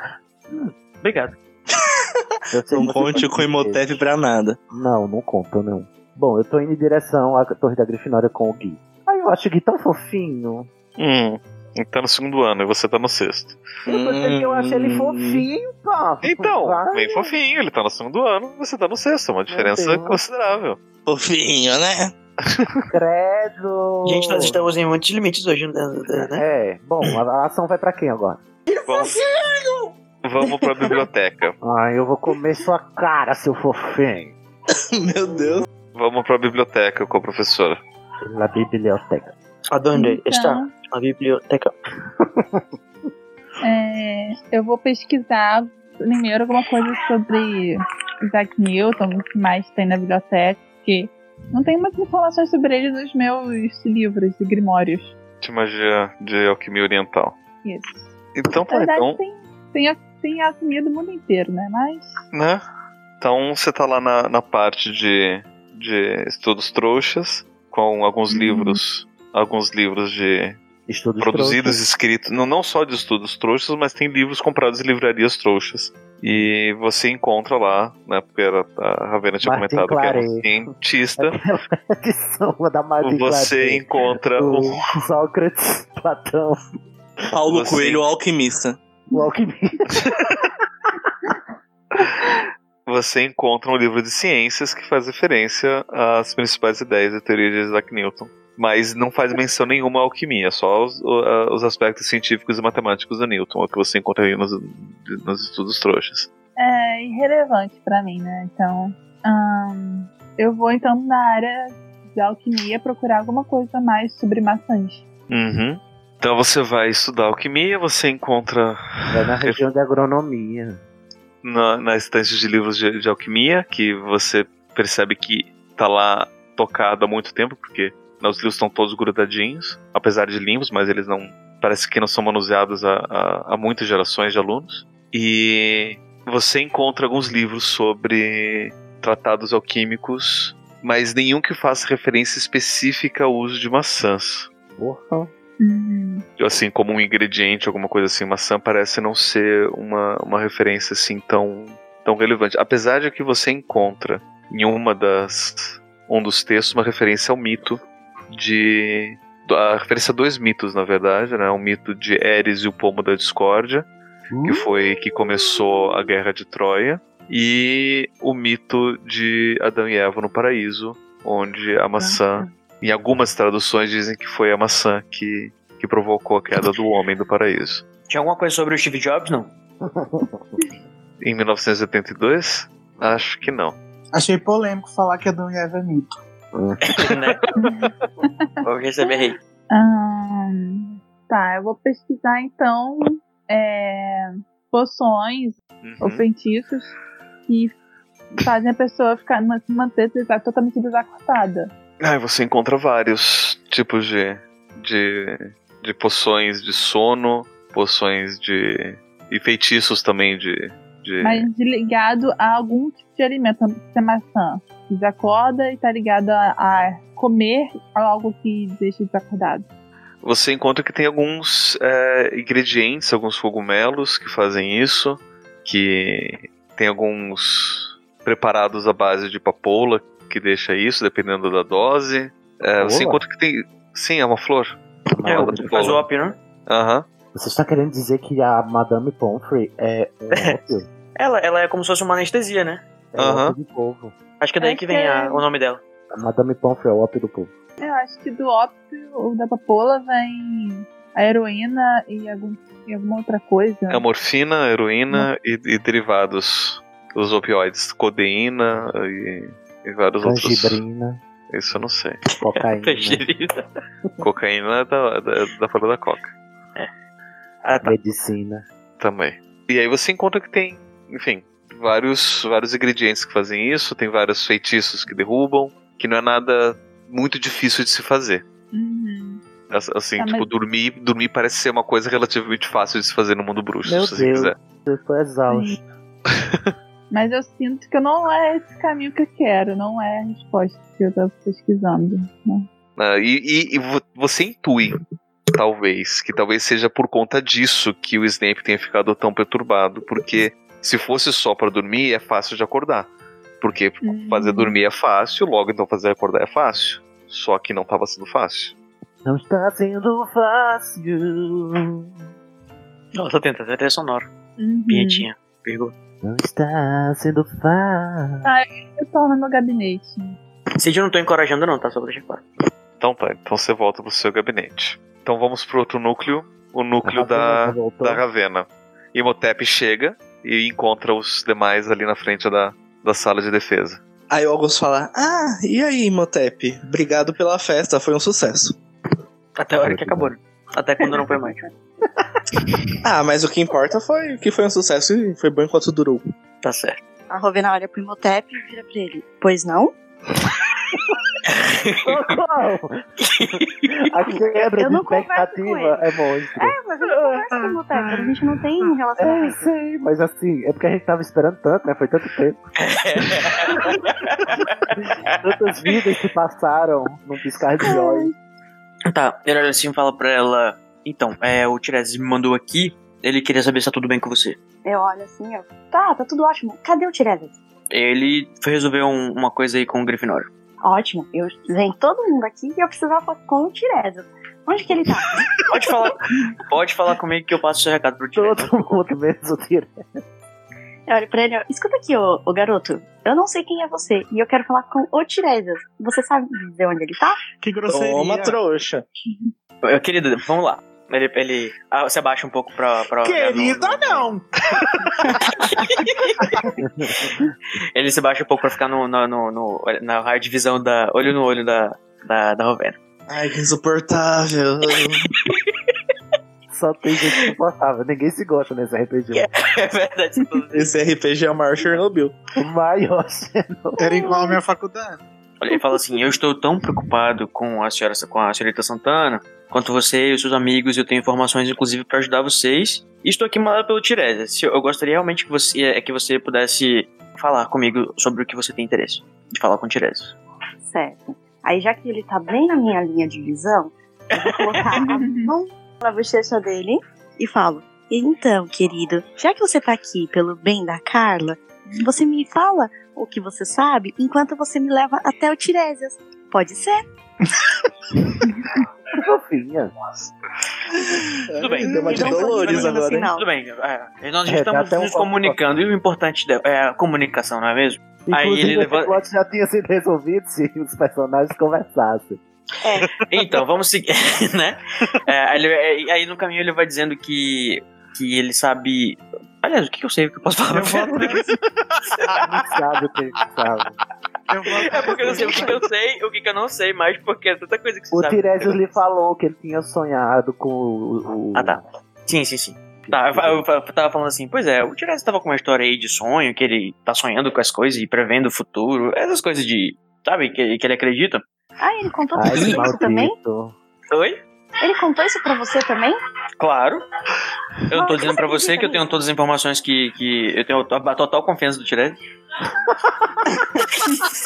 Speaker 3: Obrigado.
Speaker 2: Eu sei que você
Speaker 5: Não conte
Speaker 2: pode
Speaker 5: com o
Speaker 2: dizer.
Speaker 5: Imhotep pra nada.
Speaker 2: Não, não conta, não. Bom, eu tô indo em direção à Torre da Grifinória com o Gui. Ai, eu acho o Gui tão fofinho.
Speaker 4: Hum, ele tá no segundo ano e você tá no sexto.
Speaker 2: Eu gostei que eu acho ele
Speaker 5: Hum.
Speaker 2: fofinho, pá.
Speaker 4: Então,
Speaker 2: Vai.
Speaker 4: bem fofinho, ele tá no segundo ano, você tá no sexto, uma diferença
Speaker 2: Deus.
Speaker 4: considerável.
Speaker 5: Fofinho, né?
Speaker 2: Credo.
Speaker 3: Gente, nós estamos em muitos limites hoje, né?
Speaker 2: É, bom, a a ação vai pra quem agora?
Speaker 4: Vamos, vamos pra biblioteca.
Speaker 2: Ai, eu vou comer sua cara, seu fofinho.
Speaker 5: Meu Deus.
Speaker 4: Vamos pra biblioteca com a professora.
Speaker 2: Na biblioteca.
Speaker 3: Aonde está
Speaker 7: Então,
Speaker 3: a biblioteca?
Speaker 7: é, eu vou pesquisar primeiro alguma coisa sobre Isaac Newton, o que mais tem na biblioteca, porque não tem muitas informações sobre ele nos meus livros e grimórios.
Speaker 4: De magia de alquimia oriental.
Speaker 7: Isso.
Speaker 4: Então
Speaker 7: Na
Speaker 4: tá,
Speaker 7: verdade,
Speaker 4: então.
Speaker 7: tem, tem, a- tem a academia do mundo inteiro, né? Mas
Speaker 4: né? Então você tá lá na, na parte de, de estudos trouxas, com alguns
Speaker 2: Uhum.
Speaker 4: livros. Alguns livros de
Speaker 2: Estudos
Speaker 4: produzidos,
Speaker 2: trouxas.
Speaker 4: escritos, não, não só de estudos trouxas, mas tem livros comprados em livrarias trouxas. E você encontra lá, né? Porque era, a Ravena tinha
Speaker 2: Martin
Speaker 4: comentado que era um
Speaker 2: Claret.
Speaker 4: cientista.
Speaker 2: edição da Martin
Speaker 4: Você então.
Speaker 2: Claret,
Speaker 4: encontra um
Speaker 2: do
Speaker 4: o.
Speaker 2: Sócrates, Platão,
Speaker 5: Paulo
Speaker 4: Você-
Speaker 5: Coelho, o alquimista.
Speaker 2: o Alquimista.
Speaker 4: Você encontra um livro de ciências que faz referência às principais ideias e teorias de Isaac Newton. Mas não faz menção nenhuma à alquimia, só os, o- a- os aspectos científicos e matemáticos do Newton, é o que você encontraria nos, nos estudos trouxas.
Speaker 7: é irrelevante pra mim, né? Então, ahn, eu vou então na área de alquimia procurar alguma coisa mais sobre maçãs.
Speaker 4: Uhum. Então você vai estudar alquimia, você encontra
Speaker 2: Vai na região de agronomia.
Speaker 4: na, na estante de livros de, de alquimia, que você percebe que tá lá tocado há muito tempo, porque né, os livros estão todos grudadinhos, apesar de limpos, mas eles não. Parece que não são manuseados há, há, há muitas gerações de alunos. E você encontra alguns livros sobre tratados alquímicos, mas nenhum que faça referência específica ao uso de maçãs
Speaker 2: Porra.
Speaker 4: assim, como um ingrediente, alguma coisa assim, maçã parece não ser uma, uma referência assim tão, tão relevante. Apesar de que você encontra em uma das um dos textos uma referência ao mito de a referência a dois mitos, na verdade, né? O mito de Eris e o pomo da discórdia, que foi que começou a guerra de Troia, e o mito de Adão e Eva no paraíso, onde a maçã, em algumas traduções dizem que foi a maçã que que provocou a queda do homem do paraíso.
Speaker 3: Tinha alguma coisa sobre o Steve Jobs, não?
Speaker 4: Em 1982? Acho que não.
Speaker 1: Achei polêmico falar que Adão e Eva é mito.
Speaker 3: né? Vou receber hate.
Speaker 7: Ahn, tá, eu vou pesquisar então é, poções ou
Speaker 4: Uhum.
Speaker 7: feitiços que fazem a pessoa ficar ma- se manter desa- totalmente desacortada.
Speaker 4: Ah, e você encontra vários tipos de, de, de poções de sono, poções de. e feitiços também de. de
Speaker 7: Mas de ligado a algum tipo de alimento, não precisa ser maçã. Desacorda e tá ligado a, a comer algo que deixa desacordado.
Speaker 4: Você encontra que tem alguns é, ingredientes, alguns cogumelos que fazem isso, que tem alguns preparados à base de papoula que deixa isso, dependendo da dose. É,
Speaker 2: Papoula?
Speaker 4: você encontra que tem. Sim, é uma flor.
Speaker 3: É,
Speaker 4: Ela
Speaker 3: o
Speaker 4: tá
Speaker 3: que faz o
Speaker 4: boa.
Speaker 3: op, né?
Speaker 4: Aham.
Speaker 2: Você está querendo dizer que a Madame Pomfrey é um ópio?
Speaker 3: Ela, ela é como se fosse uma anestesia, né?
Speaker 2: É um
Speaker 4: Aham.
Speaker 2: ópio do povo.
Speaker 3: Acho que é daí
Speaker 7: É
Speaker 3: que vem
Speaker 7: que-
Speaker 3: a- o nome dela.
Speaker 2: A Madame Pomfrey é o ópio do povo.
Speaker 7: Eu acho que do ópio ou da papola vem a heroína e, algum, e alguma outra coisa.
Speaker 4: É morfina, heroína e, e derivados. Os opioides, codeína e, e vários outros.
Speaker 2: Tangibrina,
Speaker 4: Isso eu não sei.
Speaker 2: cocaína,
Speaker 3: Tangerina.
Speaker 4: Cocaína é da, da, da flor da coca.
Speaker 3: Ah, tá.
Speaker 2: medicina.
Speaker 4: também. E aí você encontra que tem, enfim, vários, vários ingredientes que fazem isso, tem vários feitiços que derrubam, que não é nada muito difícil de se fazer.
Speaker 7: Uhum.
Speaker 4: As- Assim,
Speaker 7: Tá, mas-
Speaker 4: tipo, dormir, dormir parece ser uma coisa relativamente fácil de se fazer no mundo bruxo,
Speaker 2: Meu
Speaker 4: se você
Speaker 2: Deus.
Speaker 4: quiser.
Speaker 2: Você foi exausto.
Speaker 7: Mas eu sinto que não é esse caminho que eu quero, não é a resposta que eu tava pesquisando. né?
Speaker 4: Ah, e, e- e vo- você intui, talvez, que talvez seja por conta disso que o Snape tenha ficado tão perturbado, porque se fosse só pra dormir, é fácil de acordar. Porque
Speaker 7: Hum.
Speaker 4: fazer dormir é fácil, logo então fazer acordar é fácil. Só que não tava sendo fácil.
Speaker 2: Não está sendo fácil.
Speaker 3: Eu tô tentando, é trilha sonora.
Speaker 7: Uhum.
Speaker 3: Pinhetinha. Vírgula.
Speaker 2: Não está sendo fácil.
Speaker 7: Eu torno no meu gabinete.
Speaker 3: Cid, eu não tô encorajando, não, tá? Só pra deixar claro.
Speaker 4: Então tá, então você volta pro seu gabinete. Então vamos pro outro núcleo, o núcleo
Speaker 2: Ravena
Speaker 4: da,
Speaker 2: já voltou.
Speaker 4: da Ravena. Imhotep chega e encontra os demais ali na frente da, da sala de defesa.
Speaker 5: Aí o Augusto fala: Ah, e aí, Motep? Obrigado pela festa, foi um sucesso.
Speaker 3: Até a hora que acabou, né? Até quando não foi mais.
Speaker 5: Ah, mas o que importa foi que foi um sucesso e foi bom enquanto durou.
Speaker 3: Tá certo.
Speaker 6: A Rovena olha pro Imhotep e vira pra ele. Pois não?
Speaker 2: Socorro! A quebra
Speaker 6: Eu
Speaker 2: de
Speaker 6: não converso com
Speaker 2: expectativa é monstro.
Speaker 6: É, mas a gente conversa com o Tetra, a gente não tem
Speaker 2: Eu
Speaker 6: relacionamento.
Speaker 2: sei, É, mas assim, é porque a gente tava esperando tanto, né? Foi tanto tempo. Tantas vidas se passaram num piscar de olhos.
Speaker 3: Tá, ele olha assim e fala pra ela: Então, é, o Tiresias me mandou aqui, ele queria saber se tá tudo bem com você.
Speaker 6: Eu olho assim, eu. Tá, tá tudo ótimo. Cadê o Tiresias?
Speaker 3: Ele foi resolver um- uma coisa aí com o Grifinório.
Speaker 6: Ótimo. Eu vem todo mundo aqui e eu precisava falar com o Tiresias. Onde que ele tá?
Speaker 3: Pode falar, pode falar comigo que eu passo seu recado pro Tiresias.
Speaker 2: Todo mundo menos o tiro.
Speaker 6: Eu olho pra ele, eu, escuta aqui, ô, ô garoto. Eu não sei quem é você e eu quero falar com o Tiresias. Você sabe dizer onde ele tá?
Speaker 1: Que grosseria.
Speaker 5: Toma, trouxa.
Speaker 3: Meu Querido, vamos lá. Ele, ele ah, se abaixa um pouco pra. pra olhar no-
Speaker 1: Querida, né?
Speaker 3: no-
Speaker 1: não.
Speaker 3: Ele se abaixa um pouco pra ficar no, no, no, no- na raio de visão da. olho no olho da, da, da Rovena.
Speaker 5: Ai, que insuportável.
Speaker 2: Só tem gente suportável. Ninguém se gosta nesse RPG.
Speaker 3: É verdade.
Speaker 5: Esse RPG é o maior Chernobyl.
Speaker 2: O maior.
Speaker 1: Era igual a minha faculdade.
Speaker 3: Olha, Ele fala assim: Eu estou tão preocupado com a senhora, com a senhorita Santana, quanto você e os seus amigos. Eu tenho informações, inclusive, para ajudar vocês. E estou aqui mandado pelo Tiresias. Se- Eu gostaria realmente que você, é que você pudesse falar comigo sobre o que você tem interesse de falar com o Tiresias.
Speaker 6: Certo. Aí, já que ele tá bem na minha linha de visão, eu vou colocar a mão na bochecha dele e falo: Então, querido, já que você tá aqui pelo bem da Carla, você me fala o que você sabe enquanto você me leva até o Tiresias. Pode ser?
Speaker 2: Que é fofinha.
Speaker 3: Tudo bem.
Speaker 5: Deu uma de
Speaker 6: Então,
Speaker 5: Dolores
Speaker 6: fazendo
Speaker 1: assim,
Speaker 5: agora, hein?
Speaker 6: sinal.
Speaker 3: Tudo bem, é, nós
Speaker 2: É, dá
Speaker 3: estamos
Speaker 2: até um
Speaker 3: nos
Speaker 2: pouco-
Speaker 3: comunicando e o importante de- é a comunicação, não é mesmo? Aí
Speaker 2: Inclusive,
Speaker 3: ele
Speaker 2: esse
Speaker 3: levanta-
Speaker 2: plot já tinha sido resolvido se os personagens conversassem.
Speaker 3: Então, vamos seguir, né? É, aí ele- aí, aí no caminho ele vai dizendo que, que ele sabe. Aliás, o que que eu sei o que eu posso falar?
Speaker 1: Eu vou atrás.
Speaker 2: Não sabe o que ele sabe.
Speaker 1: Eu vou atrás.
Speaker 3: É porque eu não sei o que que eu sei e o que que eu não sei mais, porque é tanta coisa que você
Speaker 2: O
Speaker 3: sabe.
Speaker 2: Tiresias lhe falou que ele tinha sonhado com o. o-
Speaker 3: Ah, tá. Sim, sim, sim. Tá, eu, fa- eu fa- eu tava falando assim, pois é, o Tiresias tava com uma história aí de sonho, que ele tá sonhando com as coisas e prevendo o futuro, essas coisas de. Sabe, que, que ele acredita.
Speaker 6: Ah, ele contou pra
Speaker 2: Ai,
Speaker 6: você isso também?
Speaker 2: maldito.
Speaker 3: Oi?
Speaker 6: Ele contou isso pra você também?
Speaker 3: Claro. Eu não
Speaker 6: Ah,
Speaker 3: tô dizendo pra você que eu tenho todas as informações que. que eu tenho a total confiança do Tiresias.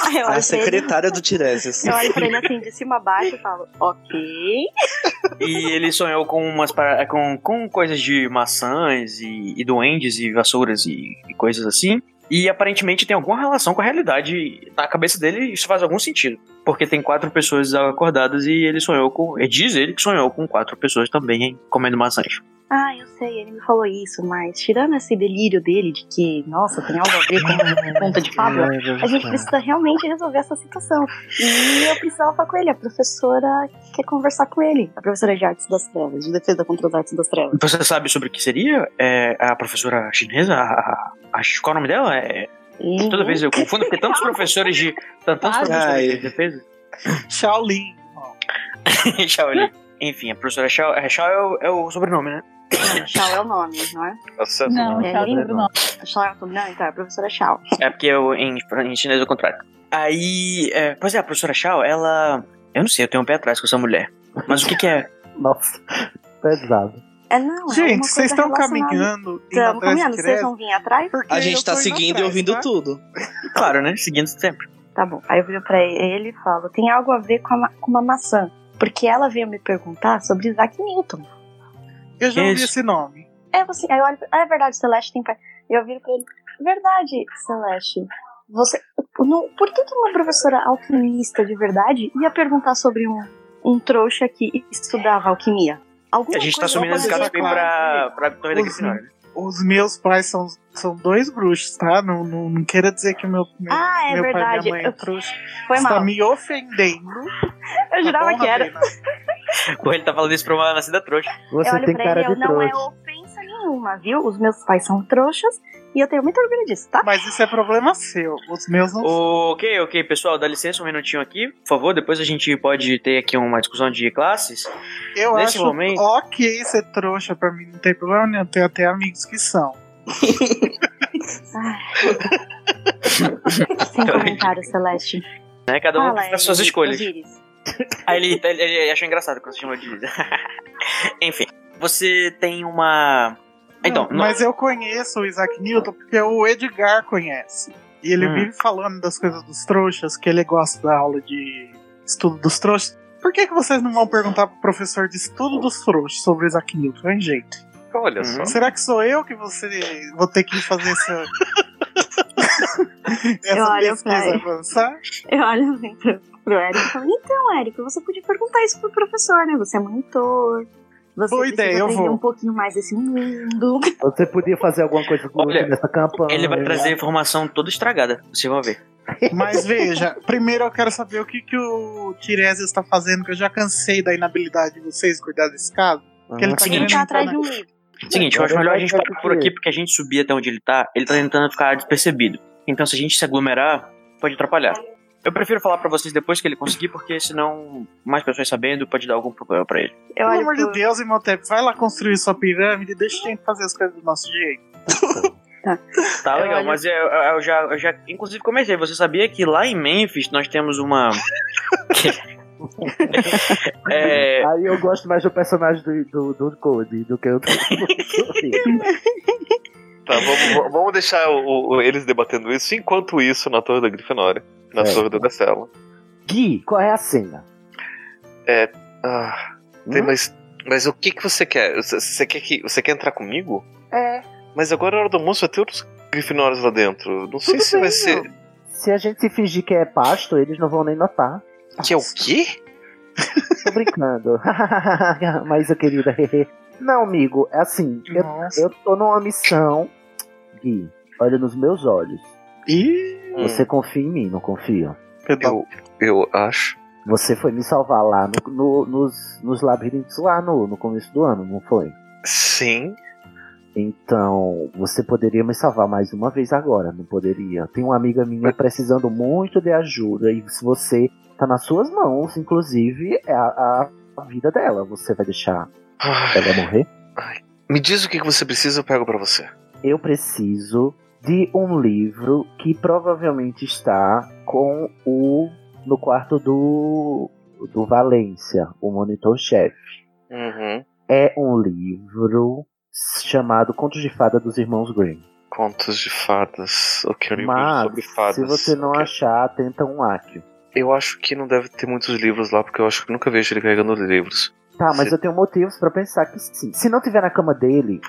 Speaker 6: Aí eu
Speaker 5: A
Speaker 6: olho pra ele-
Speaker 5: secretária do Tiresias.
Speaker 6: eu olho pra ele assim, de cima a baixo e falo: Ok.
Speaker 3: E ele sonhou com umas para- com, com coisas de maçãs e, e duendes e vassouras e, e coisas assim. E aparentemente tem alguma relação com a realidade. Na cabeça dele, isso faz algum sentido. Porque tem quatro pessoas acordadas e ele sonhou com. E diz ele que sonhou com quatro pessoas também comendo maçãs.
Speaker 6: Ah, eu sei, ele me falou isso, mas tirando esse delírio dele de que, nossa, tem algo a ver com conta de fábula, a gente precisa realmente resolver essa situação. E eu precisava falar com ele, a professora quer conversar com ele, a professora de artes das trevas, de defesa contra as artes das trevas.
Speaker 3: Você sabe sobre o que seria é, a professora chinesa? A, a- a- qual é o nome dela? É,
Speaker 6: E
Speaker 3: toda vez eu confundo, porque tantos professores de. Tantos professores de
Speaker 5: Ai.
Speaker 3: defesa.
Speaker 1: Shaolin.
Speaker 3: Shaolin. Enfim, a professora Shao, é, Shao é, o, é o sobrenome, né?
Speaker 6: Chau é o nome, não é?
Speaker 4: Tá certo?
Speaker 7: Não,
Speaker 6: É,
Speaker 7: tá
Speaker 6: ele-
Speaker 7: lembro não.
Speaker 6: Chau é o nome, não, então é a professora Chau.
Speaker 3: É porque eu, em, em chinês é o contrário. Aí, é, pois é, a professora Shao, ela. Eu não sei, eu tenho um pé atrás com essa mulher. Mas o que, que é?
Speaker 2: Nossa, pesado.
Speaker 6: É, não, é alguma
Speaker 1: Gente,
Speaker 6: coisa
Speaker 1: vocês estão
Speaker 6: relacionada.
Speaker 1: caminhando. indo
Speaker 6: Estamos
Speaker 1: atrás de
Speaker 6: caminhando, vocês
Speaker 1: Tiresias?
Speaker 6: vão vir atrás?
Speaker 1: Porque
Speaker 5: A
Speaker 1: eu
Speaker 5: gente
Speaker 1: tô
Speaker 5: tá
Speaker 1: indo
Speaker 5: seguindo e
Speaker 1: atrás,
Speaker 5: ouvindo
Speaker 1: tá?
Speaker 5: tudo.
Speaker 3: Claro, né? Seguindo sempre.
Speaker 6: Tá bom. Aí eu viro pra ele e falo: tem algo a ver com, a ma- com uma maçã. Porque ela veio me perguntar sobre Isaac Newton.
Speaker 1: Eu já ouvi
Speaker 3: Isso.
Speaker 1: esse nome.
Speaker 6: É você. Aí eu olho. pra- Ah, é verdade, Celeste tem pai. E eu viro pra ele: verdade, Celeste. Você. Não, por que, que uma professora alquimista de verdade ia perguntar sobre um, um trouxa que estudava alquimia? Alguma
Speaker 3: a gente tá
Speaker 6: coisa é
Speaker 3: subindo
Speaker 1: vamos
Speaker 3: esse
Speaker 6: tem a
Speaker 3: cara
Speaker 1: escada
Speaker 6: ver
Speaker 3: aqui
Speaker 1: claro.
Speaker 3: pra, pra Torre da
Speaker 1: Os-
Speaker 3: Grifinória. né?
Speaker 1: Os meus pais são, são dois bruxos, tá? Não, não, não queira dizer que o meu, meu,
Speaker 6: Ah, é
Speaker 1: meu pai e
Speaker 6: verdade.
Speaker 1: minha mãe é
Speaker 6: Eu-
Speaker 1: trouxa.
Speaker 6: Foi
Speaker 1: Você tá
Speaker 6: mal.
Speaker 1: me ofendendo. tá
Speaker 6: Eu jurava que era.
Speaker 3: Pô, ele tá falando isso pra uma nascida trouxa.
Speaker 6: Eu
Speaker 2: Você
Speaker 6: olho
Speaker 2: tem
Speaker 6: pra ele
Speaker 2: cara
Speaker 6: e eu,
Speaker 2: de
Speaker 6: não é
Speaker 2: trouxa.
Speaker 6: ofensa nenhuma, viu? Os meus pais são trouxas e eu tenho muito orgulho disso, tá?
Speaker 1: Mas isso é problema seu. Os meus não
Speaker 3: Ok, ok, pessoal, dá licença um minutinho aqui, por favor. Depois a gente pode ter aqui uma discussão de classes.
Speaker 1: Eu
Speaker 3: Nesse
Speaker 1: acho
Speaker 3: momento-
Speaker 1: ok ser trouxa pra mim, não tem problema nenhum. Tenho até amigos que são.
Speaker 6: Sem comentário, Celeste.
Speaker 3: Né? Cada um faz suas
Speaker 6: Osiris,
Speaker 3: escolhas.
Speaker 6: Osiris.
Speaker 3: Aí ele, ele, ele achou engraçado quando você chamou de Lisa. Enfim, você tem uma. Então, não-
Speaker 1: Mas eu conheço o Isaac Newton porque o Edgar conhece. E ele
Speaker 3: Hum.
Speaker 1: vive falando das coisas dos trouxas, que ele gosta da aula de estudo dos trouxas. Por que, que vocês não vão perguntar pro professor de estudo dos trouxas sobre o Isaac Newton, hein, gente?
Speaker 4: Olha
Speaker 3: Uhum.
Speaker 4: só.
Speaker 1: Será que sou eu que você vou ter que fazer essa,
Speaker 6: Eu
Speaker 1: essa
Speaker 6: olho pra
Speaker 1: pesquisa avançar?
Speaker 6: Eu olho assim pro, pro Érico e falo, então, Érico, você podia perguntar isso pro professor, né? Você é monitor. Você
Speaker 1: Boa
Speaker 6: precisa
Speaker 1: ideia, eu
Speaker 6: aprender
Speaker 1: vou.
Speaker 6: um pouquinho mais desse mundo.
Speaker 2: Você podia fazer alguma coisa com
Speaker 3: Olha,
Speaker 2: ele nessa campanha.
Speaker 3: ele vai trazer informação toda estragada. Vocês vão ver.
Speaker 1: Mas veja, primeiro eu quero saber o que, que o Tiresias está fazendo, que eu já cansei da inabilidade de vocês cuidar desse caso. Porque ele tá
Speaker 3: Seguinte.
Speaker 1: querendo
Speaker 6: Ele
Speaker 1: entrar
Speaker 6: tá atrás
Speaker 1: na-
Speaker 6: de um livro.
Speaker 3: Seguinte, eu acho melhor a gente parar por aqui, porque a gente subir até onde ele tá, ele tá tentando ficar despercebido. Então, se a gente se aglomerar, pode atrapalhar. Eu prefiro falar pra vocês depois que ele conseguir, porque senão mais pessoas sabendo pode dar algum problema pra ele.
Speaker 6: Eu
Speaker 1: Pelo
Speaker 6: olho
Speaker 1: amor
Speaker 6: pro...
Speaker 1: de Deus, Imhotep, vai lá construir sua pirâmide, deixa a gente fazer as coisas do nosso jeito.
Speaker 3: Tá
Speaker 6: Eu
Speaker 3: legal,
Speaker 6: olho-
Speaker 3: mas eu, eu- eu já, eu já, inclusive, comecei. Você sabia que lá em Memphis nós temos uma. é,
Speaker 2: Aí eu gosto mais do personagem do, do, do Cody do que o do.
Speaker 4: Tá, vamos, vamos- vamos deixar o- o- eles debatendo isso, enquanto isso, na Torre da Grifinória. Na
Speaker 2: É.
Speaker 4: Torre da Cela.
Speaker 2: Gui, qual é a cena?
Speaker 4: Ah, tem-
Speaker 2: Hum?
Speaker 4: mas, mas o que, que você quer? Você, você quer que, você quer entrar comigo?
Speaker 2: É.
Speaker 4: Mas agora é hora do almoço, vai ter outros Grifinórios lá dentro. Não sei
Speaker 2: Tudo
Speaker 4: se
Speaker 2: bem,
Speaker 4: vai ser.
Speaker 2: Se a gente se fingir que é pasto, eles não vão nem notar.
Speaker 4: Que é o quê?
Speaker 2: Tô brincando. Mas eu querida. Não, amigo, é assim. Eu,
Speaker 1: Nossa.
Speaker 2: eu tô numa missão. Gui, olha nos meus olhos.
Speaker 1: Ih,
Speaker 2: Você confia em mim, não confia?
Speaker 1: pedal.
Speaker 4: eu, eu acho.
Speaker 2: Você foi me salvar lá no- no- nos, nos labirintos lá no, no começo do ano, não foi?
Speaker 4: Sim.
Speaker 2: Então, você poderia me salvar mais uma vez agora, não poderia? Tem uma amiga minha precisando muito de ajuda e se você tá nas suas mãos, inclusive, é a, a vida dela. Você vai deixar
Speaker 4: Ah,
Speaker 2: ela morrer?
Speaker 4: Me diz o que que você precisa, eu pego pra você.
Speaker 2: Eu preciso de um livro que provavelmente está com o no quarto do do Valência, o monitor chefe.
Speaker 4: Uhum.
Speaker 2: É um livro chamado Contos de Fada dos Irmãos Grimm.
Speaker 4: Contos de fadas. Ok, um livro sobre
Speaker 2: Mas,
Speaker 4: fadas.
Speaker 2: se você não
Speaker 4: Ok.
Speaker 2: achar, tenta um Acre.
Speaker 4: Eu acho que não deve ter muitos livros lá, porque eu acho que nunca vejo ele carregando livros.
Speaker 2: Tá, mas
Speaker 4: Se-
Speaker 2: eu tenho motivos pra pensar que sim. Se não tiver na cama dele,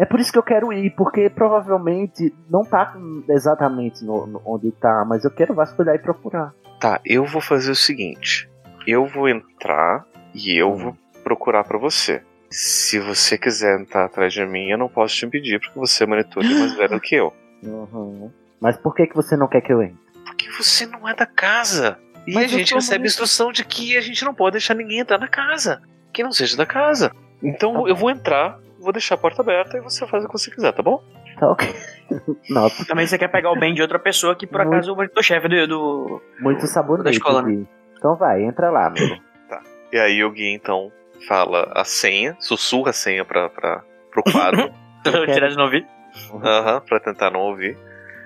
Speaker 2: é por isso que eu quero ir, porque provavelmente não tá exatamente no, no- onde tá, mas eu quero vasculhar e procurar.
Speaker 4: Tá, eu vou fazer o seguinte: eu vou entrar e eu vou procurar pra você. Se você quiser entrar atrás de mim, eu não posso te impedir, porque você é monitor e é mais velho que eu. Uhum.
Speaker 2: Mas por que que você não quer que eu entre?
Speaker 4: Porque você não é da casa. E
Speaker 2: Mas
Speaker 4: a
Speaker 2: eu
Speaker 4: gente
Speaker 2: sou
Speaker 4: recebe a
Speaker 2: monitor.
Speaker 4: instrução de que a gente não pode deixar ninguém entrar na casa. Que não seja da casa. Então
Speaker 2: Tá bom.
Speaker 4: eu vou entrar, vou deixar a porta aberta e você faz o que você quiser, tá bom?
Speaker 2: Tá ok. Nossa,
Speaker 3: também você quer pegar o bem de outra pessoa que por
Speaker 2: Muito.
Speaker 3: acaso é o monitor-chefe do, do-
Speaker 2: muito sabonete.
Speaker 3: escola, né?
Speaker 2: Gui. Então vai, entra lá, amigo.
Speaker 4: E aí o Gui então fala a senha, sussurra a senha pra, pra, pro quadro,
Speaker 3: do
Speaker 2: quero-
Speaker 3: Tirar de Novi.
Speaker 4: aham, pra tentar não ouvir.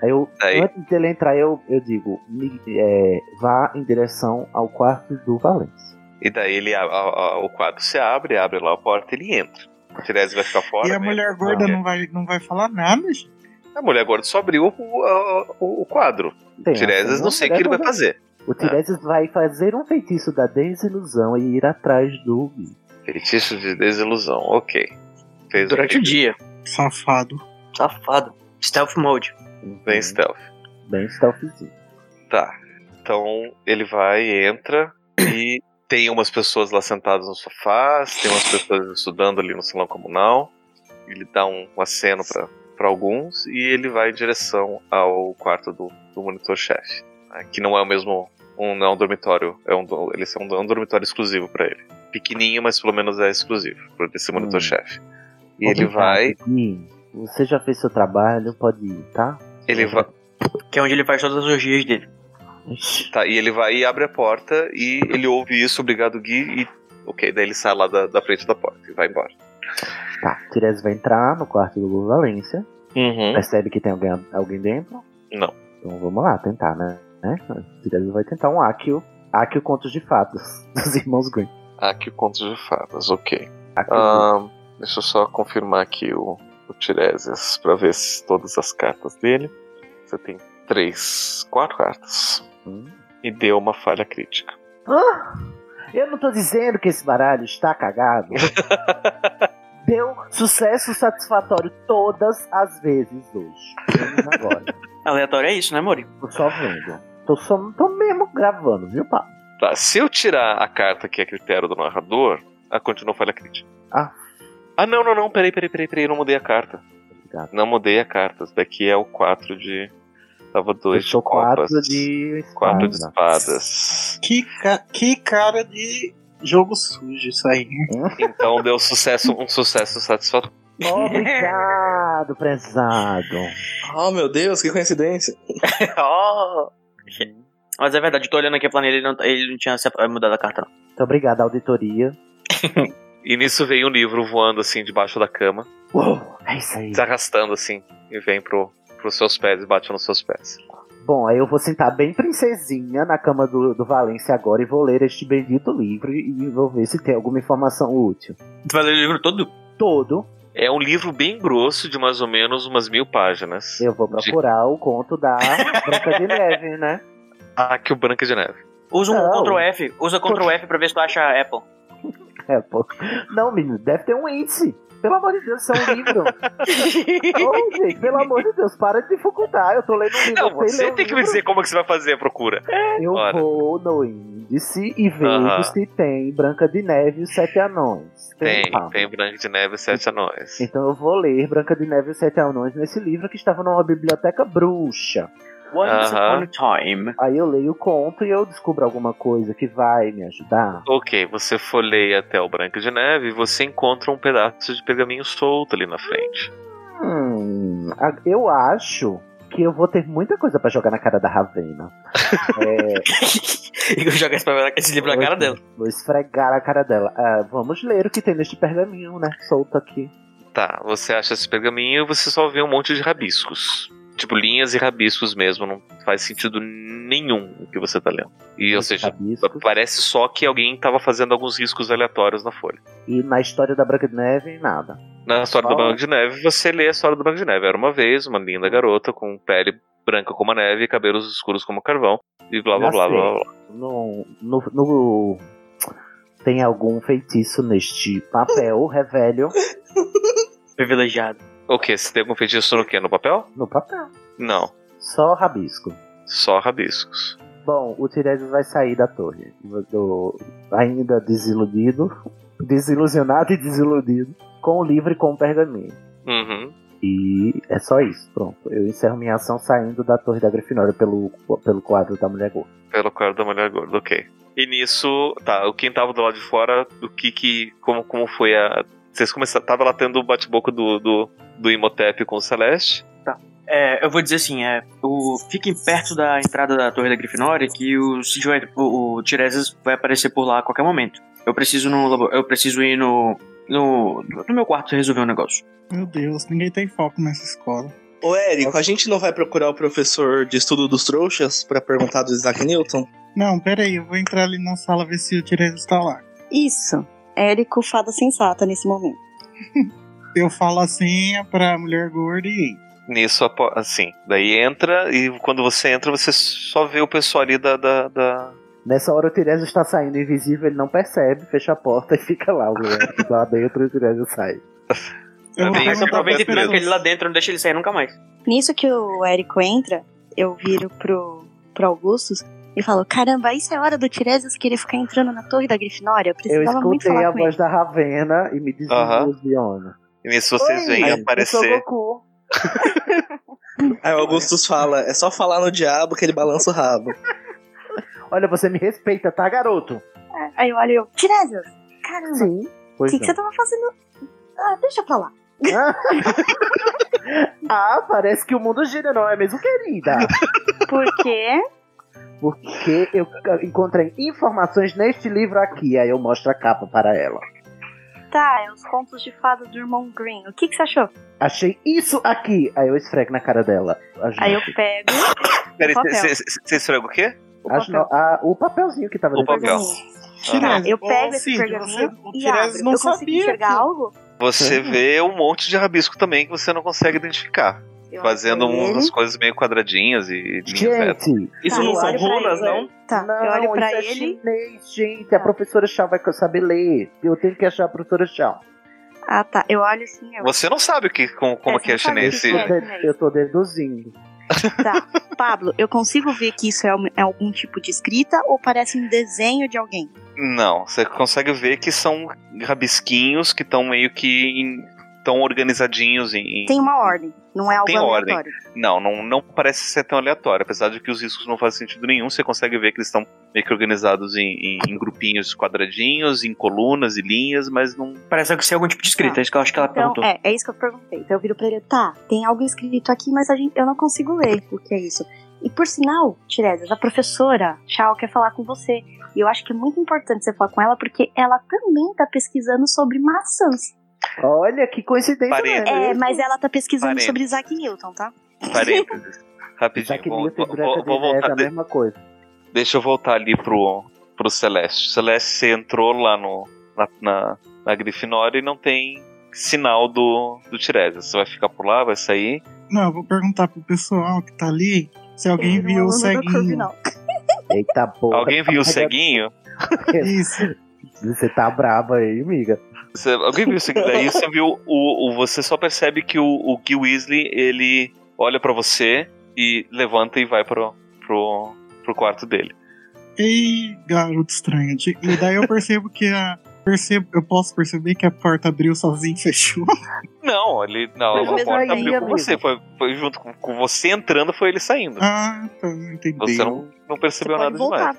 Speaker 2: Aí eu,
Speaker 4: Aí.
Speaker 2: antes dele entrar, eu, eu digo, me- é, vá em direção ao quarto do Valência.
Speaker 4: E daí ele, a- a- a- o quadro se abre, abre lá a porta e ele entra. O Tiresias vai ficar fora.
Speaker 1: E a
Speaker 4: né?
Speaker 1: mulher gorda
Speaker 4: Porque
Speaker 1: não vai, não vai falar nada, gente.
Speaker 4: A mulher gorda só abriu o, a- o- o quadro.
Speaker 2: Tem
Speaker 4: O Tiresias
Speaker 2: essa,
Speaker 4: não sei o que ele vai
Speaker 2: Tiresias-
Speaker 4: fazer. né?
Speaker 2: O Tiresias vai fazer um feitiço da desilusão e ir atrás do Gui.
Speaker 4: Feitiço de desilusão, ok. Fez
Speaker 3: Durante
Speaker 4: feitiço
Speaker 3: o dia.
Speaker 1: Safado.
Speaker 3: Safado. Stealth mode.
Speaker 4: Bem então. stealth.
Speaker 2: Um Bem stealthzinho.
Speaker 4: Tá. Então ele vai, entra e tem umas pessoas lá sentadas no sofá, tem umas pessoas estudando ali no salão comunal. Ele dá um, um aceno pra pra alguns e ele vai em direção ao quarto do, do monitor-chefe, né, que não é o mesmo. Um, não é um dormitório, é um, do- ele é um, é um dormitório exclusivo pra ele. Pequenininho, mas pelo menos é exclusivo pra esse monitor-chefe. E ele
Speaker 2: Obrigado,
Speaker 4: vai,
Speaker 2: Gui, tá, você já fez seu trabalho, pode ir, tá?
Speaker 4: ele vai,
Speaker 3: Que é onde ele faz todas as orgias dele.
Speaker 2: Ixi,
Speaker 4: Tá, e ele vai e abre a porta e ele ouve isso, obrigado Gui, e. Ok, daí ele sai lá da, da frente da porta e vai embora.
Speaker 2: Tá, o Tiresias vai entrar no quarto do Valência.
Speaker 4: Uhum.
Speaker 2: Percebe que tem alguém, alguém dentro?
Speaker 4: Não.
Speaker 2: Então vamos lá, tentar, né? né? Ele vai tentar um Akio. Akio Contos de Fadas, dos irmãos Green.
Speaker 4: Aqui Ah, contos de fadas, ok.
Speaker 2: Akio
Speaker 4: Ahn, deixa eu só confirmar aqui o, o Tiresias pra ver se todas as cartas dele. Você tem três, quatro cartas.
Speaker 2: Green.
Speaker 4: E deu uma falha crítica.
Speaker 2: Ah, eu não tô dizendo que esse baralho está cagado. Deu sucesso satisfatório todas as vezes hoje. Vamos Agora.
Speaker 3: Aleatório é isso, né, Mori?
Speaker 2: Tô só vendo. Tô, só, tô mesmo gravando, viu, pá?
Speaker 4: Tá, se eu tirar a carta que é critério do narrador, ah, continua falha crítica.
Speaker 2: Ah.
Speaker 4: Ah, não, não, não, peraí, peraí, peraí, peraí, eu não mudei a carta.
Speaker 2: Obrigado.
Speaker 4: Não mudei a carta. Isso daqui é o 4 de. Tava
Speaker 2: Eu
Speaker 4: 2 de
Speaker 2: sou quatro
Speaker 4: copas.
Speaker 2: de
Speaker 4: 4 de
Speaker 2: espada.
Speaker 4: espadas.
Speaker 1: Que, ca- que cara de jogo sujo isso aí. né?
Speaker 4: Então deu sucesso, um sucesso satisfatório.
Speaker 2: Obrigado, prezado.
Speaker 5: Oh, meu Deus, que coincidência.
Speaker 3: Ó. Oh! Mas é verdade, eu tô olhando aqui a planilha, ele não, ele não tinha se- mudado a carta, não.
Speaker 2: Muito obrigado, auditoria.
Speaker 4: E nisso veio um livro voando assim debaixo da cama,
Speaker 2: Uou, é isso aí.
Speaker 4: se arrastando assim, e vem pro, pros seus pés e bate nos seus pés.
Speaker 2: Bom, aí eu vou sentar bem princesinha na cama do, do Valência agora e vou ler este bendito livro e vou ver se tem alguma informação útil.
Speaker 3: Tu vai ler o livro todo?
Speaker 2: Todo,
Speaker 4: É um livro bem grosso, de mais ou menos umas mil páginas.
Speaker 2: eu vou procurar o conto da Branca de Neve, né?
Speaker 4: Ah, que o Branca de Neve.
Speaker 3: Usa um
Speaker 2: Não.
Speaker 3: Ctrl F, usa Ctrl F pra ver se tu acha a Apple.
Speaker 2: É, pô. Não, menino, deve ter um índice. Pelo amor de Deus, isso é um livro. Ô, gente, pelo amor de Deus, para de dificultar. Eu tô lendo um livro.
Speaker 4: Não,
Speaker 2: eu sei
Speaker 4: você
Speaker 2: ler um
Speaker 4: tem que me
Speaker 2: livro.
Speaker 4: dizer como é que você vai fazer a procura.
Speaker 2: Eu
Speaker 4: Ora.
Speaker 2: vou no índice e vejo
Speaker 4: Aham.
Speaker 2: se tem Branca de Neve e os Sete Anões.
Speaker 4: Tem,
Speaker 2: pá.
Speaker 4: tem Branca de Neve e Sete Anões.
Speaker 2: Então eu vou ler Branca de Neve e os Sete Anões nesse livro que estava numa biblioteca bruxa.
Speaker 3: Once
Speaker 4: Aham.
Speaker 3: upon a time.
Speaker 2: Aí eu leio o conto e eu descubro alguma coisa que vai me ajudar.
Speaker 4: Ok, você folheia até o Branca de Neve e você encontra um pedaço de pergaminho solto ali na frente.
Speaker 2: Hum, a- eu acho que eu vou ter muita coisa pra jogar na cara da Ravena. É,
Speaker 3: e joga esse, papel- esse livro Tipo, na cara dela.
Speaker 2: Vou esfregar a cara dela. Ah, vamos ler o que tem neste pergaminho, né? Solto aqui.
Speaker 4: Tá, você acha esse pergaminho e você só vê um monte de rabiscos. Tipo, linhas e rabiscos mesmo, não faz sentido nenhum o que você tá lendo. E, ou seja,
Speaker 2: Rabiscos.
Speaker 4: parece só que alguém tava fazendo alguns riscos aleatórios na folha.
Speaker 2: E na história da Branca de Neve, nada.
Speaker 4: Na história do
Speaker 2: Ó.
Speaker 4: Branco de Neve, você lê a história do Branco de Neve. Era uma vez uma linda garota com pele branca como a neve e cabelos escuros como carvão. E blá blá blá
Speaker 2: Nasceu.
Speaker 4: blá blá.
Speaker 2: no, no, no- tem algum feitiço neste papel, revelio
Speaker 3: Privilegiado.
Speaker 4: O que? Você tem algum feitiço no quê? No papel?
Speaker 2: no papel.
Speaker 4: Não.
Speaker 2: Só rabisco.
Speaker 4: Só rabiscos.
Speaker 2: Bom, o Tiresias vai sair da torre. do- ainda desiludido, desilusionado e desiludido, com o livro e com o pergaminho.
Speaker 4: Uhum.
Speaker 2: E é só isso, pronto. Eu encerro minha ação saindo da torre da Grifinória pelo, pelo quadro da Mulher Gorda.
Speaker 4: Pelo quarto da mulher gorda, ok. E nisso, tá, o quem tava do lado de fora, o que que. Como, como foi a. Vocês começaram. Tava lá tendo o bate-boca do, do, do Imhotep com o Celeste.
Speaker 3: É, eu vou dizer assim, é, o, fiquem perto da entrada da Torre da Grifinória que o, Cid vai- o, o Tiresias vai aparecer por lá a qualquer momento. Eu preciso no labo- eu preciso ir no, no no meu quarto resolver um negócio.
Speaker 1: Meu Deus, ninguém tem foco nessa escola.
Speaker 5: Ô, Érico, a gente não vai procurar o professor de estudo dos trouxas pra perguntar do Isaac Newton?
Speaker 1: Não, peraí, eu vou entrar ali na sala ver se o Tiresias tá lá.
Speaker 6: Isso. Érico, fada sensata nesse momento.
Speaker 1: Eu falo a senha pra mulher gorda e.
Speaker 4: Nisso, apo- assim. Daí entra, e quando você entra, você só vê o pessoal ali da- da- da,
Speaker 2: Nessa hora o Tiresias está saindo invisível, ele não percebe, fecha a porta e fica lá. O Leandro lá dentro e o Tiresias sai.
Speaker 1: Eu
Speaker 4: É
Speaker 1: vou
Speaker 4: bem
Speaker 3: Mas
Speaker 4: isso,
Speaker 1: perguntar
Speaker 3: aproveita e
Speaker 1: pras
Speaker 4: tranquilo.
Speaker 3: tranca
Speaker 1: pessoas.
Speaker 3: ele lá dentro, não deixa ele sair nunca mais.
Speaker 6: Nisso que o Érico entra, eu viro pro, pro Augustus e falo: Caramba, isso é hora do Tiresias querer ficar entrando na torre da Grifinória? Eu
Speaker 2: Eu
Speaker 6: precisava muito
Speaker 2: escutei
Speaker 6: falar
Speaker 2: a
Speaker 6: com ele.
Speaker 2: voz da Ravena e me
Speaker 4: Aham.
Speaker 2: desilusiona.
Speaker 4: E nisso vocês
Speaker 2: Oi,
Speaker 4: veem
Speaker 2: eu sou
Speaker 4: aparecer.
Speaker 2: Goku.
Speaker 5: Aí o Augustus fala, é só falar no diabo que ele balança o rabo.
Speaker 2: Olha, você me respeita, tá, garoto?
Speaker 6: Aí eu olho e eu: Tiresias, caramba, o
Speaker 2: Pois é.
Speaker 6: que, que você tava fazendo? Ah, deixa pra lá.
Speaker 2: não. Ah, parece que o mundo gira, não é mesmo, querida?
Speaker 6: Por quê?
Speaker 2: Porque eu encontrei informações neste livro aqui, aí eu mostro a capa para ela.
Speaker 6: tá, é os contos de fada do irmão Green. O que, que você achou?
Speaker 2: Achei isso aqui. Aí eu esfrego na cara dela. A
Speaker 6: Aí eu
Speaker 2: gente-
Speaker 6: pego
Speaker 4: Peraí,
Speaker 6: o papel.
Speaker 4: você esfrega o quê?
Speaker 6: o
Speaker 2: As
Speaker 6: papel.
Speaker 2: no- a- o papelzinho que tava
Speaker 4: O papel.
Speaker 6: Pergaminho.
Speaker 4: Aham.
Speaker 1: Tiresias,
Speaker 6: Tá, Eu
Speaker 1: Tá. ô,
Speaker 6: pego esse
Speaker 1: Cid,
Speaker 6: pergaminho
Speaker 1: você- o
Speaker 6: e
Speaker 1: Tiresias
Speaker 6: abro.
Speaker 1: não
Speaker 6: eu consigo
Speaker 1: sabia
Speaker 6: enxergar
Speaker 1: que-
Speaker 6: algo?
Speaker 4: Você vê um monte de rabisco também que você não consegue identificar.
Speaker 6: Eu
Speaker 4: Fazendo um-
Speaker 6: abro ele.
Speaker 4: umas coisas meio quadradinhas e linhas retas.
Speaker 2: Gente,
Speaker 3: Isso
Speaker 6: Tá,
Speaker 3: não
Speaker 6: eu
Speaker 3: são
Speaker 6: olho pra
Speaker 3: runas,
Speaker 6: ele.
Speaker 4: não?
Speaker 6: Tá,
Speaker 2: não,
Speaker 6: eu olho pra
Speaker 2: isso é
Speaker 6: ele. Tá.
Speaker 2: chinês, gente. A professora Chá vai saber ler. Eu tenho que achar a professora Chá.
Speaker 6: Ah, tá. Eu olho assim, eu.
Speaker 4: Você não sabe o que, como, como
Speaker 6: É,
Speaker 4: que é
Speaker 6: você não sabe o
Speaker 4: chinês.
Speaker 6: que
Speaker 4: se-
Speaker 6: é. chinês.
Speaker 2: Eu tô deduzindo.
Speaker 6: Tá. Pablo, eu consigo ver que isso é, um- é algum tipo de escrita ou parece um desenho de alguém?
Speaker 4: Não, você consegue ver que são rabisquinhos que estão meio que tão organizadinhos em. em-
Speaker 6: Tem uma ordem, não é algo
Speaker 4: Tem ordem.
Speaker 6: aleatório.
Speaker 4: Não, não, não parece ser tão aleatório. Apesar de que os riscos não fazem sentido nenhum, você consegue ver que eles estão meio que organizados em, em- em grupinhos quadradinhos, em colunas e linhas, mas não.
Speaker 3: Parece que ser algum tipo de escrita,
Speaker 6: Tá.
Speaker 3: é isso que eu acho que ela
Speaker 6: Então,
Speaker 3: perguntou.
Speaker 6: é, é isso que eu perguntei. Então eu viro pra ele, tá, tem algo escrito aqui, mas a gente, eu não consigo ler o que é isso. E por sinal, Tiresias, a professora Chao quer falar com você. E eu acho que é muito importante você falar com ela, porque ela também tá pesquisando sobre maçãs.
Speaker 2: Olha que coincidência,
Speaker 4: Parente.
Speaker 2: né?
Speaker 6: É, mas ela tá pesquisando
Speaker 4: Parei.
Speaker 6: sobre Isaac Newton, tá?
Speaker 4: Parênteses. Rapidinho,
Speaker 2: Isaac
Speaker 4: vou,
Speaker 2: Newton e
Speaker 4: vou-
Speaker 2: Branca
Speaker 4: vou- vou
Speaker 2: de Neve,
Speaker 4: voltar.
Speaker 2: a mesma coisa.
Speaker 4: Deixa eu voltar ali pro, pro Celeste. Celeste, você entrou lá no, na, na, na Grifinória e não tem sinal do, do Tiresias. Você vai ficar por lá, vai sair.
Speaker 1: Não, eu vou perguntar pro pessoal que tá ali se alguém
Speaker 6: Eu viro
Speaker 1: viu o
Speaker 6: um aluno do
Speaker 1: ceguinho.
Speaker 6: Corvinal.
Speaker 2: Eita porra. tá
Speaker 4: Alguém viu o ceguinho?
Speaker 1: Isso.
Speaker 2: Você tá brava aí, amiga.
Speaker 4: Você- alguém viu o ceguinho? Daí você viu o, o- Você só percebe que o, o Gil Weasley, ele olha pra você e levanta e vai pro, pro, pro quarto dele.
Speaker 1: Ei, garoto estranho. De- E daí eu percebo que a. Percebo, eu posso perceber que a porta abriu sozinha e fechou.
Speaker 4: Não, ele. Não,
Speaker 2: Mas
Speaker 4: a
Speaker 2: mesmo
Speaker 4: porta
Speaker 2: aí,
Speaker 4: abriu com
Speaker 2: amigo.
Speaker 4: você. Foi, foi junto com, com você entrando, foi ele saindo.
Speaker 1: Ah, tá, entendi.
Speaker 4: Você não, não
Speaker 6: Você
Speaker 4: percebeu
Speaker 6: pode
Speaker 4: nada
Speaker 6: voltar.
Speaker 4: demais.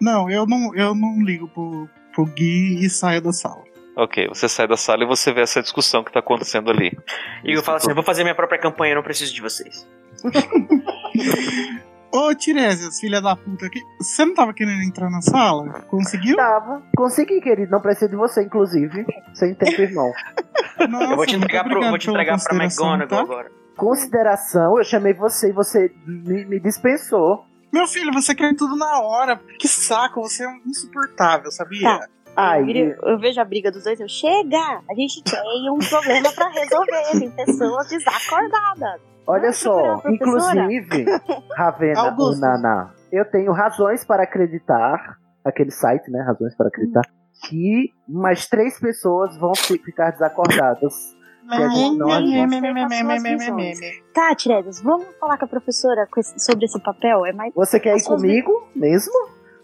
Speaker 1: Não, eu não, eu não ligo pro, pro Gui e saio da sala.
Speaker 4: Ok, você sai da sala e você vê essa discussão que tá acontecendo ali.
Speaker 6: é,
Speaker 3: E eu falo assim: eu vou fazer minha própria campanha, eu não preciso de vocês.
Speaker 1: Ô, Tiresias, filha da puta, que- você não tava querendo entrar na sala? Conseguiu?
Speaker 2: Tava. Consegui, querido. Não precisa de você, inclusive. Sem tempo, irmão.
Speaker 1: Nossa,
Speaker 3: eu vou te
Speaker 1: muito
Speaker 3: entregar, pro, vou
Speaker 1: obrigado
Speaker 3: te
Speaker 1: pela
Speaker 3: entregar tá pra
Speaker 1: consideração,
Speaker 3: McGonagall
Speaker 1: tá?
Speaker 3: agora.
Speaker 2: Consideração, eu chamei você e você me, me dispensou.
Speaker 1: Meu filho, você quer tudo na hora. Que saco, você é um insuportável, sabia?
Speaker 6: Tá.
Speaker 2: Ai,
Speaker 6: eu, viro- eu vejo a briga dos dois, eu chega! A gente tem um problema pra resolver. Tem pessoas desacordadas.
Speaker 2: olha
Speaker 6: vamos procurar
Speaker 2: só.
Speaker 6: a professora?
Speaker 2: Inclusive, Ravena
Speaker 1: Augusto.
Speaker 2: Unaná, eu tenho razões para acreditar, aquele site, né? Razões para acreditar, que mais três pessoas vão fi- ficar desacordadas. Que a gente não ajuda.
Speaker 6: Tá, Tiresias, vamos falar com a professora com esse- sobre esse papel? É mais.
Speaker 2: Você quer
Speaker 6: As
Speaker 2: ir
Speaker 6: suas
Speaker 2: comigo mesmo?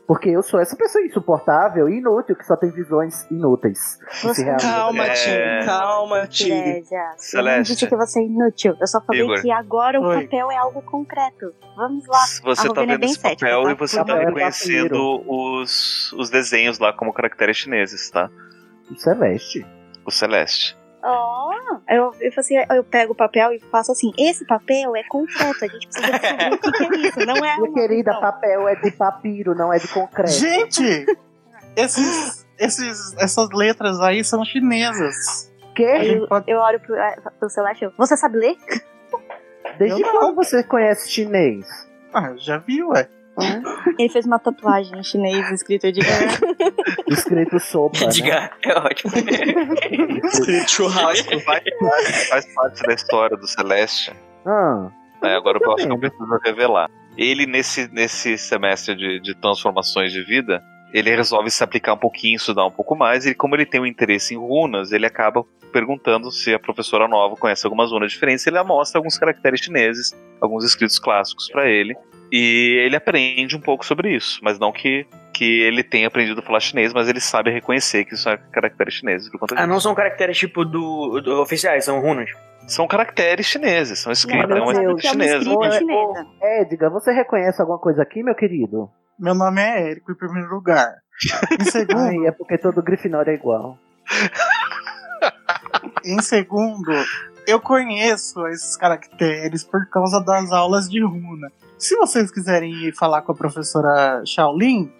Speaker 2: Porque eu sou essa pessoa insuportável e inútil que só tem visões inúteis.
Speaker 6: Você-
Speaker 2: realmente-
Speaker 5: Calma,
Speaker 4: É.
Speaker 5: Tigre, calma, Tigre.
Speaker 6: Tiresias, eu não
Speaker 4: Celeste.
Speaker 6: disse que você é inútil. Eu só falei
Speaker 4: Igor.
Speaker 6: que agora o
Speaker 1: Oi.
Speaker 6: papel é algo concreto. Vamos lá.
Speaker 4: Você
Speaker 6: a
Speaker 4: tá
Speaker 6: Rovena é
Speaker 4: vendo
Speaker 6: bem
Speaker 4: esse papel
Speaker 6: cética, tá?
Speaker 4: e você
Speaker 2: Papel
Speaker 4: tá
Speaker 2: é
Speaker 4: reconhecendo os, os desenhos lá como caracteres chineses, tá?
Speaker 2: O Celeste.
Speaker 4: O Celeste.
Speaker 6: Ó, eu, eu, faço assim, eu pego o papel e faço assim: esse papel é concreto, a gente precisa descobrir o que, que é isso, não é
Speaker 2: Minha
Speaker 6: uma
Speaker 2: querida,
Speaker 6: visão.
Speaker 2: papel é de papiro, não é de concreto.
Speaker 1: Gente, esses, esses, essas letras aí são chinesas. A
Speaker 2: que?
Speaker 1: gente pode...
Speaker 6: Eu olho pro, é, pro Celeste e eu, você sabe ler?
Speaker 2: Desde
Speaker 1: eu não.
Speaker 2: quando você conhece chinês?
Speaker 1: Ah, já vi, ué.
Speaker 6: Ele fez uma tatuagem em chinês escrito de
Speaker 2: Escrito sopa, né?
Speaker 3: Diga, é ótimo.
Speaker 5: Churrasco.
Speaker 4: Faz parte- faz parte da história do Celeste.
Speaker 2: Ah,
Speaker 4: né? Agora eu acho que eu
Speaker 2: sabendo.
Speaker 4: preciso revelar. Ele, nesse, nesse semestre de, de transformações de vida, ele resolve se aplicar um pouquinho, estudar um pouco mais, e como ele tem um interesse em runas, ele acaba perguntando se a professora nova conhece algumas runas diferentes, e ele mostra alguns caracteres chineses, alguns escritos clássicos pra ele, e ele aprende um pouco sobre isso, mas não que, que ele tenha aprendido a falar chinês, mas ele sabe reconhecer que são caracteres chineses por conta
Speaker 3: Ah,
Speaker 4: disso.
Speaker 3: não são caracteres tipo do, do- oficiais, são runas.
Speaker 4: São caracteres chineses, são escritos,
Speaker 2: Não,
Speaker 4: é uma
Speaker 2: não,
Speaker 4: escrita
Speaker 6: que é uma
Speaker 4: chinesa. né?
Speaker 6: escrita
Speaker 2: Ou é-
Speaker 6: chinesa.
Speaker 2: Edgar, você reconhece alguma coisa aqui, meu querido?
Speaker 1: Meu nome é Érico, em primeiro lugar. Em segundo,
Speaker 2: Ai, é porque todo Grifinória é igual. é.
Speaker 1: em segundo, eu conheço esses caracteres por causa das aulas de runa. Se vocês quiserem ir falar com a professora Shaolin,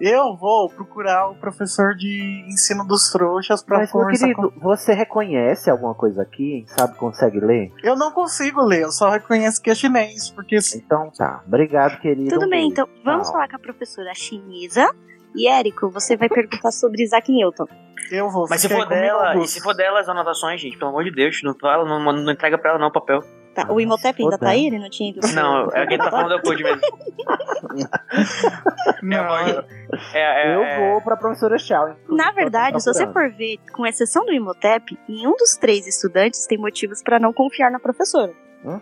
Speaker 1: Eu vou procurar o professor de ensino dos trouxas pra
Speaker 2: Mas, meu
Speaker 1: conversar
Speaker 2: querido, você reconhece alguma coisa aqui? Sabe, consegue ler?
Speaker 1: com... Eu não consigo ler, eu só reconheço que é chinês, porque
Speaker 2: Então tá. Obrigado, querido.
Speaker 6: Tudo
Speaker 2: Um
Speaker 6: bem,
Speaker 2: beijo.
Speaker 6: então vamos
Speaker 4: Ah.
Speaker 2: Tchau.
Speaker 6: falar com a professora chinesa. E, Érico, você vai perguntar sobre Isaac Newton.
Speaker 1: eu vou.
Speaker 3: Mas
Speaker 1: Você
Speaker 3: se
Speaker 1: quer
Speaker 3: for
Speaker 1: ir comigo,
Speaker 3: dela, e
Speaker 1: Augusto?
Speaker 3: se for dela as anotações, gente, pelo amor de Deus, não, fala, não, não entrega pra ela não o papel.
Speaker 6: Tá, o Imhotep ainda tá
Speaker 2: Foda.
Speaker 6: aí? Ele não tinha ido?
Speaker 3: Não, é quem tá falando é o Code mesmo. É a
Speaker 1: Não,
Speaker 3: voz- é- é-
Speaker 2: Eu
Speaker 3: é-
Speaker 2: vou pra professora Shaw. inclusive,
Speaker 6: Na
Speaker 2: que ela tá
Speaker 6: verdade, se você
Speaker 2: procurando.
Speaker 6: for ver, com exceção do Imhotep, nenhum dos três estudantes tem motivos pra não confiar na professora.
Speaker 2: Uhum.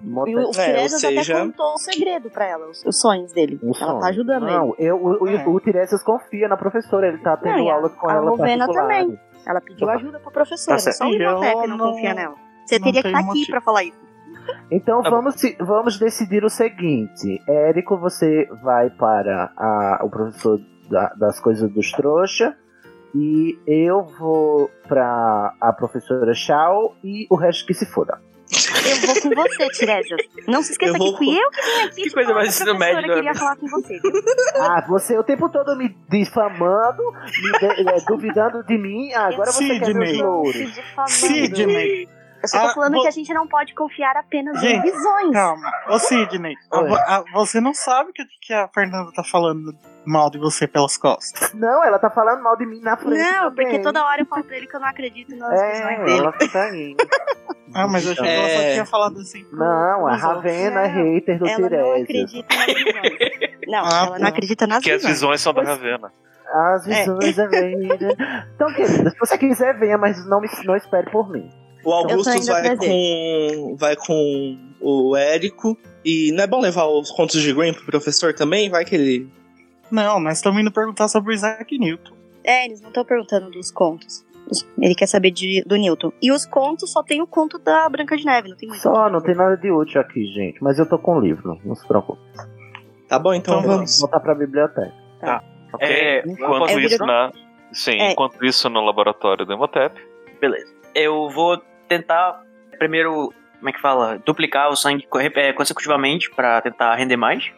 Speaker 6: E o
Speaker 2: Mota-
Speaker 6: o
Speaker 5: É,
Speaker 6: Firezas
Speaker 5: ou seja-
Speaker 6: até contou o segredo pra ela, os, os sonhos dele.
Speaker 2: Um
Speaker 6: ela
Speaker 2: sonho.
Speaker 6: tá ajudando ele.
Speaker 2: Não, eu, o, o,
Speaker 1: É.
Speaker 2: o Tiresias confia na professora, ele tá tendo
Speaker 6: Não, e a-
Speaker 2: aula com
Speaker 6: a
Speaker 2: ela
Speaker 6: Rovena
Speaker 2: particular.
Speaker 6: também. Ela pediu ajuda pra professora,
Speaker 3: Tá certo.
Speaker 6: só o
Speaker 1: E eu
Speaker 6: Imhotep não,
Speaker 1: não-
Speaker 6: confia nela. Você
Speaker 1: não
Speaker 6: teria
Speaker 1: tenho
Speaker 6: que estar aqui
Speaker 1: motivo.
Speaker 6: pra falar isso.
Speaker 2: Então
Speaker 3: Tá bom.
Speaker 2: vamos, se- vamos decidir o seguinte: Érico, você vai para a- o professor da- das coisas dos trouxa e eu vou para a professora Shaw e o resto que se foda.
Speaker 6: Eu vou com você, Tiresias. Não se esqueça
Speaker 5: Eu vou
Speaker 6: que fui
Speaker 5: com-
Speaker 6: eu que vim aqui.
Speaker 3: Que
Speaker 6: te
Speaker 3: coisa
Speaker 6: falar
Speaker 3: mais
Speaker 6: que a
Speaker 3: ensino médio,
Speaker 6: professora queria
Speaker 3: né?
Speaker 6: falar com você. viu?
Speaker 2: Ah, você o tempo todo me difamando, me de- eh, duvidando de mim. Ah, agora você quer ver os
Speaker 1: Sidney.
Speaker 2: louros.
Speaker 6: difamando.
Speaker 1: Sidney,
Speaker 6: Eu só tô
Speaker 1: Ah,
Speaker 6: falando
Speaker 1: vo-
Speaker 6: que a gente não pode confiar apenas em
Speaker 1: Gente,
Speaker 6: visões.
Speaker 1: calma. Ô, Sidney, a
Speaker 2: Oi.
Speaker 1: vo- a- você não sabe que, que a Fernanda tá falando mal de você pelas costas.
Speaker 2: Não, ela tá falando mal de mim na frente.
Speaker 6: Não, porque
Speaker 2: também.
Speaker 6: toda hora eu falo pra ele que eu não acredito nas visões
Speaker 2: É,
Speaker 6: dele.
Speaker 2: ela tá indo.
Speaker 1: Ah, mas eu achei que ela só
Speaker 5: É.
Speaker 1: tinha falado assim. pro-
Speaker 2: Não, a
Speaker 1: pros outros.
Speaker 2: Ravena é hater do
Speaker 6: Ela não
Speaker 2: Tiresias.
Speaker 6: acredita nas visões. Não,
Speaker 1: Ah,
Speaker 6: ela
Speaker 1: tá.
Speaker 6: não acredita nas
Speaker 4: Que as
Speaker 6: visões.
Speaker 4: visões são da Ravena.
Speaker 2: As visões é. Então, querida, se você quiser, venha, mas não, me, não espere por mim.
Speaker 5: O Augustus
Speaker 6: indo
Speaker 5: vai
Speaker 6: atrás
Speaker 5: com, vai com o Érico. E não é bom levar os contos de Green pro professor também? Vai que ele.
Speaker 1: Não, nós estamos indo perguntar sobre o Isaac Newton.
Speaker 6: É, eles não estão perguntando dos contos. Ele quer saber de- do Newton. E os contos só tem o conto da Branca de Neve, não tem muito.
Speaker 2: Só, não tem nada de útil aqui, gente. Mas eu tô com o livro, não se preocupe.
Speaker 5: Tá bom, então
Speaker 1: Então
Speaker 5: vamos.
Speaker 2: Vou voltar pra biblioteca.
Speaker 4: Ok?
Speaker 3: É, eu
Speaker 4: enquanto
Speaker 3: posso
Speaker 4: isso
Speaker 6: virar-
Speaker 4: na. Sim,
Speaker 6: É.
Speaker 4: enquanto isso no laboratório do Emotep.
Speaker 3: Eu vou tentar primeiro, como é que fala? Duplicar o sangue co- é, consecutivamente pra tentar render mais.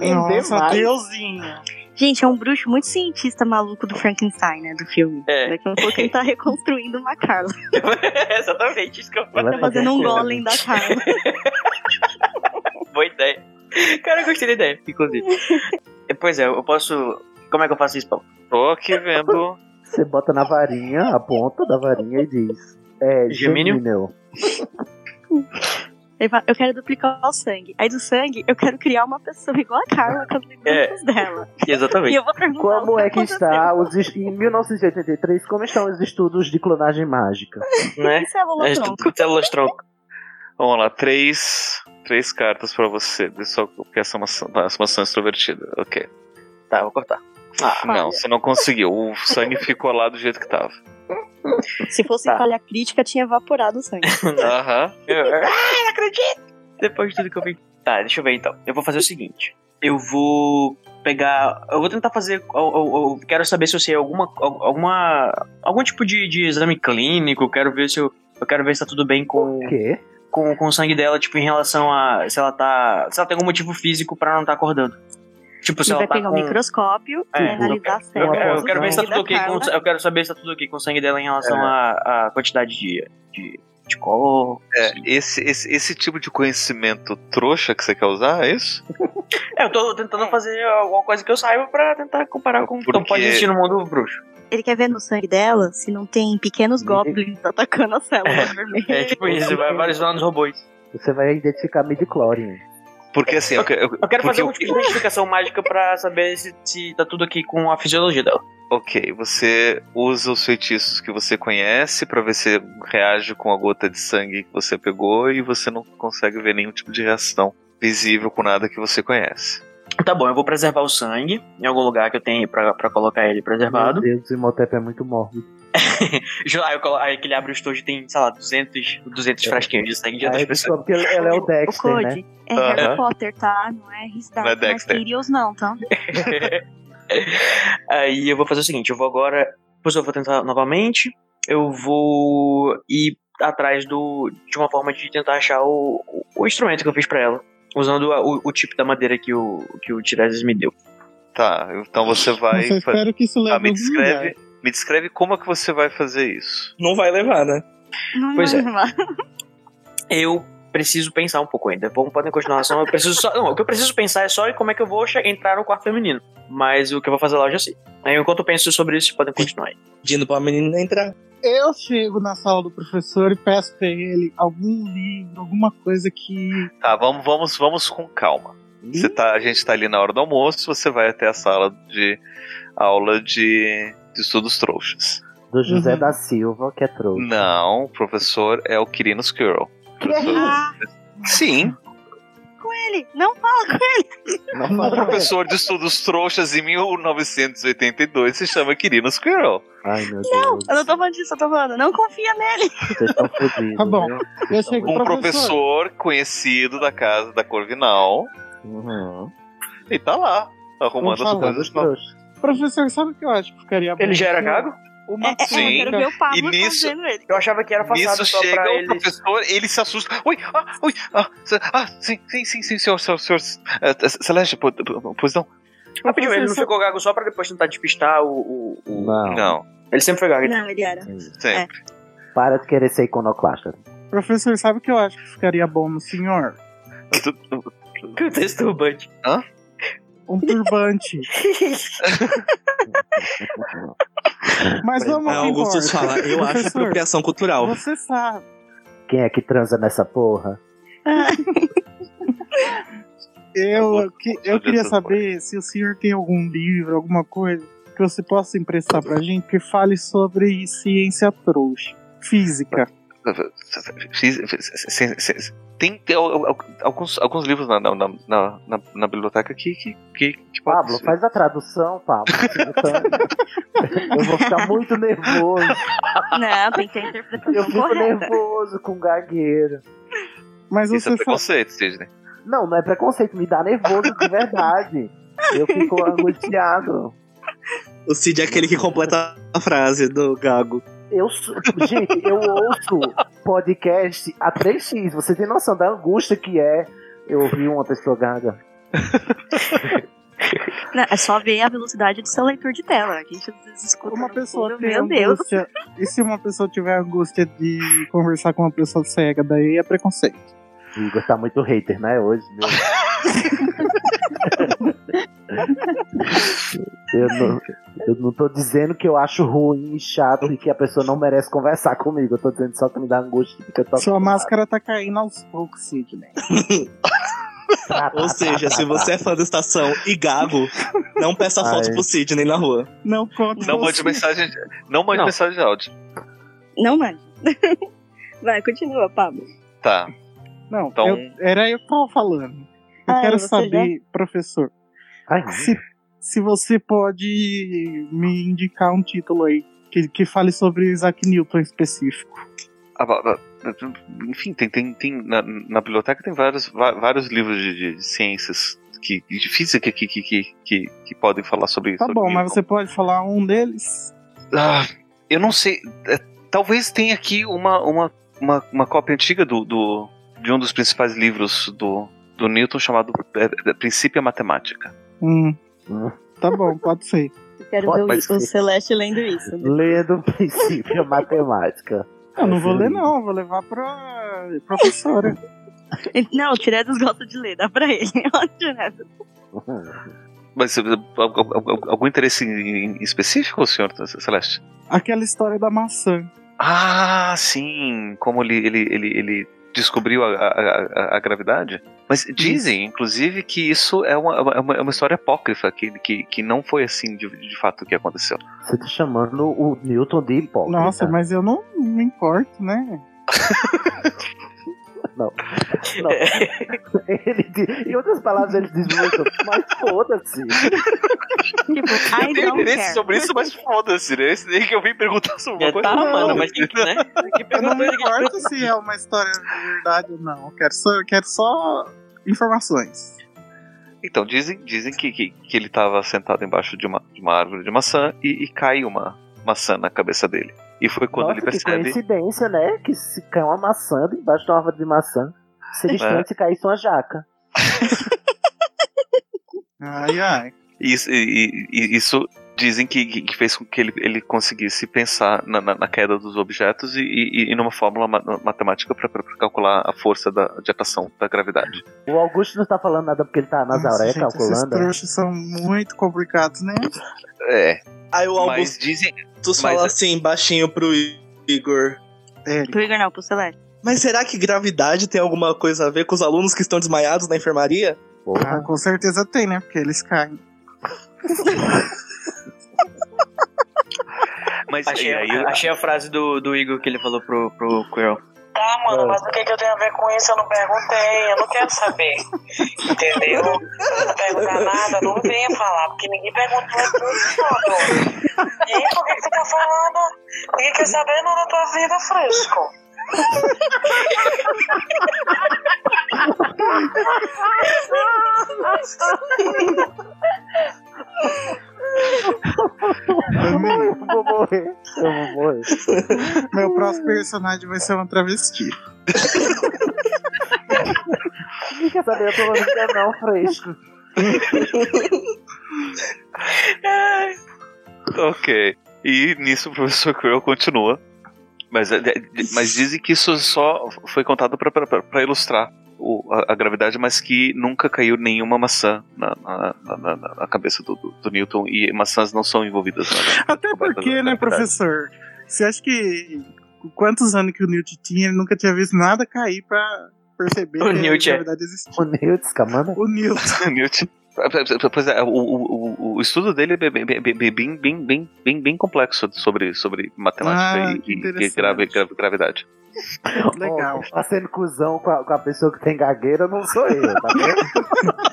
Speaker 1: Nossa,
Speaker 2: mais.
Speaker 1: Deusinho.
Speaker 6: Gente, é um bruxo muito cientista maluco do Frankenstein, né? Do filme.
Speaker 3: É.
Speaker 6: Daqui a pouco ele tá reconstruindo uma Carla.
Speaker 2: Tá
Speaker 3: É exatamente isso que eu
Speaker 2: Ela
Speaker 6: Tá fazendo um golem da Carla.
Speaker 3: Boa ideia. Cara, eu gostei da ideia, inclusive. É, pois é, eu posso. Como é que eu faço isso, Paulo?
Speaker 4: Tô aqui vendo.
Speaker 2: Você bota na varinha, a ponta da varinha e diz. É,
Speaker 3: Gemínio?
Speaker 2: Gemínio.
Speaker 6: Ele fala, eu quero duplicar o sangue. Aí do sangue, eu quero criar uma pessoa igual a Carla com as lembranças dela. E
Speaker 3: Exatamente.
Speaker 6: eu vou perguntar o
Speaker 2: Como é que
Speaker 6: aconteceu.
Speaker 2: está os, es- em 1983, como estão os estudos de clonagem mágica?
Speaker 3: né?
Speaker 6: E célula
Speaker 3: Mas
Speaker 6: É, tronco?
Speaker 3: tudo Células tronco.
Speaker 4: Vamos lá, três. Três cartas pra você. Deixa Só porque essa é uma ação- tá, essa é uma ação extrovertida. Ok.
Speaker 3: Tá, vou cortar.
Speaker 4: Não, você não conseguiu. O sangue ficou lá do jeito que tava.
Speaker 6: Se fosse
Speaker 3: Tá.
Speaker 6: falha crítica, tinha evaporado o sangue.
Speaker 4: Aham.
Speaker 3: Eu- eu- ah, não acredito! Depois de tudo que eu vi. Tá, deixa eu ver então. Eu vou fazer o seguinte. Eu vou pegar. Eu vou tentar fazer. Eu, eu- eu quero saber se eu sei alguma. al- alguma algum tipo de, de exame clínico. Eu quero ver se eu. Eu quero ver se tá tudo bem com,
Speaker 2: O quê?
Speaker 3: com, com o sangue dela, tipo, em relação a. Se ela tá. Se ela tem algum motivo físico pra não tá acordando. Tipo, se
Speaker 6: Ele
Speaker 3: ela
Speaker 6: vai
Speaker 3: tá
Speaker 6: pegar
Speaker 3: com.
Speaker 6: um microscópio e
Speaker 3: É,
Speaker 6: analisar a
Speaker 3: Eu,
Speaker 6: célula.
Speaker 3: eu- eu quero ver se tá
Speaker 6: do sangue
Speaker 3: tudo ok
Speaker 6: da
Speaker 3: com,
Speaker 6: Carla.
Speaker 3: eu quero saber se tá tudo ok com o sangue dela em relação à à quantidade de, de, de cor.
Speaker 4: É, esse, esse, esse tipo de conhecimento trouxa que você quer usar, é isso?
Speaker 3: É, eu tô tentando fazer alguma coisa que eu saiba pra tentar comparar com o que
Speaker 4: Porque-
Speaker 3: pode existir no mundo bruxo.
Speaker 6: Ele quer ver no sangue dela se não tem pequenos goblins atacando a célula vermelha.
Speaker 3: É tipo isso, vai analisar nos robôs.
Speaker 2: Você vai identificar midichlorian.
Speaker 4: Porque assim, eu, eu,
Speaker 3: Eu quero
Speaker 4: porque
Speaker 3: fazer
Speaker 4: o
Speaker 3: um tipo de identificação mágica pra saber se, se tá tudo aqui com a fisiologia dela.
Speaker 4: Ok, você usa os feitiços que você conhece pra ver se reage com a gota de sangue que você pegou e você não consegue ver nenhum tipo de reação visível com nada que você conhece.
Speaker 3: Tá bom, eu vou preservar o sangue em algum lugar que eu tenho pra, pra colocar ele preservado.
Speaker 2: Meu Deus, o Imhotep é muito mórbido.
Speaker 3: Aí, eu colo- aí que ele abre o estojo e tem, sei lá, 200, 200 frasquinhos de sangue de
Speaker 2: É. Aí
Speaker 3: outras
Speaker 2: eu descobre
Speaker 3: pessoas.
Speaker 2: que ele- ela é o
Speaker 6: O
Speaker 2: Dexter, né?
Speaker 6: Code é Harry
Speaker 4: Aham.
Speaker 6: Potter, tá? Não é His Dark
Speaker 4: Não é Dexter.
Speaker 6: Materials, não, tá?
Speaker 3: Aí eu vou fazer o seguinte, eu vou agora. Depois eu vou tentar novamente. Eu vou ir atrás do. de uma forma de tentar achar o, o- o instrumento que eu fiz pra ela. Usando a- o, o tipo da madeira que o, que o Tiresias me deu.
Speaker 4: Tá, então você vai.
Speaker 1: Mas eu
Speaker 4: fa-
Speaker 1: espero que isso leve
Speaker 4: Ah, me
Speaker 1: a algum lugar.
Speaker 4: descreve, me descreve como é que você vai fazer isso.
Speaker 5: Não vai levar, né?
Speaker 6: Não
Speaker 3: Pois
Speaker 6: vai
Speaker 3: é.
Speaker 6: levar.
Speaker 3: Eu preciso pensar um pouco ainda. Bom, podem continuar a ação. Eu preciso só. Não, o que eu preciso pensar é só em como é que eu vou che- entrar no quarto feminino. Mas o que eu vou fazer lá eu já sei. Aí, enquanto eu penso sobre isso, podem continuar aí.
Speaker 5: Pedindo pra menina entrar.
Speaker 1: Eu chego na sala do professor e peço pra ele algum livro, alguma coisa que.
Speaker 4: Tá, vamos, vamos, vamos com calma. Você tá, a gente tá ali na hora do almoço, você vai até a sala de aula de, de estudos trouxas.
Speaker 2: Do José
Speaker 1: Uhum.
Speaker 2: da Silva, que é trouxa.
Speaker 4: Não, o professor é o Quirinos Girl. Professor...
Speaker 6: Ah,
Speaker 4: Sim,
Speaker 6: com ele. Não fala com ele.
Speaker 4: o professor de estudos trouxas em 1982 se chama Quirinos Girl.
Speaker 2: Ai, meu Deus.
Speaker 6: Eu não tô falando disso, eu tô falando. Não confia nele.
Speaker 2: Vocês estão fodidos.
Speaker 1: Tá bom. Eu chego professor.
Speaker 4: Um professor conhecido da casa da Corvinal
Speaker 2: Uhum.
Speaker 4: e tá lá, arrumando as
Speaker 1: Vamos falar
Speaker 4: coisas. novas.
Speaker 1: Professor, sabe o que eu acho que ficaria bom?
Speaker 3: Ele já era
Speaker 1: Se
Speaker 3: gago?
Speaker 1: Uma
Speaker 6: É, é, eu
Speaker 4: Sim.
Speaker 1: túnica-
Speaker 6: quero ver o
Speaker 4: E
Speaker 6: Pablo
Speaker 4: nisso-
Speaker 6: fazendo ele.
Speaker 3: Eu achava que era
Speaker 4: Nisso
Speaker 3: passado só
Speaker 4: chega
Speaker 3: pra
Speaker 4: o
Speaker 3: ele.
Speaker 4: professor, ele se assusta. Ui, ah, ui, ah, se- ah sim, sim, sim, sim, senhor, senhor, senhor. eh, eh, Celeste, po- po- pois não?
Speaker 3: Rapidinho, ele não
Speaker 1: Professor-
Speaker 3: ficou gago só pra depois tentar despistar o. o- o-
Speaker 2: Não. É
Speaker 4: Não,
Speaker 3: Ele sempre foi gago. então.
Speaker 6: Não, ele era.
Speaker 4: sempre.
Speaker 2: Para de querer ser iconoclasta.
Speaker 1: Professor, sabe o que eu acho que ficaria bom no senhor?
Speaker 4: Tu-
Speaker 3: Que o texto turbante.
Speaker 1: Um turbante. Mas vamos
Speaker 5: Aí o
Speaker 1: ao que
Speaker 5: Augustus
Speaker 1: importa.
Speaker 5: ah, fala, eu acho
Speaker 1: Professor,
Speaker 5: apropriação cultural.
Speaker 1: Você sabe.
Speaker 2: Quem é que transa nessa porra?
Speaker 1: Eu, que, eu
Speaker 4: Augustus
Speaker 1: queria
Speaker 4: foi.
Speaker 1: saber se o senhor tem algum livro, alguma coisa que você possa emprestar pra gente que fale sobre ciência trouxa. Física.
Speaker 4: Fiz- fiz- se- se- se- Tem tem al- al- alguns, alguns livros na, na, na, na- na- na biblioteca que. que, que, que pode
Speaker 2: Pablo,
Speaker 4: ser.
Speaker 2: faz a tradução, Pablo. Eu vou ficar muito nervoso.
Speaker 6: Não, tem que ter a
Speaker 2: Eu
Speaker 6: interpretação
Speaker 2: fico
Speaker 6: correta.
Speaker 2: nervoso com gagueira.
Speaker 1: Mas
Speaker 4: Isso é
Speaker 1: você fala.
Speaker 4: preconceito, Sidney.
Speaker 2: Não, não é preconceito, me dá nervoso de verdade. Eu fico angustiado.
Speaker 5: O Cid é aquele que completa a frase do Gago.
Speaker 2: Eu, sou- gente, eu ouço podcast a 3x. Você tem noção da angústia que é eu ouvir uma pessoa gaga?
Speaker 6: Não, é só ver a velocidade do seu leitor de tela. A gente às vezes escuta
Speaker 1: Uma
Speaker 6: no
Speaker 1: pessoa
Speaker 6: fundo,
Speaker 1: tem
Speaker 3: um
Speaker 6: Meu Deus.
Speaker 1: angústia. E se uma pessoa tiver angústia de conversar com uma pessoa cega, daí é preconceito.
Speaker 2: O Igor tá muito hater, né? Hoje, meu. Eu não, eu não tô dizendo que eu acho ruim e chato e que a pessoa não merece conversar comigo. Eu tô dizendo só que me dá angústia. Porque eu tô
Speaker 1: Sua
Speaker 2: acostumado.
Speaker 1: máscara tá caindo aos poucos, Sidney.
Speaker 2: Tá, tá,
Speaker 5: Ou seja,
Speaker 2: tá,
Speaker 5: se
Speaker 2: tá,
Speaker 5: você
Speaker 2: tá.
Speaker 5: é fã do Estação e Gago, não peça
Speaker 2: Ai.
Speaker 5: foto pro Sidney na rua.
Speaker 1: Não conta.
Speaker 4: Não
Speaker 1: com
Speaker 4: mande
Speaker 1: o
Speaker 4: mensagem. de- Não mande
Speaker 3: Não.
Speaker 4: mensagem de áudio.
Speaker 6: Não mande. Vai, continua, Pablo.
Speaker 4: Tá.
Speaker 1: Não,
Speaker 4: Então-
Speaker 1: eu- era eu que tava falando. Eu
Speaker 6: Ah,
Speaker 1: quero
Speaker 6: você
Speaker 1: saber, professor,
Speaker 2: Ai,
Speaker 1: se, se você pode me indicar um título aí que, que fale sobre Isaac Newton em específico.
Speaker 4: Ah, ba- ba- Enfim, tem, tem, tem na, na biblioteca tem vários, va- vários livros de, de- de ciências que, de física que, que, que, que, que podem falar sobre
Speaker 1: Tá
Speaker 4: sobre
Speaker 1: bom, mas
Speaker 4: Newton.
Speaker 1: você pode falar um deles?
Speaker 4: Ah, eu não sei. É, Talvez tenha aqui uma, uma, uma, uma cópia antiga do, do, de um dos principais livros do, do Newton chamado é, é, Princípia Matemática.
Speaker 1: Hum,
Speaker 2: Hum.
Speaker 1: tá bom, pode ser.
Speaker 6: Eu quero
Speaker 2: Pode,
Speaker 6: ver o-
Speaker 4: mas-
Speaker 6: o, Celeste lendo isso.
Speaker 2: Lendo o princípio matemática.
Speaker 1: Eu não vou ler, não, eu vou levar pra professora.
Speaker 6: Ele- Não, o Tiredos gosta de ler, dá pra ele. Ó, Tiredos.
Speaker 4: Mas é, al- al- al- algum interesse em em específico, senhor Celeste?
Speaker 1: Aquela história da maçã.
Speaker 4: Ah, sim! Como ele, ele, ele, ele descobriu a, a- a- a gravidade? Mas dizem, inclusive, que isso é uma, é uma, é uma história apócrifa, que, que, que não foi assim de, de fato que aconteceu.
Speaker 2: Você tá chamando o Newton de hipócrita.
Speaker 1: Nossa, mas eu não me importo, né?
Speaker 2: Não.
Speaker 4: É.
Speaker 2: Ele diz- em outras palavras, ele diz muito, mas foda-se.
Speaker 6: Tipo, I don't care.
Speaker 4: sobre isso, mas foda-se, né? Esse daí que eu vim perguntar sobre
Speaker 3: É, tá,
Speaker 1: Não,
Speaker 3: mano, mas tem que, né? Tem que
Speaker 1: Eu não
Speaker 3: perguntar
Speaker 1: me
Speaker 3: ele que-
Speaker 1: importo se é uma história de verdade ou não. Eu quero só, eu quero só informações.
Speaker 4: Então, dizem, dizem que, que, que ele estava sentado embaixo de uma, de uma árvore de maçã e, e cai uma maçã na cabeça dele. E foi quando
Speaker 2: Nossa,
Speaker 4: ele
Speaker 2: que
Speaker 4: percebe.
Speaker 2: coincidência, né? Que se cai uma maçã debaixo de uma árvore de maçã, seria
Speaker 4: É.
Speaker 2: estranho se caísse uma jaca.
Speaker 1: Ai, ai.
Speaker 4: E isso, e- e- e isso dizem que, que- que fez com que ele, ele conseguisse pensar na, na- na queda dos objetos e, e- e numa fórmula ma- matemática para calcular a força da, de atração da gravidade.
Speaker 2: O Augusto não tá falando nada porque ele tá nas
Speaker 1: Nossa,
Speaker 2: aureias
Speaker 1: gente, Esses
Speaker 2: calculando. né?
Speaker 1: trouxas são muito complicados, né?
Speaker 4: É,
Speaker 5: Aí o
Speaker 4: mas
Speaker 5: Augustus
Speaker 4: dizem. mas- é-
Speaker 5: fala assim, baixinho pro Igor.
Speaker 1: É,
Speaker 6: Pro Igor não, pro Celeste.
Speaker 5: Mas será que gravidade tem alguma coisa a ver com os alunos que estão desmaiados na enfermaria?
Speaker 1: ah, com certeza tem, né? Porque eles caem.
Speaker 4: Mas
Speaker 3: Achei,
Speaker 4: e aí,
Speaker 3: a, achei a frase do, do Igor que ele falou pro, pro Quirrell.
Speaker 8: Tá, mano, mas o que, que eu tenho a ver com isso? Eu não perguntei, eu não quero saber. Entendeu? Eu não perguntar nada, não venha falar, porque ninguém perguntou isso tudo. E aí, por que, que tu tá falando? Ninguém quer saber não da tua vida, fresco.
Speaker 1: Amei. Então,
Speaker 2: Eu vou morrer. Eu vou morrer.
Speaker 1: Meu próximo personagem vai ser uma travesti.
Speaker 2: Ninguém quer saber, eu tô falando não, fresco.
Speaker 4: Ok. E nisso o professor Quirrell continua. Mas, é- de- de- mas dizem que isso só foi contado para ilustrar o- a, a gravidade, mas que nunca caiu nenhuma maçã na, na- na- na- na cabeça do, do- do Newton e maçãs não são envolvidas. né? Na
Speaker 1: Até porque, né, professor? Você acha que com quantos anos que o Newt tinha, ele nunca tinha visto nada cair pra perceber
Speaker 3: O
Speaker 1: que
Speaker 3: Newt é-
Speaker 1: na verdade existia.
Speaker 2: O Newt é escamando.
Speaker 1: O Newt.
Speaker 4: Newton. Pois é, o, o- o- o estudo dele é bem, bem, bem- bem, bem, bem, bem, bem complexo sobre, sobre matemática
Speaker 1: Ah,
Speaker 4: e,
Speaker 1: que
Speaker 4: e- e
Speaker 1: interessante.
Speaker 4: grave- grave- gravidade.
Speaker 1: Legal.
Speaker 2: Ó, tá sendo cuzão com a, com a pessoa que tem gagueira, não sou eu, tá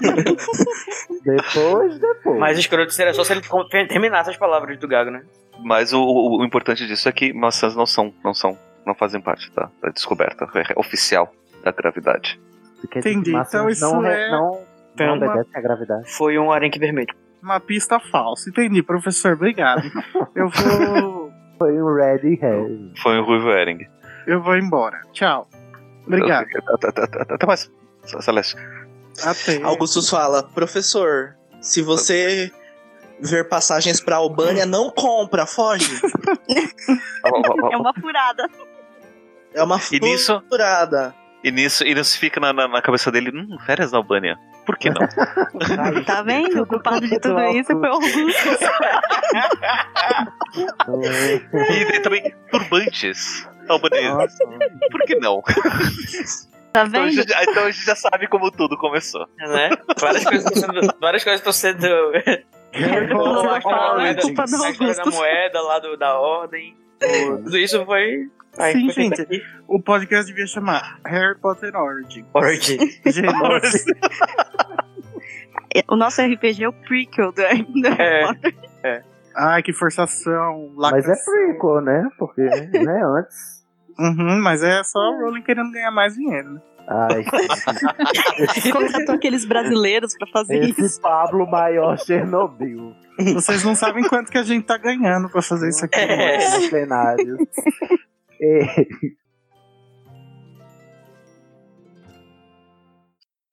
Speaker 2: vendo? depois, depois.
Speaker 3: Mas o escroto seria só se ele com- terminasse as palavras do Gago, né?
Speaker 4: Mas o, o- o importante disso é que maçãs não são, não são, não fazem parte da, da descoberta re- oficial da gravidade.
Speaker 2: Quer dizer que
Speaker 1: entendi,
Speaker 2: maçãs
Speaker 1: então isso
Speaker 2: não, re-
Speaker 1: é
Speaker 2: não,
Speaker 3: Tem
Speaker 2: não
Speaker 1: uma-
Speaker 2: obedece à gravidade.
Speaker 3: Foi um arenque vermelho.
Speaker 1: Uma pista falsa. Entendi, professor. Obrigado. Eu vou.
Speaker 2: Foi um red hair.
Speaker 4: Foi o Ruivo Ering.
Speaker 1: Eu vou embora. Tchau. Obrigado.
Speaker 4: Até, até- até- até mais, Celeste.
Speaker 1: Até.
Speaker 5: Augustus fala, professor, se você ver passagens pra Albânia, não compra, foge.
Speaker 4: Ah,
Speaker 6: É uma furada.
Speaker 5: É uma
Speaker 4: E nisso-
Speaker 5: furada.
Speaker 4: E nisso, e nisso fica na, na- na cabeça dele, hum, férias na Albânia. Por
Speaker 1: É.
Speaker 4: que não?
Speaker 6: Tá vendo? O culpado de tudo isso foi o Augusto.
Speaker 2: Então,
Speaker 4: E tem também turbantes albaneses.
Speaker 2: Nossa,
Speaker 4: Por que não?
Speaker 6: Tá
Speaker 4: Então a,
Speaker 6: vendo?
Speaker 4: gente, então a gente já sabe como tudo começou.
Speaker 3: Né? Várias coisas estão sendo. Várias coisas estão sendo.
Speaker 1: Revolta
Speaker 3: a história da
Speaker 1: para Augusto.
Speaker 6: culpa
Speaker 3: moeda,
Speaker 6: do
Speaker 3: a história da
Speaker 6: Augusto.
Speaker 3: moeda lá do, da ordem. O- tudo isso foi. Ai,
Speaker 1: Sim,
Speaker 3: foi feito
Speaker 1: gente.
Speaker 3: aqui.
Speaker 1: O podcast devia chamar Harry Potter Origin.
Speaker 3: Origin.
Speaker 1: Gênesis.
Speaker 6: O nosso RPG é o prequel do
Speaker 3: É.
Speaker 1: Ai, que forçação.
Speaker 2: mas
Speaker 1: Lacração.
Speaker 2: é prequel, né? Porque né, antes.
Speaker 1: Uhum, mas é só o Rowling querendo ganhar mais dinheiro, né?
Speaker 2: Ai,
Speaker 6: Contratou aqueles brasileiros pra fazer isso.
Speaker 2: esse Pablo Maior Chernobyl.
Speaker 1: Vocês não sabem quanto que a gente tá ganhando pra fazer isso aqui.
Speaker 3: É.
Speaker 2: Nos cenários. É,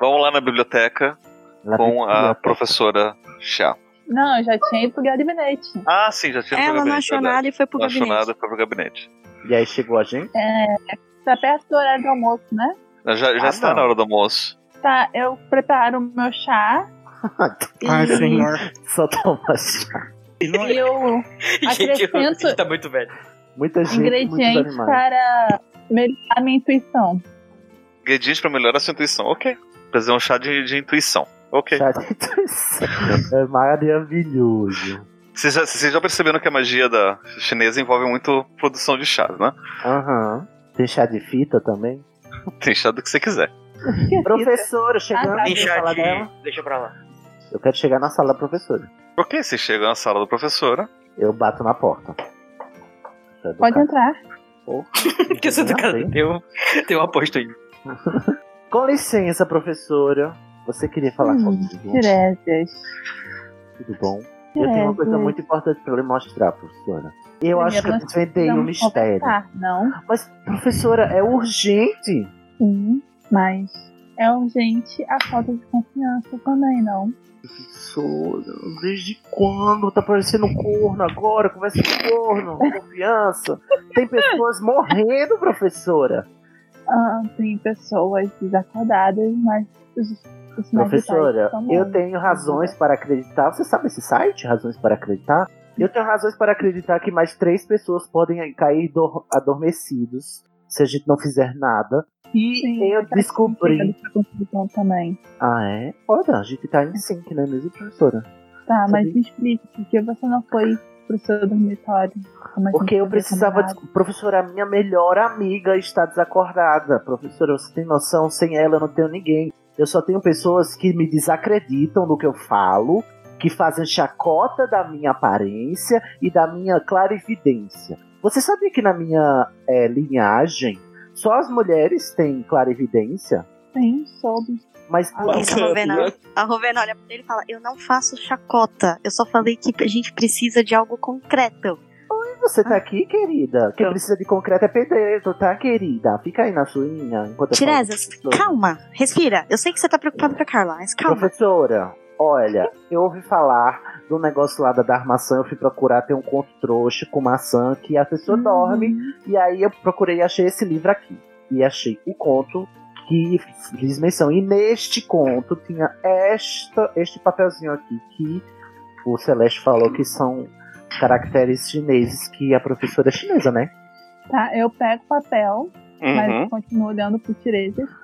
Speaker 4: Vamos lá na biblioteca
Speaker 2: lá
Speaker 4: com
Speaker 2: tem-
Speaker 4: a professora Chá.
Speaker 7: Não, eu já tinha ido pro gabinete.
Speaker 4: Ah, sim, já tinha
Speaker 6: Ela não
Speaker 4: gabinete,
Speaker 6: achou
Speaker 4: verdade.
Speaker 6: nada e foi pro
Speaker 4: Não achou
Speaker 6: gabinete.
Speaker 4: nada, foi pro gabinete.
Speaker 2: E aí chegou a gente?
Speaker 7: Tá perto do horário do almoço, né?
Speaker 4: Já, já
Speaker 2: Ah,
Speaker 4: está
Speaker 2: não.
Speaker 4: na hora do almoço.
Speaker 7: Tá, eu preparo o meu chá. E,
Speaker 1: Ai, senhor.
Speaker 2: Só toma chá.
Speaker 7: e eu
Speaker 3: Gente, o-
Speaker 7: Acrescento-
Speaker 3: ele tá muito velho.
Speaker 2: Muita gente, muitos
Speaker 7: ingredientes
Speaker 2: animais.
Speaker 7: para melhorar minha intuição.
Speaker 4: Ingredientes para melhorar a sua intuição. Ok. Fazer um chá de, de intuição. Ok.
Speaker 2: Chá de intuição. É maravilhoso.
Speaker 4: Vocês já, vocês já perceberam que a magia da chinesa envolve muito produção de chás, né?
Speaker 2: Aham. Tem chá de fita também?
Speaker 4: Tem chá do que você quiser.
Speaker 2: Professora, chegando
Speaker 7: Ah, tá.
Speaker 2: na sala
Speaker 3: Deixa,
Speaker 2: dela.
Speaker 3: de... Deixa pra lá.
Speaker 2: Eu quero chegar na sala da professora.
Speaker 4: Ok, você chega na sala da professora.
Speaker 2: Eu bato na porta. é Sou educado.
Speaker 7: Pode entrar.
Speaker 3: Porque você do cara
Speaker 2: Não,
Speaker 3: tem um, tem um aposto aí.
Speaker 2: Com licença, professora. Você queria falar
Speaker 7: Hum,
Speaker 2: comigo?
Speaker 7: Tiresias.
Speaker 2: Tudo bom? Eu tenho uma coisa muito importante pra lhe mostrar, professora. Eu
Speaker 7: Primeiro
Speaker 2: acho que eu
Speaker 7: nós
Speaker 2: desvendei um
Speaker 7: Vamos
Speaker 2: mistério.
Speaker 7: conversar, Não,
Speaker 2: Mas, professora, é urgente.
Speaker 7: sim, mas é urgente a falta de confiança também, não?
Speaker 2: Sou- Desde quando? Tá parecendo um corno agora? Conversa com corno, confiança. Tem pessoas morrendo, professora.
Speaker 7: Ah, tem pessoas desacordadas, mas os, os mais
Speaker 2: Professora,
Speaker 7: vitais são
Speaker 2: eu
Speaker 7: bons.
Speaker 2: tenho razões para acreditar. Você sabe esse site, Razões para Acreditar? Eu tenho razões para acreditar que mais três pessoas podem cair dor- adormecidos se a gente não fizer nada. E
Speaker 7: Sim,
Speaker 2: eu
Speaker 7: mas tá
Speaker 2: descobri.
Speaker 7: explicando essa confusão também.
Speaker 2: Ah, é? Olha, a gente tá em sync, né mesmo, professora?
Speaker 7: Tá, mas
Speaker 2: Sim.
Speaker 7: me explique, por que você não foi pro seu dormitório? Como é a gente
Speaker 2: Porque eu
Speaker 7: havia
Speaker 2: precisava.
Speaker 7: combinado?
Speaker 2: des- Professora, a minha melhor amiga está desacordada. Professora, você tem noção? Sem ela eu não tenho ninguém. Eu só tenho pessoas que me desacreditam do que eu falo, que fazem chacota da minha aparência e da minha clarividência. Você sabia que na minha eh, linhagem só as mulheres têm clarividência?
Speaker 7: Sim, soube.
Speaker 2: Mas
Speaker 6: Ah,
Speaker 2: por
Speaker 6: Isso,
Speaker 2: isso.
Speaker 6: a Rovena. A Rovena olha pra ele e fala: Eu não faço chacota. Eu só falei que a gente precisa de algo concreto.
Speaker 2: Você tá aqui, querida? Quem precisa de concreto é pedreiro, tá, querida? Fica aí na sua linha enquanto eu falo com
Speaker 6: Tiresias,
Speaker 2: as pessoas.
Speaker 6: calma, respira. Eu sei que você tá preocupado com a Carla, mas calma.
Speaker 2: Professora, olha, eu ouvi falar do negócio lá da, da armação, eu fui procurar, tem um conto trouxa com maçã que a pessoa dorme, e aí eu procurei e achei esse livro aqui. E achei o conto que fiz menção. E neste conto tinha esta, este papelzinho aqui que o Celeste falou que são caracteres chineses que a professora é chinesa, né?
Speaker 7: Tá, eu pego o papel, mas
Speaker 4: Uhum.
Speaker 7: eu continuo olhando pro Tiresias.
Speaker 2: Uhum.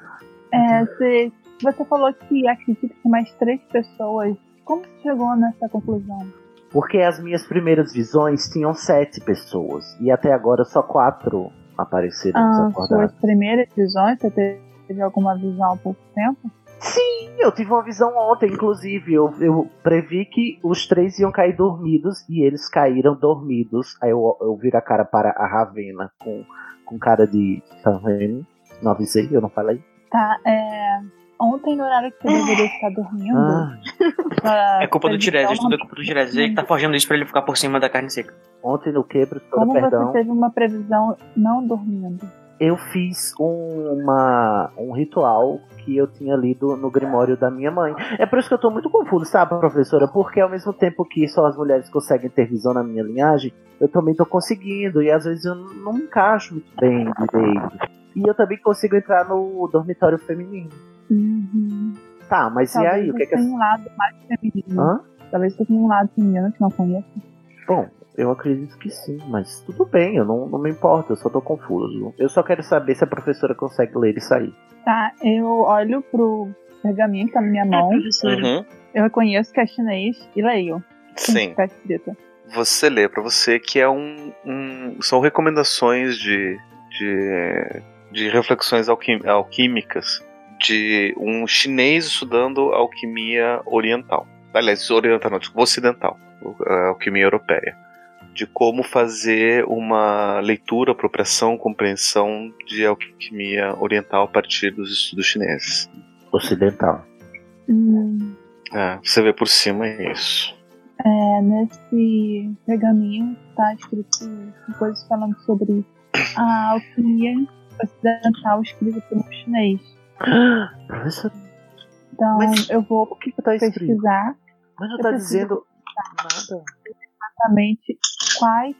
Speaker 7: É, você, você falou que acredita que mais três pessoas. Como você chegou nessa conclusão?
Speaker 2: Porque as minhas primeiras visões tinham sete pessoas, e até agora só quatro apareceram
Speaker 7: Ah,
Speaker 2: desacordadas.
Speaker 7: suas primeiras visões, você teve alguma visão há pouco tempo?
Speaker 2: Sim, eu tive uma visão ontem, inclusive. Eu, eu previ que os três iam cair dormidos e eles caíram dormidos. Aí eu, eu viro a cara para a Ravena com, com cara de. Tá vendo? Não avisei, eu não falei.
Speaker 7: Tá, é. Ontem, no horário que você deveria estar dormindo.
Speaker 2: Ah,
Speaker 7: sua
Speaker 3: É culpa do
Speaker 7: televisão
Speaker 3: Tiresias,
Speaker 7: não
Speaker 3: tudo é culpa do Tiresias. Ele que tá forjando isso pra ele ficar por cima da carne seca.
Speaker 2: ontem no que, professora,
Speaker 7: Como
Speaker 2: perdão.
Speaker 7: você teve uma previsão não dormindo?
Speaker 2: Eu fiz um- uma, um ritual que eu tinha lido no Grimório da minha mãe. É por isso que eu tô muito confuso, sabe, professora? Porque ao mesmo tempo que só as mulheres conseguem ter visão na minha linhagem, eu também tô conseguindo. E às vezes eu não encaixo muito bem direito. E eu também consigo entrar no dormitório feminino.
Speaker 7: Uhum.
Speaker 2: Tá, mas
Speaker 7: Talvez
Speaker 2: e aí? O que é
Speaker 7: você
Speaker 2: que.
Speaker 7: tenha um lado mais feminino.
Speaker 2: Hã?
Speaker 7: Talvez você tenha um lado feminino que não conheço.
Speaker 2: Bom, eu acredito que sim, mas tudo bem, eu não, não me importo, eu só tô confuso. Eu só quero saber se a professora consegue ler isso aí.
Speaker 7: Tá, eu olho pro pergaminho que tá na
Speaker 3: É
Speaker 7: minha mão.
Speaker 4: Uhum.
Speaker 7: Eu reconheço que é chinês e leio.
Speaker 4: Sim.
Speaker 7: Tá escrito.
Speaker 4: você lê pra você que é um, um- são recomendações de de, de reflexões alquim- alquímicas de um chinês estudando alquimia oriental aliás oriental não, desculpa, ocidental a alquimia europeia de como fazer uma leitura, apropriação, compreensão de alquimia oriental a partir dos estudos chineses.
Speaker 2: Ocidental.
Speaker 7: Hum,
Speaker 4: É, você vê por cima é isso.
Speaker 7: é, nesse pergaminho tá escrito coisas falando sobre a alquimia ocidental escrita por um chinês.
Speaker 2: Professora,
Speaker 7: Então
Speaker 2: Mas
Speaker 7: eu vou
Speaker 2: o que que tá escrito?
Speaker 7: pesquisar
Speaker 2: Mas não
Speaker 7: Eu
Speaker 2: tá
Speaker 7: preciso
Speaker 2: dizendo nada.
Speaker 7: exatamente quais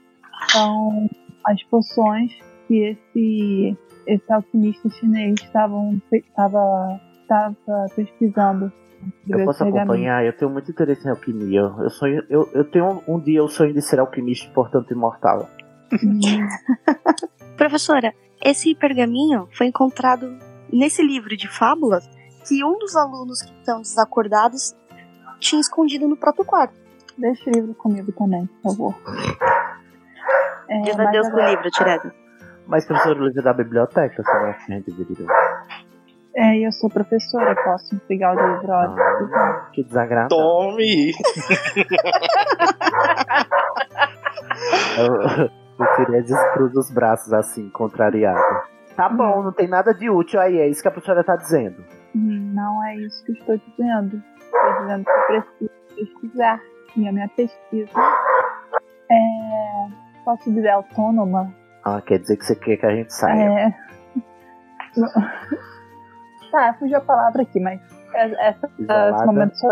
Speaker 7: são as poções que esse, esse alquimista chinês estavam pe- tava, tava pesquisando. sobre
Speaker 2: Eu
Speaker 7: esse
Speaker 2: posso
Speaker 7: pergaminho.
Speaker 2: acompanhar, eu tenho muito interesse em alquimia. Eu sonho, eu, eu tenho um, um dia o sonho de ser alquimista e, portanto imortal.
Speaker 7: Hum,
Speaker 6: Professora, esse pergaminho foi encontrado nesse livro de fábulas que um dos alunos que estão desacordados tinha escondido no próprio quarto.
Speaker 7: Deixa o livro comigo também, por favor. É,
Speaker 6: Diz
Speaker 7: mas
Speaker 6: adeus pro
Speaker 7: agora-
Speaker 2: Uhum.
Speaker 6: livro, Tiresias.
Speaker 2: Mas professor o livro é da biblioteca, será que a gente deveria?
Speaker 7: é, eu sou professora, posso pegar o livro. olha.
Speaker 2: Ah, que desagradável.
Speaker 5: Tome!
Speaker 2: Eu queria descruza os braços assim, contrariado. Tá bom, não tem nada de útil aí, é isso que a professora tá dizendo.
Speaker 7: Hum, Não é isso que eu estou dizendo. Estou dizendo que eu preciso pesquisar. E a minha pesquisa é. Posso dizer autônoma?
Speaker 6: É, tá,
Speaker 2: Ah, quer dizer que você quer que a gente saia.
Speaker 7: É. Tá, fugiu a palavra aqui, mas é- essa,
Speaker 2: Isolada.
Speaker 7: esse momento só.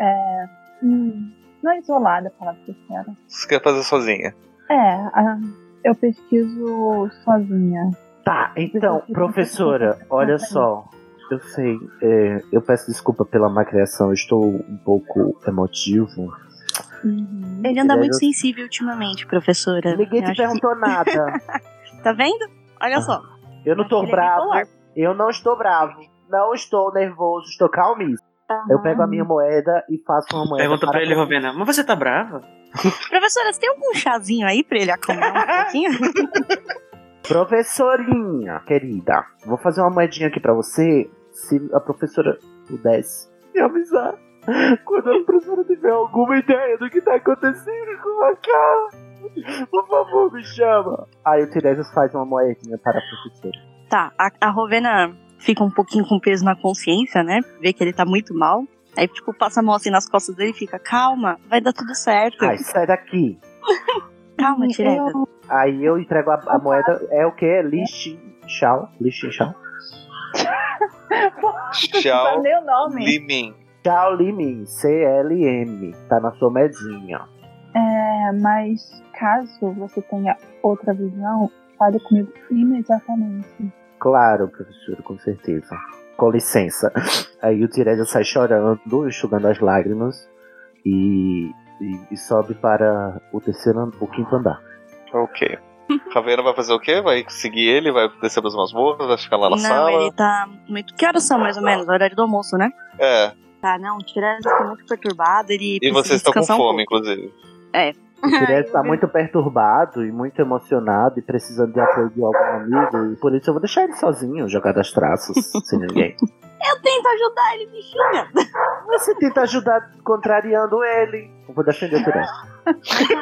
Speaker 7: É, hum, não é isolada a palavra da senhora.
Speaker 4: Você quer fazer sozinha.
Speaker 7: É, a- eu pesquiso sozinha.
Speaker 2: Tá, então, professora, olha só. Eu sei, é, eu peço desculpa pela má criação, eu estou um pouco emotivo.
Speaker 6: Ele anda
Speaker 2: Ele
Speaker 6: muito
Speaker 2: é-
Speaker 6: sensível ultimamente, professora.
Speaker 2: Ninguém
Speaker 6: Eu
Speaker 2: te
Speaker 6: acho que-
Speaker 2: perguntou nada.
Speaker 6: Tá vendo? Olha só.
Speaker 2: Eu não tô
Speaker 6: Ele é
Speaker 2: bravo,
Speaker 6: bipolar.
Speaker 2: eu não estou bravo, não estou nervoso, estou calmíssimo. Eu
Speaker 6: Aham.
Speaker 2: pego a minha moeda e faço uma moeda.
Speaker 3: Pergunta pra
Speaker 2: para
Speaker 3: ele,
Speaker 2: cada-
Speaker 3: Rovena, mas você tá brava?
Speaker 6: Professora, você tem algum chazinho aí pra ele acalmar um pouquinho?
Speaker 2: Professorinha, querida, vou fazer uma moedinha aqui pra você, se a professora pudesse me avisar. Quando a professora tiver alguma ideia do que tá acontecendo com a cara, por favor, me chama. Aí o Tiresias faz uma moedinha para a professora.
Speaker 6: Tá, a, a Rovena fica um pouquinho com peso na consciência, né? Vê que ele tá muito mal. Aí, tipo, passa a mão assim nas costas dele e fica, calma, vai dar tudo certo.
Speaker 2: Ai, sai daqui.
Speaker 6: calma, Tiresias.
Speaker 7: Eu-
Speaker 2: Aí eu entrego a, a moeda, é o que? Lixin, tchau, lixin, tchau.
Speaker 7: Não sabe
Speaker 4: Tchau,
Speaker 7: nem o nome.
Speaker 4: Limin.
Speaker 2: Tchau, Limin, C-L-M, tá na sua moedinha.
Speaker 7: É, mas caso você tenha outra visão, fale comigo imediatamente.
Speaker 2: Claro, professor, com certeza. Com licença. Aí o Tiresias sai chorando, enxugando as lágrimas e, e- e sobe para o terceiro, and- o quinto andar.
Speaker 4: Ok. Ravena vai fazer o quê? Vai seguir ele? Vai descer pras masmorras? Vai ficar lá na
Speaker 6: Não,
Speaker 4: sala?
Speaker 6: ele tá muito. Que horas são mais ou menos? Horário do almoço, né?
Speaker 4: É.
Speaker 6: Tá, não, o Tiresias tá muito perturbado, ele
Speaker 4: E
Speaker 6: precisa
Speaker 4: vocês estão com
Speaker 6: descansar um
Speaker 4: fome,
Speaker 6: pouco.
Speaker 4: inclusive.
Speaker 2: O Tiresias está
Speaker 6: vi.
Speaker 2: muito perturbado e muito emocionado e precisando de apoio de algum amigo. E por isso eu vou deixar ele sozinho, jogar das traças, sem ninguém.
Speaker 6: Eu tento ajudar ele, bichinha.
Speaker 2: Mas Você tenta ajudar contrariando ele. Eu vou defender o Tiresias.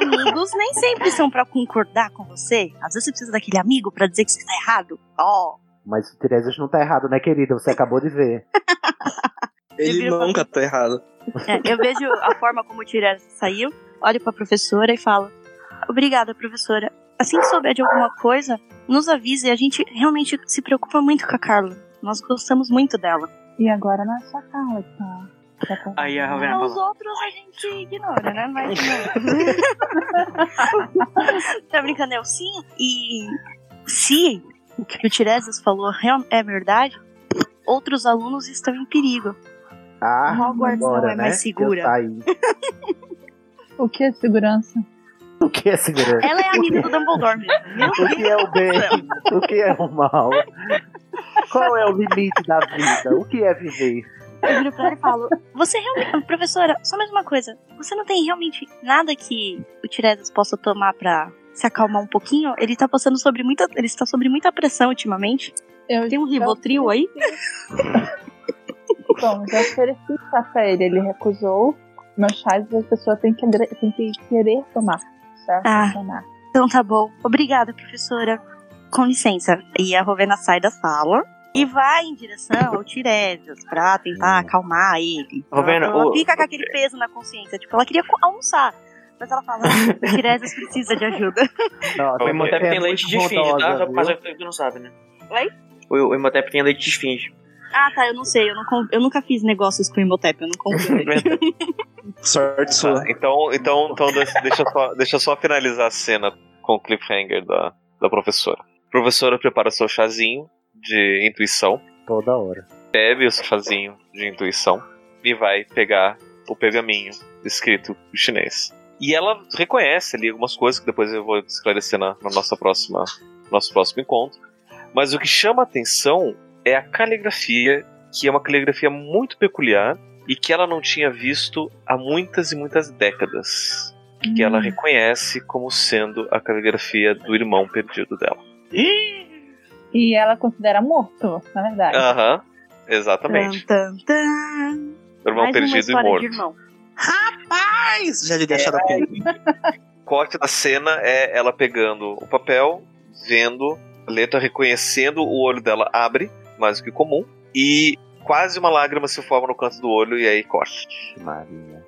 Speaker 6: Amigos nem sempre são pra concordar com você. Às vezes você precisa daquele amigo pra dizer que você tá errado. Ó,
Speaker 2: Mas o Tiresias não tá errado, né, querida? Você acabou de ver.
Speaker 5: Ele
Speaker 6: vira pra-
Speaker 5: nunca tá errado.
Speaker 6: É, eu vejo a forma como o Tiresias saiu, olho pra professora e falo: Obrigada, professora. Assim que souber de alguma coisa, nos avise. A gente realmente se preocupa muito com a Carla. Nós gostamos muito dela.
Speaker 7: E agora na sua Carla que tá. que tá com-
Speaker 3: Aí a Ravena
Speaker 6: Não, os
Speaker 3: fala,
Speaker 6: outros a gente ignora, né? Mas. tá brincando, eu sim. E se o que o Tiresias falou real- é verdade, outros alunos estão em perigo.
Speaker 2: Ah,
Speaker 6: Hogwarts não
Speaker 2: agora,
Speaker 6: é
Speaker 2: né?
Speaker 6: mais segura.
Speaker 2: Eu saí.
Speaker 7: O que é segurança?
Speaker 2: O que é segurança?
Speaker 6: Ela é amiga do Dumbledore mesmo. Meu
Speaker 2: O que é o bem? O que é o mal? Qual é o limite da vida? O que é viver?
Speaker 6: Eu viro pra ela e falo: Você realmente. Professora, só mais uma coisa. Você não tem realmente nada que o Tiresias possa tomar pra se acalmar um pouquinho? Ele tá passando sobre muita. Ele está sobre muita pressão ultimamente.
Speaker 7: Eu
Speaker 6: Tem um
Speaker 7: já-
Speaker 6: Rivotril aí?
Speaker 7: Bom, já ofereci chá pra ele, ele recusou. Meus chás a pessoa tem que, ler- tem que querer tomar pra
Speaker 6: Ah.
Speaker 7: funcionar.
Speaker 6: Então tá bom. Obrigada, professora. Com licença. E a Rovena sai da sala e vai em direção ao Tiresias pra tentar acalmar ele.
Speaker 3: Rovena,
Speaker 6: ela, ela
Speaker 3: o-
Speaker 6: fica com aquele peso na consciência. Tipo, ela queria co- almoçar. Mas ela fala, o Tiresias precisa de ajuda.
Speaker 2: Nossa,
Speaker 3: O
Speaker 2: você
Speaker 4: Oi, Imhotep
Speaker 3: Imhotep
Speaker 2: é
Speaker 3: tem
Speaker 2: muito
Speaker 3: leite de esfinge, tá?
Speaker 2: bondosa,
Speaker 3: Só
Speaker 2: viu?
Speaker 3: pra que tu não sabe, né?
Speaker 6: Oi?
Speaker 3: O o Imhotep tem leite de esfinge.
Speaker 6: Ah, tá, eu não sei. Eu, não con- eu nunca fiz negócios com o Imhotep, eu não confio nele.
Speaker 5: Sorte
Speaker 4: Tá,
Speaker 5: sua.
Speaker 4: então, então, então deixa, deixa só, deixa só finalizar a cena com o cliffhanger da, da professora. A professora prepara seu chazinho de intuição,
Speaker 2: Toda hora.
Speaker 4: bebe o seu chazinho de intuição e vai pegar o pergaminho escrito em chinês. E ela reconhece ali algumas coisas que depois eu vou esclarecer na, na nossa próxima, nosso próximo encontro. Mas o que chama a atenção é a caligrafia, que é uma caligrafia muito peculiar e que ela não tinha visto há muitas e muitas décadas. Que
Speaker 6: Hum.
Speaker 4: ela reconhece como sendo a caligrafia do irmão perdido dela.
Speaker 7: E ela considera morto, na verdade.
Speaker 4: Aham, exatamente.
Speaker 6: Tan, tan, tan.
Speaker 4: O irmão
Speaker 6: Mais uma
Speaker 4: perdido e
Speaker 6: história
Speaker 4: morto.
Speaker 6: de irmão.
Speaker 5: Mas já devia
Speaker 4: É,
Speaker 5: achar a pele.
Speaker 4: corte da cena é ela pegando o papel, vendo a letra, reconhecendo o olho dela abre, mais do que comum, e quase uma lágrima se forma no canto do olho e aí corte.
Speaker 2: Maria.